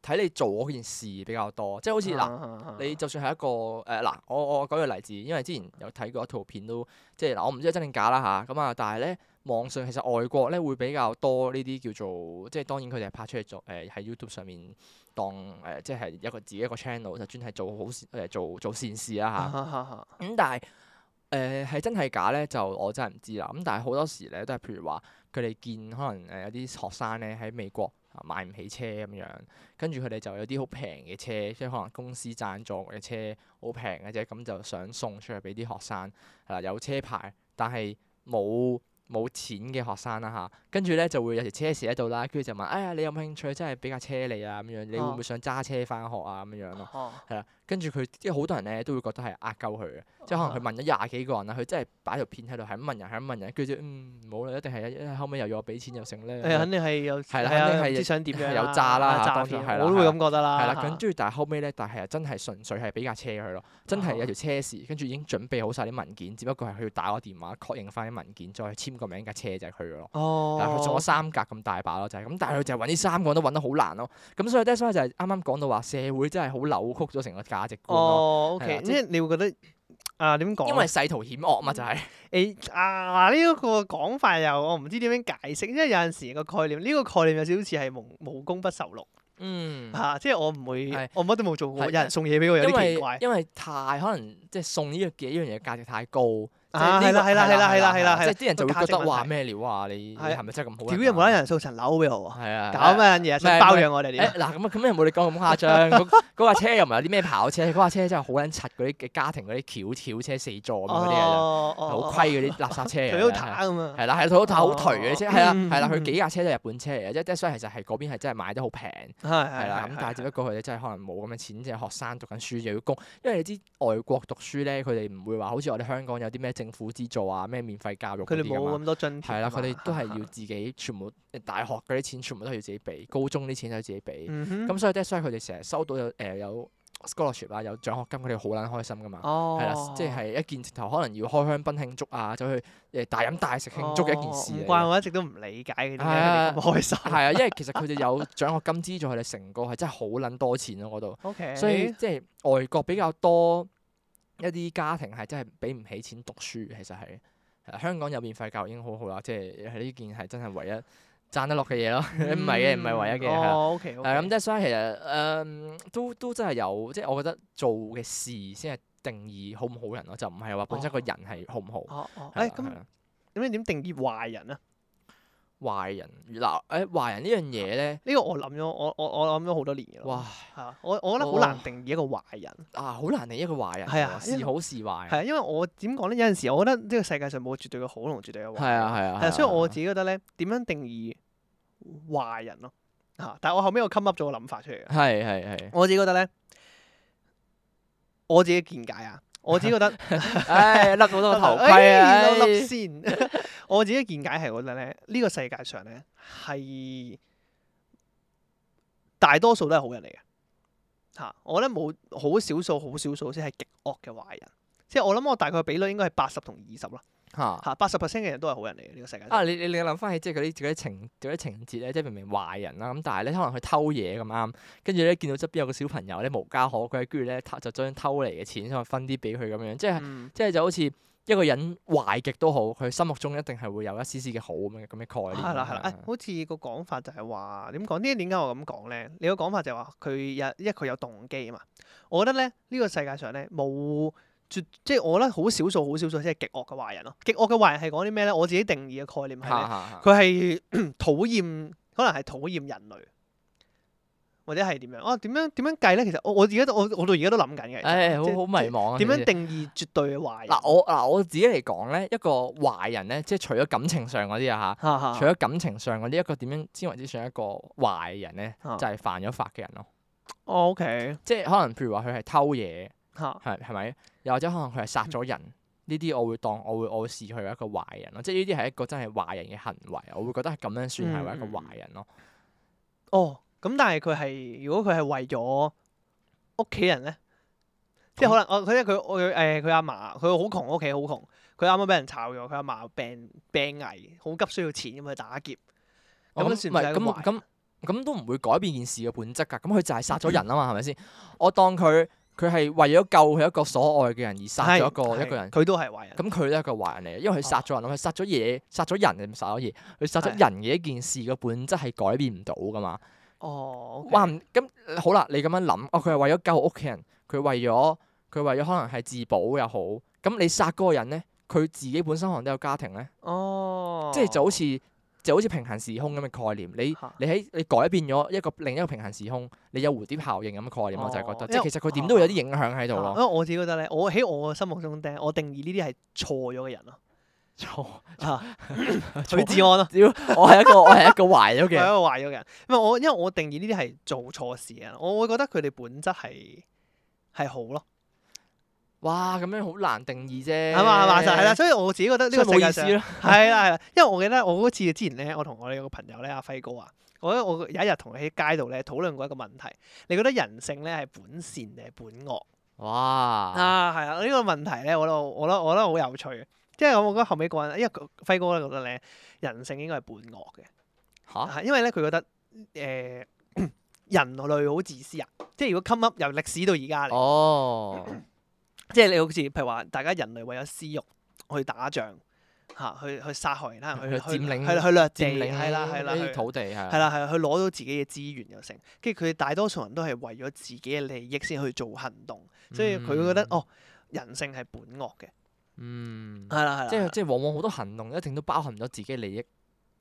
Speaker 1: 睇你做嗰件事比較多，即係好
Speaker 2: 啊
Speaker 1: 似嗱，
Speaker 2: 嗱
Speaker 1: 你就算係一個誒嗱、我我舉個例子，因為之前有睇過一套片都即係嗱，我唔知係真定假啦吓，咁啊，但係咧網上其實外國咧會比較多呢啲叫做即係當然佢哋係拍出嚟做呃誒喺、YouTube 上面當誒、呃即係一個自己一個 channel 就專係做好事誒、呃做做善事啦吓。
Speaker 2: 啊嚇
Speaker 1: 咁但係誒係真係假咧，就我真係唔知啦。咁但係好多時咧都係譬如話，佢哋見可能呃誒有啲學生咧喺美國啊買唔起車咁樣，跟住佢哋就有啲好平嘅車，即係可能公司贊助嘅車，好平嘅啫，咁就想送出去俾啲學生係啦，有車牌，但係冇。冇錢嘅學生啦吓，跟住咧就會有條車匙喺度啦，跟住就問：哎呀，你有冇興趣真係俾架車你啊？咁樣，你會唔會想揸車翻學啊？咁樣
Speaker 2: 哦
Speaker 1: 咯。係啦，跟住佢即係好多人咧都會覺得係呃鳩佢嘅，即係
Speaker 2: 啊
Speaker 1: 可能佢問咗廿幾個人啦，佢真係擺條片喺度係咁問人，係咁問人，跟住就嗯冇啦，一定係後尾又要我俾錢又剩咧，
Speaker 2: 誒
Speaker 1: 係
Speaker 2: 哎肯定係有
Speaker 1: 係啦
Speaker 2: 啊
Speaker 1: 肯定係
Speaker 2: 唔知想點樣
Speaker 1: 有炸啦嚇
Speaker 2: 詐
Speaker 1: 當
Speaker 2: 騙
Speaker 1: 然係啦
Speaker 2: 我都會咁覺得啦。
Speaker 1: 啦，跟住但係後尾咧，但係真係純粹係俾架車
Speaker 2: 啊
Speaker 1: 佢咯，真係有條車匙，跟住已經準備好晒啲文件，只不過係佢要打個電話確認翻啲文件，再簽個名架車就係佢嘅咯。
Speaker 2: 哦，
Speaker 1: 但係佢送咗三格咁大把咯，就係、咁，但係佢就係揾呢三個人都揾得好難咯。咁所以 that's why 就係啱啱講到話社會真係好扭曲咗成個價值觀咯，
Speaker 2: 哦
Speaker 1: 係
Speaker 2: ，OK，
Speaker 1: 啦
Speaker 2: 即
Speaker 1: 即
Speaker 2: 係你會覺得啊點講？
Speaker 1: 因為世途險惡嘛就係、
Speaker 2: 誒啊呢一個講法又我唔知點樣解釋，因為有陣時個概念呢個概念有少少似係無無功不受祿
Speaker 1: 嗯。
Speaker 2: 嚇，即係我唔會
Speaker 1: 係
Speaker 2: 我乜都冇做過，
Speaker 1: 係
Speaker 2: 有人送嘢俾我有啲
Speaker 1: 因
Speaker 2: 奇
Speaker 1: 為
Speaker 2: 怪。
Speaker 1: 因為太可能即係送呢樣嘢呢樣嘢價值太高，即
Speaker 2: 啊
Speaker 1: 呢個
Speaker 2: 係啦係啦係啦係啦係啦
Speaker 1: 即係啲人就
Speaker 2: 個價
Speaker 1: 會
Speaker 2: 值
Speaker 1: 覺得
Speaker 2: 問
Speaker 1: 話
Speaker 2: 題
Speaker 1: 咩料啊？你你
Speaker 2: 係
Speaker 1: 係咪真係咁好？
Speaker 2: 屌有冇得人送層樓俾我喎？
Speaker 1: 係啊，
Speaker 2: 搞咩嘢？想
Speaker 1: 咩
Speaker 2: 包養我哋點
Speaker 1: 誒？嗱咁啊咁又冇你講咁誇 張，嗰嗰架車又唔係有啲咩跑車，嗰架車真係好撚柒嗰啲嘅家庭嗰啲轎轎車四座咁樣嗰啲嘢，
Speaker 2: 哦哦
Speaker 1: 好虧嗰啲垃圾車嚟
Speaker 2: 佢
Speaker 1: 嘅。
Speaker 2: 都
Speaker 1: 係啊
Speaker 2: 打咁啊！
Speaker 1: 係啦，係啦，好好頹嘅車，係啦，
Speaker 2: 嗯
Speaker 1: 係啦，
Speaker 2: 嗯
Speaker 1: 佢幾架車都係日本車嚟嘅，即係 that's why 其實係嗰邊係真係買得好平，
Speaker 2: 係
Speaker 1: 係
Speaker 2: 係
Speaker 1: 啦，咁但係只不過佢哋真係可能冇咁嘅錢，即係學生讀緊書又要供，因為你知外國讀書咧，佢哋唔會話好似我哋香港有啲咩政政府資助啊，咩免費教育
Speaker 2: 佢哋
Speaker 1: 嗰啲㗎
Speaker 2: 冇
Speaker 1: 嘛。
Speaker 2: 咁多津貼
Speaker 1: 係啦，
Speaker 2: 㗎嘛
Speaker 1: 佢哋都 係要。自己全部大學嗰啲錢全部都係要自己俾，高中啲錢都係自己俾。
Speaker 2: 嗯哼
Speaker 1: 咁所以即係所以佢哋成日收到有誒、呃有 scholarship 啊，有獎學金，佢哋好撚開心噶嘛。
Speaker 2: 哦，
Speaker 1: 係啦、即係一件直頭可能要開香檳慶祝啊，走去誒大飲大食慶祝嘅一件事
Speaker 2: 哦唔
Speaker 1: 嚟
Speaker 2: 怪
Speaker 1: 嘅。
Speaker 2: 我一直都唔理解佢點解
Speaker 1: 係啊
Speaker 2: 佢哋咁開心。
Speaker 1: 係啊，因為其實佢哋有獎學金資助，佢哋成個係真係好撚多錢咯嗰度。
Speaker 2: O K，
Speaker 1: 所以即係外國比較多一啲家庭係真係俾唔起錢讀書嘅，其實係係啦香港有免費教育已經好好啦，即係係呢件係真係唯一賺得落嘅嘢咯， 唔係嘅，唔係唯一嘅，係啦。
Speaker 2: 哦，O K，
Speaker 1: 係咁即係所以其實誒、嗯都都真係有，即係我覺得做嘅事先係定義好唔好人咯，就唔係話本身個人係好唔好。
Speaker 2: 哦哦，誒
Speaker 1: 係啦係
Speaker 2: 咁
Speaker 1: 啦
Speaker 2: 咁你點定義壞人啊？
Speaker 1: 壞人嗱誒壞人呢樣嘢咧，
Speaker 2: 呢個我諗咗，我我我諗咗好多年嘅啦。
Speaker 1: 哇
Speaker 2: 係啊，我我覺得好
Speaker 1: 哇
Speaker 2: 難定義一個壞人。
Speaker 1: 啊好難定義一個壞人
Speaker 2: 係啊
Speaker 1: 喎，
Speaker 2: 因為
Speaker 1: 是好是壞。
Speaker 2: 係啊，因為我點講咧？有陣時我覺得呢個世界上冇絕對嘅好同絕對嘅壞。
Speaker 1: 係啊係啊，
Speaker 2: 係啊，所以我
Speaker 1: 係啊
Speaker 2: 自己覺得咧，點樣定義壞人咯？嚇！但係我後尾我 come up 咗個諗法出嚟嘅。
Speaker 1: 係係係。
Speaker 2: 我自己覺得咧，我自己見解啊，我自己覺得
Speaker 1: 唉，笠到個頭盔啊！
Speaker 2: 哎
Speaker 1: 唉
Speaker 2: 我笠先。 我自己見解係覺得咧，呢個世界上咧係大多數都係好人嚟嘅嚇。我覺得冇好少數，好少數先係極惡嘅壞人。即係我諗，我大概比率應該係八十同二十啦。
Speaker 1: 嚇
Speaker 2: 嚇，八十 percent 嘅人都係好人嚟嘅呢個世界上。
Speaker 1: 啊！你你你諗翻起即係嗰啲嗰啲情嗰啲情節咧，即係明明壞人啊啦，咁但係咧可能佢偷嘢咁啱，跟住咧見到側邊有個小朋友咧無家可歸，跟住咧偷就將偷嚟嘅錢想分啲俾佢咁樣，即係
Speaker 2: 嗯
Speaker 1: 即係就好似一個人壞極都好，佢心目中一定係會有一絲絲嘅好咁樣咁嘅概念。啊
Speaker 2: 係啦係啦，誒、好似個講法就係話點講？呢點解我咁講咧？你個講法就係話佢有，因為佢有動機啊嘛。我覺得咧，呢、個世界上咧冇絕，即係我覺得好少數、好少數先係極惡嘅壞人咯。極惡嘅壞人係講啲咩咧？我自己定義嘅概念係
Speaker 1: 嚇
Speaker 2: 呢
Speaker 1: 嚇嚇
Speaker 2: 佢係 討厭，可能係討厭人類，或者係點樣？哦、啊，點樣點樣計咧？其實我我而家都我我到而家都諗緊嘅。其實
Speaker 1: 唉，好
Speaker 2: 即係
Speaker 1: 好迷
Speaker 2: 即係
Speaker 1: 茫啊！
Speaker 2: 點
Speaker 1: 其實
Speaker 2: 樣定義絕對嘅壞人？
Speaker 1: 嗱我嗱我自己嚟講咧，一個壞人咧，即係除咗感情上嗰啲啊嚇。
Speaker 2: 嚇嚇
Speaker 1: 除咗感情上嗰啲一個點樣先為之算一個壞人咧，
Speaker 2: 啊
Speaker 1: 就係犯咗法嘅人咯。
Speaker 2: 哦，OK
Speaker 1: 即係可能譬如話佢係偷嘢，
Speaker 2: 嚇
Speaker 1: 係係咪？又或者可能佢係殺咗人，呢啲我會當我會我會視佢為一個壞人咯。即係呢啲係一個真係壞人嘅行為，我會覺得係咁樣算係為一個壞人咯。
Speaker 2: 哦，咁但係佢係如果佢係為咗屋企人咧，即係可能哦，佢佢佢誒佢阿嫲，佢好窮，屋企好窮，佢啱啱俾人炒咗，佢阿嫲病病危，好急需要錢咁去打劫，咁
Speaker 1: 我
Speaker 2: 樣
Speaker 1: 諗
Speaker 2: 算唔
Speaker 1: 哦唔
Speaker 2: 算
Speaker 1: 係
Speaker 2: 係一個壞
Speaker 1: 咁咁咁都唔會改變件事嘅本質㗎。咁佢就係殺
Speaker 2: 嗯
Speaker 1: 咗人啊嘛，係咪先？我當佢佢係為咗救佢一個所愛嘅人而殺咗一個
Speaker 2: 係
Speaker 1: 一個
Speaker 2: 係。
Speaker 1: 人
Speaker 2: 佢都係壞人。
Speaker 1: 咁佢都係一個壞人嚟嘅，因為佢殺咗人咯，佢殺咗嘢，殺咗人定唔殺咗嘢？佢殺咗
Speaker 2: 係
Speaker 1: 人嘅一件事嘅本質係改變唔到噶嘛。
Speaker 2: 哦，OK，
Speaker 1: 話唔咁好啦，你咁樣諗，哦，佢係為咗救屋企人，佢為咗佢為咗可能係自保又好，咁你殺嗰個人咧，佢自己本身可能都有家庭咧，
Speaker 2: 哦，
Speaker 1: 即係就好似就好似平行時空咁嘅概念，你。
Speaker 2: 嚇
Speaker 1: 你喺你改變咗一個另一個平行時空，你有蝴蝶效應咁嘅概念，我就係覺
Speaker 2: 哦
Speaker 1: 得，即係其實佢點都會有啲影響喺度
Speaker 2: 啊因
Speaker 1: 咯。
Speaker 2: 為我自己覺得咧，我喺我心目中咧，我定義呢啲係錯咗嘅人咯，
Speaker 1: 錯，
Speaker 2: 啊，
Speaker 1: 錯
Speaker 2: 許志安咯，
Speaker 1: 屌，我係一個我係一個壞咗
Speaker 2: 係一
Speaker 1: 嘅
Speaker 2: 個
Speaker 1: 人，
Speaker 2: 壞咗嘅人。唔係我，因為我定義呢啲係做錯事嘅人，我會覺得佢哋本質係係好咯。
Speaker 1: 哇，咁樣好難定義啫。
Speaker 2: 係嘛係嘛就係啦，，所以我自己覺得呢
Speaker 1: 呢個
Speaker 2: 個世
Speaker 1: 冇
Speaker 2: 界
Speaker 1: 意
Speaker 2: 上
Speaker 1: 思咯。
Speaker 2: 係啦係啦，因為我記得我好似之前咧，我同我哋有個朋友咧，阿輝哥啊，我覺得我有一日同佢喺街度咧討論過一個問題，你覺得人性咧係本善定係本惡
Speaker 1: 哇，
Speaker 2: 啊？係啊，呢個問題咧，我覺得我覺得我覺得好有趣，即係我覺得後尾嗰陣，因為輝哥咧覺得咧人性應該係本惡嘅。
Speaker 1: 嚇
Speaker 2: 啊因為咧佢覺得誒、呃 人類好自私啊，即係如果 come up 由歷史到而家嚟，
Speaker 1: 哦，
Speaker 2: 即係你好似譬如話大家人類為咗私欲去打仗嚇、去去殺害其他人，去
Speaker 1: 去佔領
Speaker 2: 係啦，去掠
Speaker 1: 佔
Speaker 2: 地，
Speaker 1: 領
Speaker 2: 係啦係啦，
Speaker 1: 呢
Speaker 2: 去
Speaker 1: 啲土地係
Speaker 2: 係啦係啦，去攞到自己嘅資源又成，跟住佢哋大多數人都係為咗自己嘅利益先去做行動，所以佢覺得
Speaker 1: 嗯
Speaker 2: 哦。啊人性係本惡嘅，
Speaker 1: 嗯，
Speaker 2: 係啦係啦，
Speaker 1: 即係即係往往好多行動一定都包含咗自己利益，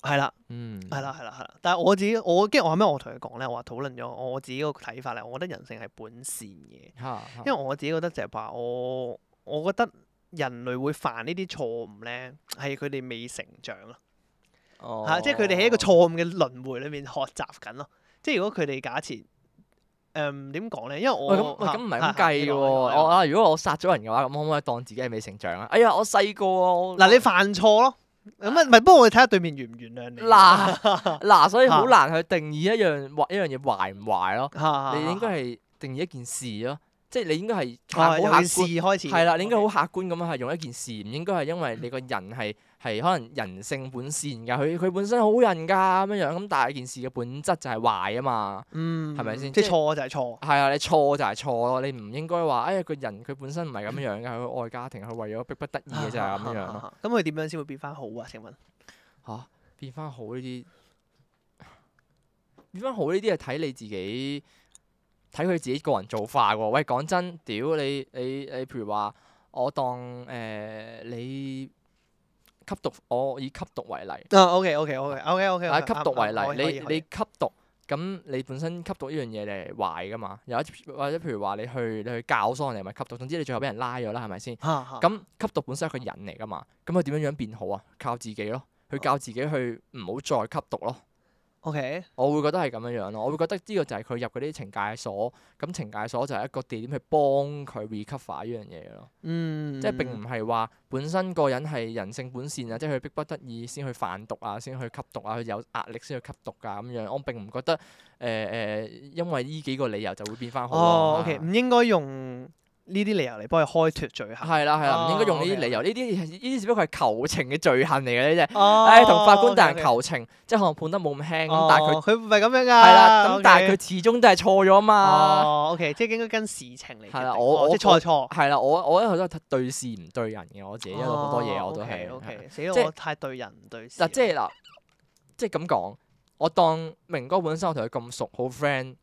Speaker 2: 係啦
Speaker 1: 嗯，
Speaker 2: 係啦係啦係啦。但係我自己，我跟住我後尾我同佢講咧，我話討論咗我自己個睇法咧，我覺得人性係本善嘅，
Speaker 1: 嚇，
Speaker 2: 因為
Speaker 1: 嚇
Speaker 2: 我自己覺得就係話我，我覺得人類會犯呢啲錯誤咧，係佢哋未成長啊咯，
Speaker 1: 哦
Speaker 2: 嚇、即係佢哋喺一個錯誤嘅輪迴裏面學習緊咯。即係如果佢哋假設誒點講咧？因為我
Speaker 1: 喂咁喂咁唔係咁
Speaker 2: 嚇嚇
Speaker 1: 計
Speaker 2: 你
Speaker 1: 嘅
Speaker 2: 講你
Speaker 1: 喎，我
Speaker 2: 講
Speaker 1: 啊如果我殺咗人嘅話，咁可唔可以當自己係未成長啊？哎呀，我細個啊，我
Speaker 2: 嗱，你犯錯咯，咁啊，唔係，不過我哋睇下對面原唔原諒你。
Speaker 1: 嗱嗱，所以好難去定義一樣壞一樣嘢壞唔壞咯。
Speaker 2: 嚇，
Speaker 1: 你應該
Speaker 2: 係
Speaker 1: 係定義一件事咯，即係你應該係客好
Speaker 2: 啊哦，由
Speaker 1: 客
Speaker 2: 件事
Speaker 1: 觀，
Speaker 2: 開始。
Speaker 1: 係啦，你應該好
Speaker 2: OK
Speaker 1: 客觀咁樣係用一件事，唔應該係因為你個人係係可能人性本善㗎，佢佢本身好人㗎咁樣樣，咁但係件事嘅本質就係壞啊嘛。
Speaker 2: 嗯，
Speaker 1: 係咪先
Speaker 2: 即
Speaker 1: 即
Speaker 2: 係
Speaker 1: 係
Speaker 2: 錯就係錯。
Speaker 1: 係啊，你錯就係錯咯，你唔應該話，哎呀，個人佢本身唔係咁樣樣㗎，佢愛家庭，佢為咗逼不得已嘅就係咁樣樣咯。
Speaker 2: 咯。咁佢點樣先會變翻好啊？請問？
Speaker 1: 嚇，變翻好呢啲， 變翻好呢啲係睇你自己，睇佢自己個人做法喎。喂，講真，屌你你你，譬如話我當誒、呃你吸毒，我以吸毒為例。
Speaker 2: 啊，OK OK OK OK OK，
Speaker 1: 啊，吸毒為
Speaker 2: 啱啱可以可
Speaker 1: 例，
Speaker 2: 以可
Speaker 1: 你你
Speaker 2: 以
Speaker 1: 吸毒，咁你本身吸毒呢樣嘢你係壞噶嘛？有一或者譬如話你去你去教唆人哋咪吸毒，總之你最後俾人拉咗啦，係咪先？
Speaker 2: 嚇嚇
Speaker 1: 咁吸毒本身係一個人嚟噶嘛，咁佢點樣樣變好啊？靠自己咯，
Speaker 2: 啊
Speaker 1: 佢教自己去唔好再吸毒咯。
Speaker 2: OK
Speaker 1: 我會覺得係咁樣樣咯，我會覺得呢個就係佢入嗰啲懲戒所，咁懲戒所就係一個地點去幫佢 recover 呢樣嘢咯。
Speaker 2: 嗯，
Speaker 1: 即係並唔係話本身個人係人性本善啊，即係佢逼不得已先去販毒啊，先去吸毒啊，佢有壓力先去吸毒㗎咁樣。我並唔覺得誒誒、呃呃因為呢幾個理由就會變翻好
Speaker 2: 哦
Speaker 1: 啊
Speaker 2: ，OK，唔應該用呢啲理由嚟幫佢開脱罪 行。
Speaker 1: 係啦係啦，唔應該用呢啲
Speaker 2: 哦
Speaker 1: 理由，呢啲呢啲只不過係求情嘅罪行嚟嘅呢啲。
Speaker 2: 哦
Speaker 1: 誒，同法官大人
Speaker 2: OK，OK
Speaker 1: 求情，即係可能判得冇咁輕咁，
Speaker 2: 哦
Speaker 1: 但係佢
Speaker 2: 佢唔係咁樣㗎。
Speaker 1: 係啦，咁但係
Speaker 2: ，OK
Speaker 1: 佢始終都係錯咗嘛。
Speaker 2: 哦，OK，即係應該跟事情嚟決定。
Speaker 1: 係啦我
Speaker 2: 哦
Speaker 1: 我
Speaker 2: 即係錯錯。
Speaker 1: 係啦，我我一路都係對事唔對人嘅，我自己一路好多
Speaker 2: 哦
Speaker 1: 嘢我都係。
Speaker 2: O
Speaker 1: 係
Speaker 2: K，死啦！
Speaker 1: 即係
Speaker 2: 我太對人唔對事啦。
Speaker 1: 嗱，即係嗱，即係咁講，我當明哥本身我同佢咁熟，好 friend，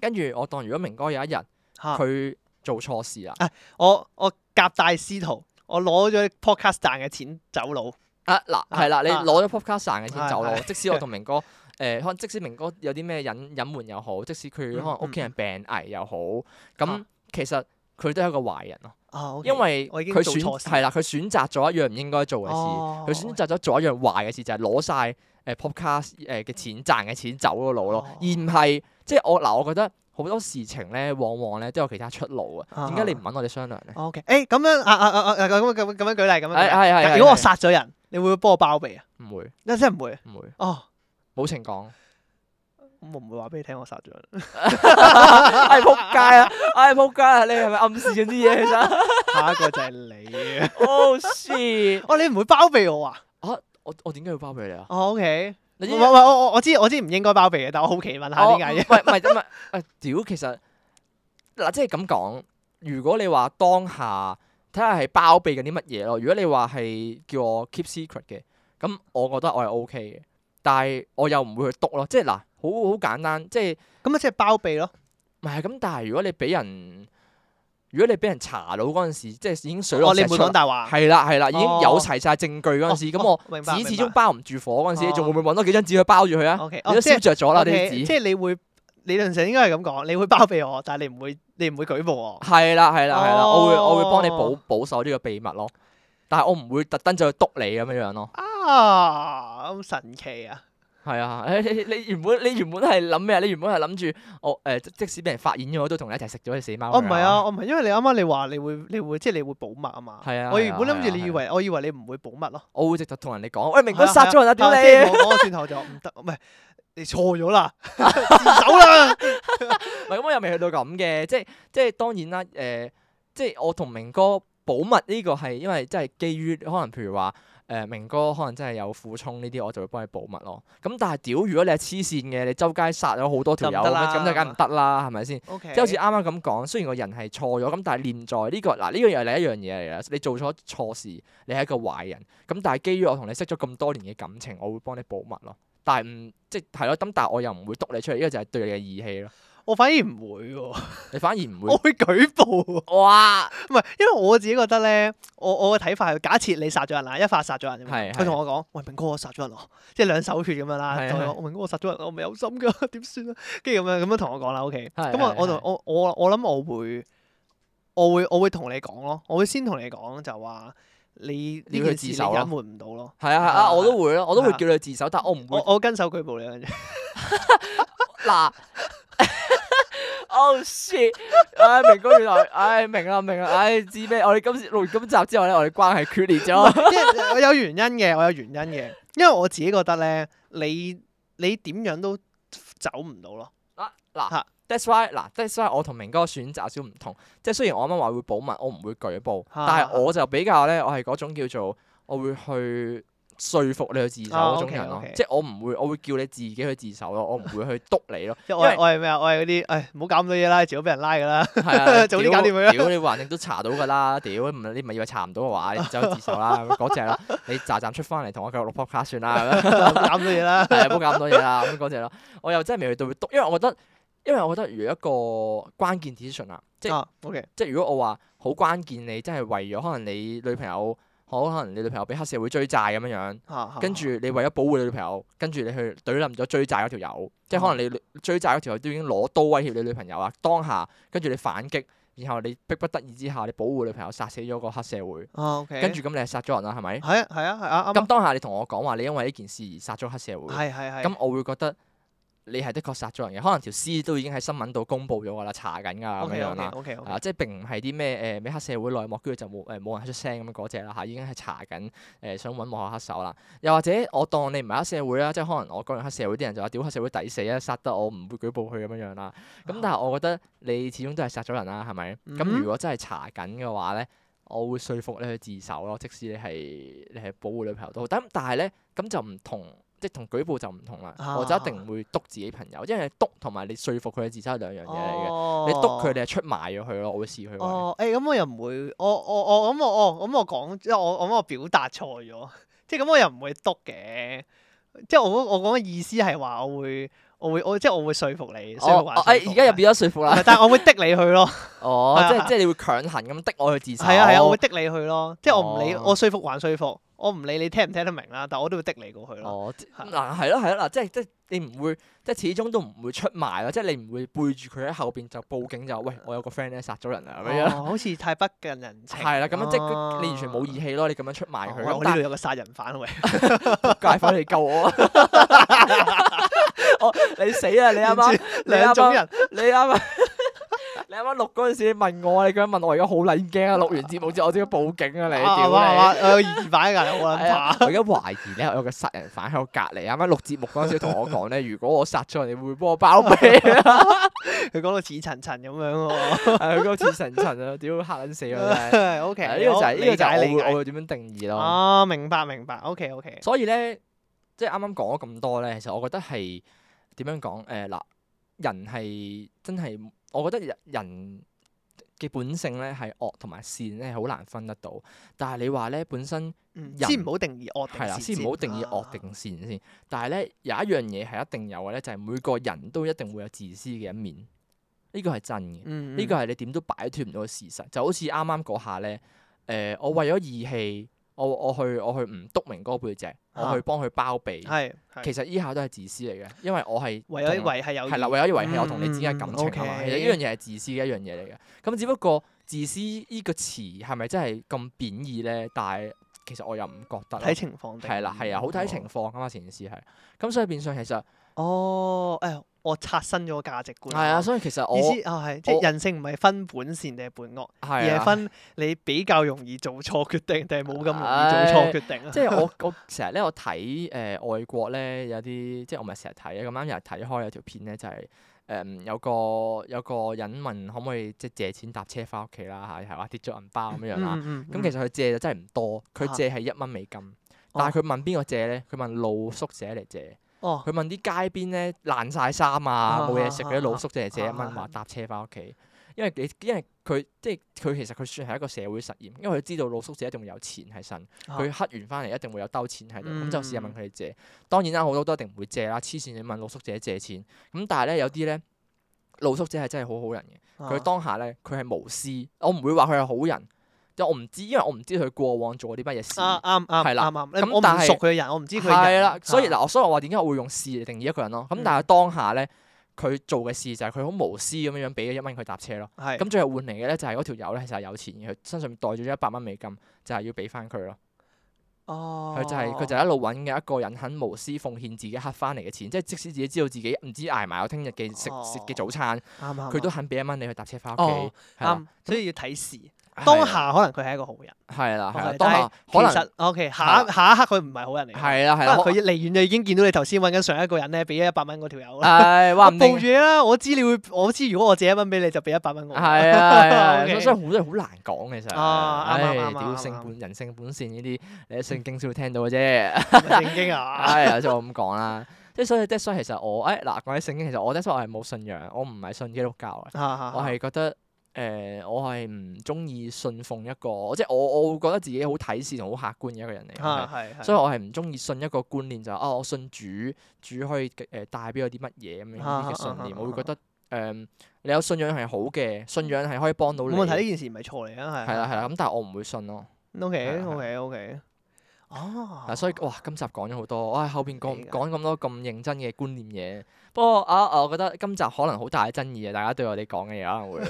Speaker 1: 跟住我當如果明哥有一日
Speaker 2: 嚇
Speaker 1: 佢做錯事啦，
Speaker 2: 我我夾帶私逃，我攞咗 podcast 賺嘅錢走佬。
Speaker 1: 啊嗱係啦，你
Speaker 2: 啊
Speaker 1: 攞咗 podcast 賺嘅錢走咯
Speaker 2: 係，
Speaker 1: 即使我同明哥。 誒，可能即使明哥有啲咩隱隱瞞又好，即使佢可能屋企人病危又好，咁
Speaker 2: 嗯啊
Speaker 1: 其實佢都係一個壞人咯，
Speaker 2: 啊，OK，
Speaker 1: 因為
Speaker 2: 我已經
Speaker 1: 佢
Speaker 2: 做
Speaker 1: 選
Speaker 2: 錯事
Speaker 1: 係啦，佢選擇咗一樣唔應該做嘅事，
Speaker 2: 哦
Speaker 1: 佢選擇咗做一樣壞嘅事，就係攞晒誒 podcast 誒嘅錢賺嘅錢走咗路
Speaker 2: 哦
Speaker 1: 咯，而唔係即係我嗱，我覺得好多事情咧，往往咧都有其他出路啊。
Speaker 2: 啊
Speaker 1: 點解你唔揾我哋商量咧？
Speaker 2: O K，誒咁樣啊啊啊啊咁樣咁樣咁樣舉例咁樣
Speaker 1: 係
Speaker 2: 舉例。
Speaker 1: 係係。
Speaker 2: 如果我
Speaker 1: 係
Speaker 2: 殺咗人，你會唔會幫我包庇啊？
Speaker 1: 唔會
Speaker 2: 真真係唔會。
Speaker 1: 唔會
Speaker 2: 哦，
Speaker 1: 冇情講，
Speaker 2: 咁我唔會話俾你聽我殺咗人。
Speaker 1: 唉仆街啊！唉仆街啊！你係咪暗示緊啲嘢其實
Speaker 2: 下一個就係你。啊
Speaker 1: ？Oh shit！
Speaker 2: 哦，你唔會包庇我啊？
Speaker 1: 我我點解要包俾你啊？
Speaker 2: 哦，O K。
Speaker 1: 你
Speaker 2: 唔
Speaker 1: 知
Speaker 2: 係唔
Speaker 1: 哦唔知
Speaker 2: 係我我我知我知唔應該包庇嘅，但我好奇問下點解
Speaker 1: 唔係唔係唔係，誒屌，其實嗱，即係咁講，如果你話當下睇下係包庇緊啲乜嘢咯，如果你話係叫我 keep secret 嘅，咁我覺得我係 OK 嘅，但係我又唔會去督咯，即係嗱，好好簡單，即係
Speaker 2: 咁啊，即係包庇咯。
Speaker 1: 唔係咁，但係如果你俾人，如果你俾人查到嗰陣時，即係已經水落
Speaker 2: 哦，你
Speaker 1: 石
Speaker 2: 唔
Speaker 1: 出啊
Speaker 2: 會講
Speaker 1: 啦，
Speaker 2: 大話。
Speaker 1: 係啦係啦，已經有
Speaker 2: 哦
Speaker 1: 齊晒證據嗰陣時，咁
Speaker 2: 哦
Speaker 1: 我
Speaker 2: 哦明白
Speaker 1: 紙始
Speaker 2: 明
Speaker 1: 終
Speaker 2: 白
Speaker 1: 包唔住火嗰陣時，你仲會
Speaker 2: 哦
Speaker 1: 唔會揾多幾張紙去包住佢啊？
Speaker 2: O K，
Speaker 1: 你
Speaker 2: 哦，
Speaker 1: 都
Speaker 2: 即係
Speaker 1: 燒着咗啦，你
Speaker 2: OK，
Speaker 1: 啲紙
Speaker 2: 即。係你會理論上應該係咁講，你會包庇我，但係你唔會你唔會舉報我。
Speaker 1: 係啦係啦係啦，我會我會幫你保
Speaker 2: 哦
Speaker 1: 保守呢個秘密咯，但係我唔會特登就去督你咁樣樣咯。
Speaker 2: 啊，咁神奇啊！
Speaker 1: 係啊， 誒你你原本你原本係諗咩啊？你原本係諗住我誒，即即使俾人發現咗，我都同你一齊食咗隻死貓。
Speaker 2: 我唔係啊，。我唔係，因為你啱啱你話你會你會即係你會保密啊嘛。
Speaker 1: 係啊
Speaker 2: 我原本
Speaker 1: 係啊
Speaker 2: 諗住
Speaker 1: 係啊
Speaker 2: 你以為我以為你唔會保密咯。
Speaker 1: 我會直頭同人哋講，喂，明
Speaker 2: 係
Speaker 1: 哥
Speaker 2: 啊
Speaker 1: 殺咗人啊！屌
Speaker 2: 係啊即係
Speaker 1: 你！
Speaker 2: 我我轉頭就 唔得，唔係你錯咗啦，自首啦。
Speaker 1: 唔係咁，我又未去到咁嘅，即係即係當然啦，誒、即係我同明哥保密呢個係因為真係基於可能譬如話誒、明哥可能真係有苦衷呢啲，我就會幫你保密咯。咁但係屌，如果你係黐線嘅，你周街殺咗好多條友
Speaker 2: 就唔得
Speaker 1: 咁
Speaker 2: 啦
Speaker 1: 樣咁就梗唔得啦，係咪先？
Speaker 2: O K，
Speaker 1: 即係好似啱啱咁講，雖然個人係錯咗，咁但係念在呢、個嗱呢樣又係另一樣嘢嚟啦。你做咗錯事，你係一個壞人，咁但係基於我同你識咗咁多年嘅感情，我會幫你保密咯。但係唔即係係咯，咁但係我又唔會督你出嚟，呢個就係對你嘅義氣咯。
Speaker 2: 我反而唔會喎，
Speaker 1: 你反而唔會
Speaker 2: 我會舉報喎。
Speaker 1: 哇！
Speaker 2: 唔係，因為我自己覺得咧，我我嘅睇法係，假設你殺咗人啦，啊一發殺咗人咁
Speaker 1: 係
Speaker 2: 樣，
Speaker 1: 係
Speaker 2: 佢同我講：喂，明哥，我殺咗人咯，即係兩手血咁樣啦。
Speaker 1: 係
Speaker 2: 同
Speaker 1: 係
Speaker 2: 我講：明哥，我殺咗人，我唔係有心㗎， 點算啊？跟住咁樣咁樣同我講啦，OK。
Speaker 1: 係
Speaker 2: 咁我
Speaker 1: 係
Speaker 2: 我就我我我諗我會，我會我會同你講咯，我會先同你講就話你呢
Speaker 1: 你要
Speaker 2: 件
Speaker 1: 自
Speaker 2: 事你
Speaker 1: 首咯
Speaker 2: 隱瞞唔到咯。
Speaker 1: 係啊係啊，
Speaker 2: 係
Speaker 1: 我都會咯，我都會
Speaker 2: 係啊
Speaker 1: 叫你自首，但我唔會
Speaker 2: 我我跟手舉報你啦，
Speaker 1: 嗱。我 Oh shit！唉，明哥原來，唉，明啦明啦，唉，知咩？我哋今次錄完今集之後咧，我哋關係決裂咗。
Speaker 2: 即係我有原因嘅，我有原因嘅，因為我自己覺得咧，你你點樣都走唔到咯。
Speaker 1: 啊嗱
Speaker 2: 嚇
Speaker 1: ，that's why 嗱，that's why 我同明哥選擇有少唔同，即係雖然我啱啱話會保密，我唔會舉報，
Speaker 2: 嚇
Speaker 1: 但係我就比較咧，我係嗰種叫做我會去說服你去自首
Speaker 2: 哦
Speaker 1: 嗰種人咯，
Speaker 2: OK，OK
Speaker 1: 即係我唔會，我會叫你自己去自首咯，我唔會去督你咯，
Speaker 2: 即係
Speaker 1: 因
Speaker 2: 我係
Speaker 1: 為
Speaker 2: 我係咩啊？我係嗰啲，唉，唔好搞咁多嘢啦，遲早俾人拉㗎 啦。
Speaker 1: 係 啊，
Speaker 2: 早啲
Speaker 1: 屌
Speaker 2: 搞掂佢啦
Speaker 1: 屌你橫掂都查到㗎啦，屌唔你咪以為查唔到嘅話，你走去自 首啦，嗰只啦，你咋站出翻嚟同我繼續錄 podcast 算啦。咁樣
Speaker 2: 唔 好搞咁多嘢啦。
Speaker 1: 係啊，唔好搞咁多嘢啦，咁嗰只咯。我又真係未去到會督，因為我覺得，因為我覺得如果一個關鍵 decision 啊，即係
Speaker 2: 啊，OK，
Speaker 1: 即係如果我話好關鍵，你真係為咗可能你女朋友，可能你女朋友俾黑社會追債咁樣樣，
Speaker 2: 嚇嚇
Speaker 1: 跟住你為咗保護你女朋友，跟住你去懟冧咗追債嗰條友，即係可能你追債嗰條友都已經攞刀威脅你女朋友啊，當下跟住你反擊，然後你迫不得已之下，你保護女朋友殺死咗個黑社會，
Speaker 2: 啊，OK，
Speaker 1: 跟住咁你係殺咗人啦，係咪？
Speaker 2: 係啊係啊係啊，啱
Speaker 1: 咁
Speaker 2: 啊
Speaker 1: 當下你同我講話，你因為呢件事而殺咗黑社會。
Speaker 2: 係係係。
Speaker 1: 咁我會覺得你係的確殺咗人嘅，可能條屍都已經喺新聞度公佈咗㗎啦，查緊㗎啦咁
Speaker 2: OK
Speaker 1: 樣樣
Speaker 2: OK
Speaker 1: 啦。
Speaker 2: OK
Speaker 1: 啊，即係並唔係啲咩誒咩黑社會內幕，跟住就冇誒呃冇人出聲咁樣嗰只啦嚇，已經係查緊誒、呃想揾幕後黑手啦。又或者我當你唔係黑社會啦，即係可能我講完黑社會啲人就話屌黑社會抵死啊，殺得我唔會舉報佢咁樣樣啦。咁但係我覺得你始終都係殺咗人啦，係咪？
Speaker 2: 啊嗯
Speaker 1: 咁如果真係查緊嘅話咧，我會說服你去自首咯，即使你係你係保護女朋友都好。但但係咧，咁就唔同，即係同舉報就唔同啦。
Speaker 2: 啊
Speaker 1: 我就一定會督自己朋友，因為督同埋你說服佢去自首係兩樣嘢嚟嘅。
Speaker 2: 哦
Speaker 1: 你督佢，你係出賣咗佢咯，我會視佢為。
Speaker 2: 哦，誒咁我又唔會，我我我咁我我咁我講，即係我我咁我表達錯咗，即係咁我又唔會督嘅，即係我我講嘅意思係話我會我會我即係我會說服你，
Speaker 1: 我
Speaker 2: 說服還說
Speaker 1: 我哦誒
Speaker 2: 服
Speaker 1: 哎而家又
Speaker 2: 係
Speaker 1: 變咗說服
Speaker 2: 唔係
Speaker 1: 啦。
Speaker 2: 但係我會的你去 咯，
Speaker 1: 哦，即
Speaker 2: 係啊
Speaker 1: 係即係你會強行咁的我去自首。
Speaker 2: 係啊係啊，我會的你去咯，即係我唔理
Speaker 1: 哦
Speaker 2: 我說服還說服，我唔理你聽唔聽得明啦，但我都會的你過去咯，
Speaker 1: 哦，即
Speaker 2: 係
Speaker 1: 嗱係咯係咯嗱，即係即係你唔會即係始終都唔會出賣咯，即係你唔會背住佢喺後邊就報警就喂我有個 friend 咧殺咗人啊咁樣。
Speaker 2: 哦好似太不近人情，
Speaker 1: 係啦，咁樣即係
Speaker 2: 啊
Speaker 1: 佢你完全冇義氣咯，你咁樣出賣佢。
Speaker 2: 哦
Speaker 1: 咁
Speaker 2: 我呢
Speaker 1: 但
Speaker 2: 度有個殺人犯喂，
Speaker 1: 係介翻嚟救我。 我你死啊！你 啱啱你啱
Speaker 2: 兩種
Speaker 1: 啱
Speaker 2: 人。
Speaker 1: 你啱啱啊 你啱啱錄嗰陣時，你問我，你咁樣問我，而家好撚驚啊！錄完節目之後，我即刻報警啊！你
Speaker 2: 啊
Speaker 1: 屌
Speaker 2: 哇
Speaker 1: 你！
Speaker 2: 哇我有疑犯㗎，我
Speaker 1: 係
Speaker 2: 撚
Speaker 1: 啊
Speaker 2: 怕。
Speaker 1: 我而家懷疑咧，我有個殺人犯喺我隔離。啱啱錄節目嗰陣時，同我講咧，如果我殺咗人，你會唔會幫我包庇 啊？哎
Speaker 2: 佢講到似層層咁樣
Speaker 1: 係嗰個似神神啊！屌嚇撚死 我真係！
Speaker 2: 喎。O
Speaker 1: 係
Speaker 2: K，
Speaker 1: 啊呢個就係呢個就係我會我
Speaker 2: 會。
Speaker 1: 會點樣定義咯。
Speaker 2: 哦，明白明白。O K O K。
Speaker 1: 所以咧，即係啱啱講咗咁多咧，其實我覺得係點樣講？誒、嗱，人係真係，我覺得人人嘅本性咧係惡同埋善咧係好難分得到。但係你話咧，本身
Speaker 2: 嗯
Speaker 1: 人
Speaker 2: 先唔好定義惡定
Speaker 1: 係啦，
Speaker 2: 善啊
Speaker 1: 先唔好定義惡定善先。但係咧有一樣嘢係一定有嘅咧，就係、每個人都一定會有自私嘅一面，呢個係真嘅。
Speaker 2: 嗯
Speaker 1: 呢個係你點都擺脱唔到嘅事實，就好似啱啱嗰下咧，誒、我為咗義氣，我我去我去唔督明哥背脊，我去幫佢包庇，
Speaker 2: 啊係係
Speaker 1: 其實依下都係自私嚟嘅，因為我係
Speaker 2: 為咗
Speaker 1: 同
Speaker 2: 維係有
Speaker 1: 係啦，為咗維係我同你之間嘅感情啊嘛，
Speaker 2: 嗯嗯
Speaker 1: 其實
Speaker 2: OK
Speaker 1: 呢樣嘢係自私嘅一樣嘢嚟嘅。咁只不過自私呢個詞係咪真係咁貶義咧？但係其實我又唔覺得咯
Speaker 2: 睇。情哦況定義。嗯
Speaker 1: 係啦，係啊，好睇情況噶嘛，前事係。咁所以變相其實
Speaker 2: 哦，誒，我刷新咗個價值觀。
Speaker 1: 係啊，。所以其實
Speaker 2: 意
Speaker 1: 我
Speaker 2: 思啊，係即係
Speaker 1: 我
Speaker 2: 人性唔係分本善定係本惡，而
Speaker 1: 係
Speaker 2: 係
Speaker 1: 啊。
Speaker 2: 分你比較容易做錯決定定係冇咁容易做錯決 定啊。
Speaker 1: 即係我我成日咧，我睇誒、呃外國咧有啲，即係我咪成日睇嘅，咁啱又係睇開有條片咧，就係、誒有個有個人問可唔可以即係借錢搭車翻屋企啦嚇，係話跌咗銀包咁樣樣啦。
Speaker 2: 嗯嗯
Speaker 1: 咁、
Speaker 2: 嗯
Speaker 1: 其實佢借就真係唔多，佢
Speaker 2: 啊
Speaker 1: 借係一蚊美金，但係佢問邊個借咧？佢問露宿者嚟借，
Speaker 2: 哦
Speaker 1: 佢問啲街邊咧爛晒衫啊、
Speaker 2: 啊
Speaker 1: 冇嘢食嗰啲露宿者嚟借一
Speaker 2: 啊
Speaker 1: 蚊，
Speaker 2: 啊
Speaker 1: 話搭車翻屋企。因為你因為佢即係佢其實佢算係一個社會實驗，因為佢知道露宿者一定會有錢喺身。
Speaker 2: 啊
Speaker 1: 佢黑完翻嚟一定會有兜錢喺度，咁
Speaker 2: 嗯
Speaker 1: 就試下問佢哋借。當然啦，好多都一定唔會借啦，黐線你問露宿者借錢。咁但係咧有啲咧露宿者係真係好好人嘅，佢
Speaker 2: 啊
Speaker 1: 當下咧佢係無私，我唔會話佢係好人，因為我唔知，因為我唔知佢過往做過啲乜嘢事。
Speaker 2: 啊啱啱
Speaker 1: 嗯係啦
Speaker 2: 啱啱，
Speaker 1: 咁
Speaker 2: 你我唔
Speaker 1: 但係
Speaker 2: 熟佢嘅人，我唔知佢嘅
Speaker 1: 係
Speaker 2: 人
Speaker 1: 啦，所以
Speaker 2: 啊
Speaker 1: 嗱，我所以我話點解我會用事嚟定義一個人咯。咁
Speaker 2: 嗯
Speaker 1: 但係當下咧，佢做嘅事就係佢好無私咁樣樣俾咗一蚊佢搭車咯。
Speaker 2: 係
Speaker 1: 咁最後換嚟嘅咧就係嗰條友咧其實係有錢嘅，佢身上面袋咗一百蚊美金，就係要俾翻佢咯。
Speaker 2: 哦，
Speaker 1: 佢就係佢就一路揾嘅一個人肯無私奉獻自己黑翻嚟嘅錢，即係即使自己知道自己唔知捱埋我聽日嘅食食嘅早餐，
Speaker 2: 啱啱
Speaker 1: 佢都
Speaker 2: 啱
Speaker 1: 肯俾一蚊你去搭車翻
Speaker 2: 哦
Speaker 1: 屋企。係啦
Speaker 2: 啱，所以要睇時。
Speaker 1: 係
Speaker 2: 當
Speaker 1: 啦
Speaker 2: 下可能佢係一個好人，
Speaker 1: 係啦係啦，
Speaker 2: OK，
Speaker 1: 當下可
Speaker 2: 其
Speaker 1: 能
Speaker 2: 實 OK 下
Speaker 1: 係
Speaker 2: 一下一刻佢唔係好人嚟嘅，
Speaker 1: 係啦係啦，
Speaker 2: 可
Speaker 1: 可
Speaker 2: 能佢離遠就已經見到你頭先揾緊上一個人咧，俾咗一百蚊嗰條友啦。
Speaker 1: 誒啊話
Speaker 2: 我
Speaker 1: 唔定
Speaker 2: 報住啦，我知你會，我知如果我借一蚊俾你，就俾一百蚊我。
Speaker 1: 係啊係啊，所
Speaker 2: OK
Speaker 1: 以好多嘢好難講其實。
Speaker 2: 啊啱啱
Speaker 1: 唉
Speaker 2: 啱啱
Speaker 1: 屌
Speaker 2: 啱
Speaker 1: 性
Speaker 2: 啱
Speaker 1: 本人性本善呢啲，你喺聖經先會聽到 嘅啫。
Speaker 2: 係咪正經 啊，
Speaker 1: 係啊，即係我咁講啦。即係所以，即係所以其實我誒嗱講起聖經，其實我即係我係冇信仰，我唔係信基督教嘅。我
Speaker 2: 我
Speaker 1: 係覺得誒、呃我係唔中意信奉一個，即係我我會覺得自己好睇視同好客觀嘅一個人嚟我係，
Speaker 2: 啊係
Speaker 1: 所以我係唔中意信一個觀念就係、哦，我信主，主可以誒帶俾我啲乜嘢
Speaker 2: 啊
Speaker 1: 咁樣呢啲嘅信念，我會覺得誒、你有信仰係好嘅，信仰係可以幫到你。
Speaker 2: 冇問題，呢件事唔係錯嚟啊，係哦
Speaker 1: 係啦係啦，咁但係我唔會信咯。
Speaker 2: O
Speaker 1: 係
Speaker 2: K
Speaker 1: 啊
Speaker 2: O K O K，
Speaker 1: 嗱，
Speaker 2: 哦，
Speaker 1: 所以哇，今集講咗好多，哇，後邊講
Speaker 2: 理解
Speaker 1: 講咁多咁認真嘅觀念嘢。不過啊，啊我覺得今集可能好大嘅爭議啊，大家對我哋講嘅嘢可能 會。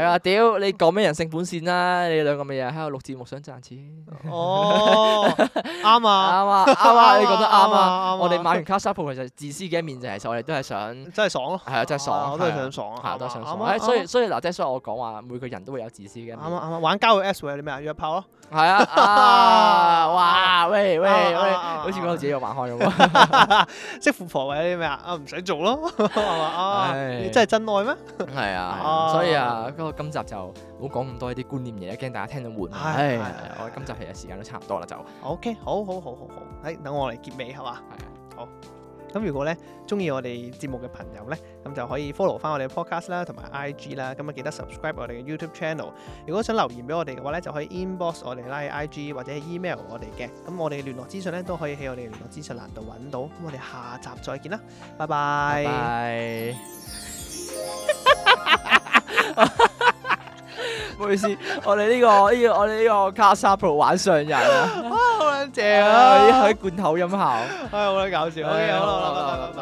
Speaker 1: 係啊，屌你講咩人性本善啦？你兩個咪又啊喺度錄節目想賺錢，
Speaker 2: 啊哦，啱
Speaker 1: 啱
Speaker 2: 啊，
Speaker 1: 啊啱啊，你講得啱啊！
Speaker 2: 啊
Speaker 1: 我哋買完卡莎鋪其實自私嘅一面就係其實我哋都係想係
Speaker 2: 真係爽咯，
Speaker 1: 啊，真係
Speaker 2: 啊
Speaker 1: 爽，
Speaker 2: 我都係
Speaker 1: 係啊
Speaker 2: 想爽
Speaker 1: 係啊
Speaker 2: 啊，
Speaker 1: 都係想
Speaker 2: 啱啊
Speaker 1: 爽。
Speaker 2: 啱啊
Speaker 1: 誒，所以所以嗱，即係所以我講話每個人都會有自私嘅一
Speaker 2: 啱
Speaker 1: 面，
Speaker 2: 啊啱啊，玩交友 Apps 會有啲咩啊？約炮咯，
Speaker 1: 係啊 啊哇喂喂
Speaker 2: 啱啊
Speaker 1: 喂，
Speaker 2: 啱啊
Speaker 1: 好似講到 自己有玩開咁啊！
Speaker 2: 即富婆會有啲咩啊？啊唔使做咯， 係嘛啊？
Speaker 1: 唉
Speaker 2: 你真係真愛咩？
Speaker 1: 係啊，
Speaker 2: 啊
Speaker 1: 所以啊，不過今集就唔好講咁多呢啲觀念嘢，驚大家聽到悶。
Speaker 2: 係
Speaker 1: 唉，
Speaker 2: 係係
Speaker 1: 係啊我哋今集其實時間都差唔多啦，就係
Speaker 2: O K，好好好好好，誒，等我嚟結尾係嘛？
Speaker 1: 啊
Speaker 2: 好。咁如果咧中意我哋節目嘅朋友咧，咁就可以 follow 翻我哋嘅 podcast 啦，同埋 IG 啦。咁啊記得 subscribe 我哋嘅 YouTube channel。如果想留言俾我哋嘅話咧，就可以 inbox 我哋啦喺 IG 或者係 email 我哋嘅。咁我哋聯絡資訊咧都可以喺我哋聯絡資訊欄度揾到。咁我哋下集再見啦，拜
Speaker 1: 拜
Speaker 2: 拜。
Speaker 1: 拜。 唔好意思，我哋呢、個呢、個我哋呢個卡莎 Pro 玩上人啊，
Speaker 2: 好撚正
Speaker 1: 係啊，！喺罐頭音效。
Speaker 2: 哎 唉，好撚搞笑。OK，好啦好啦，拜拜拜拜。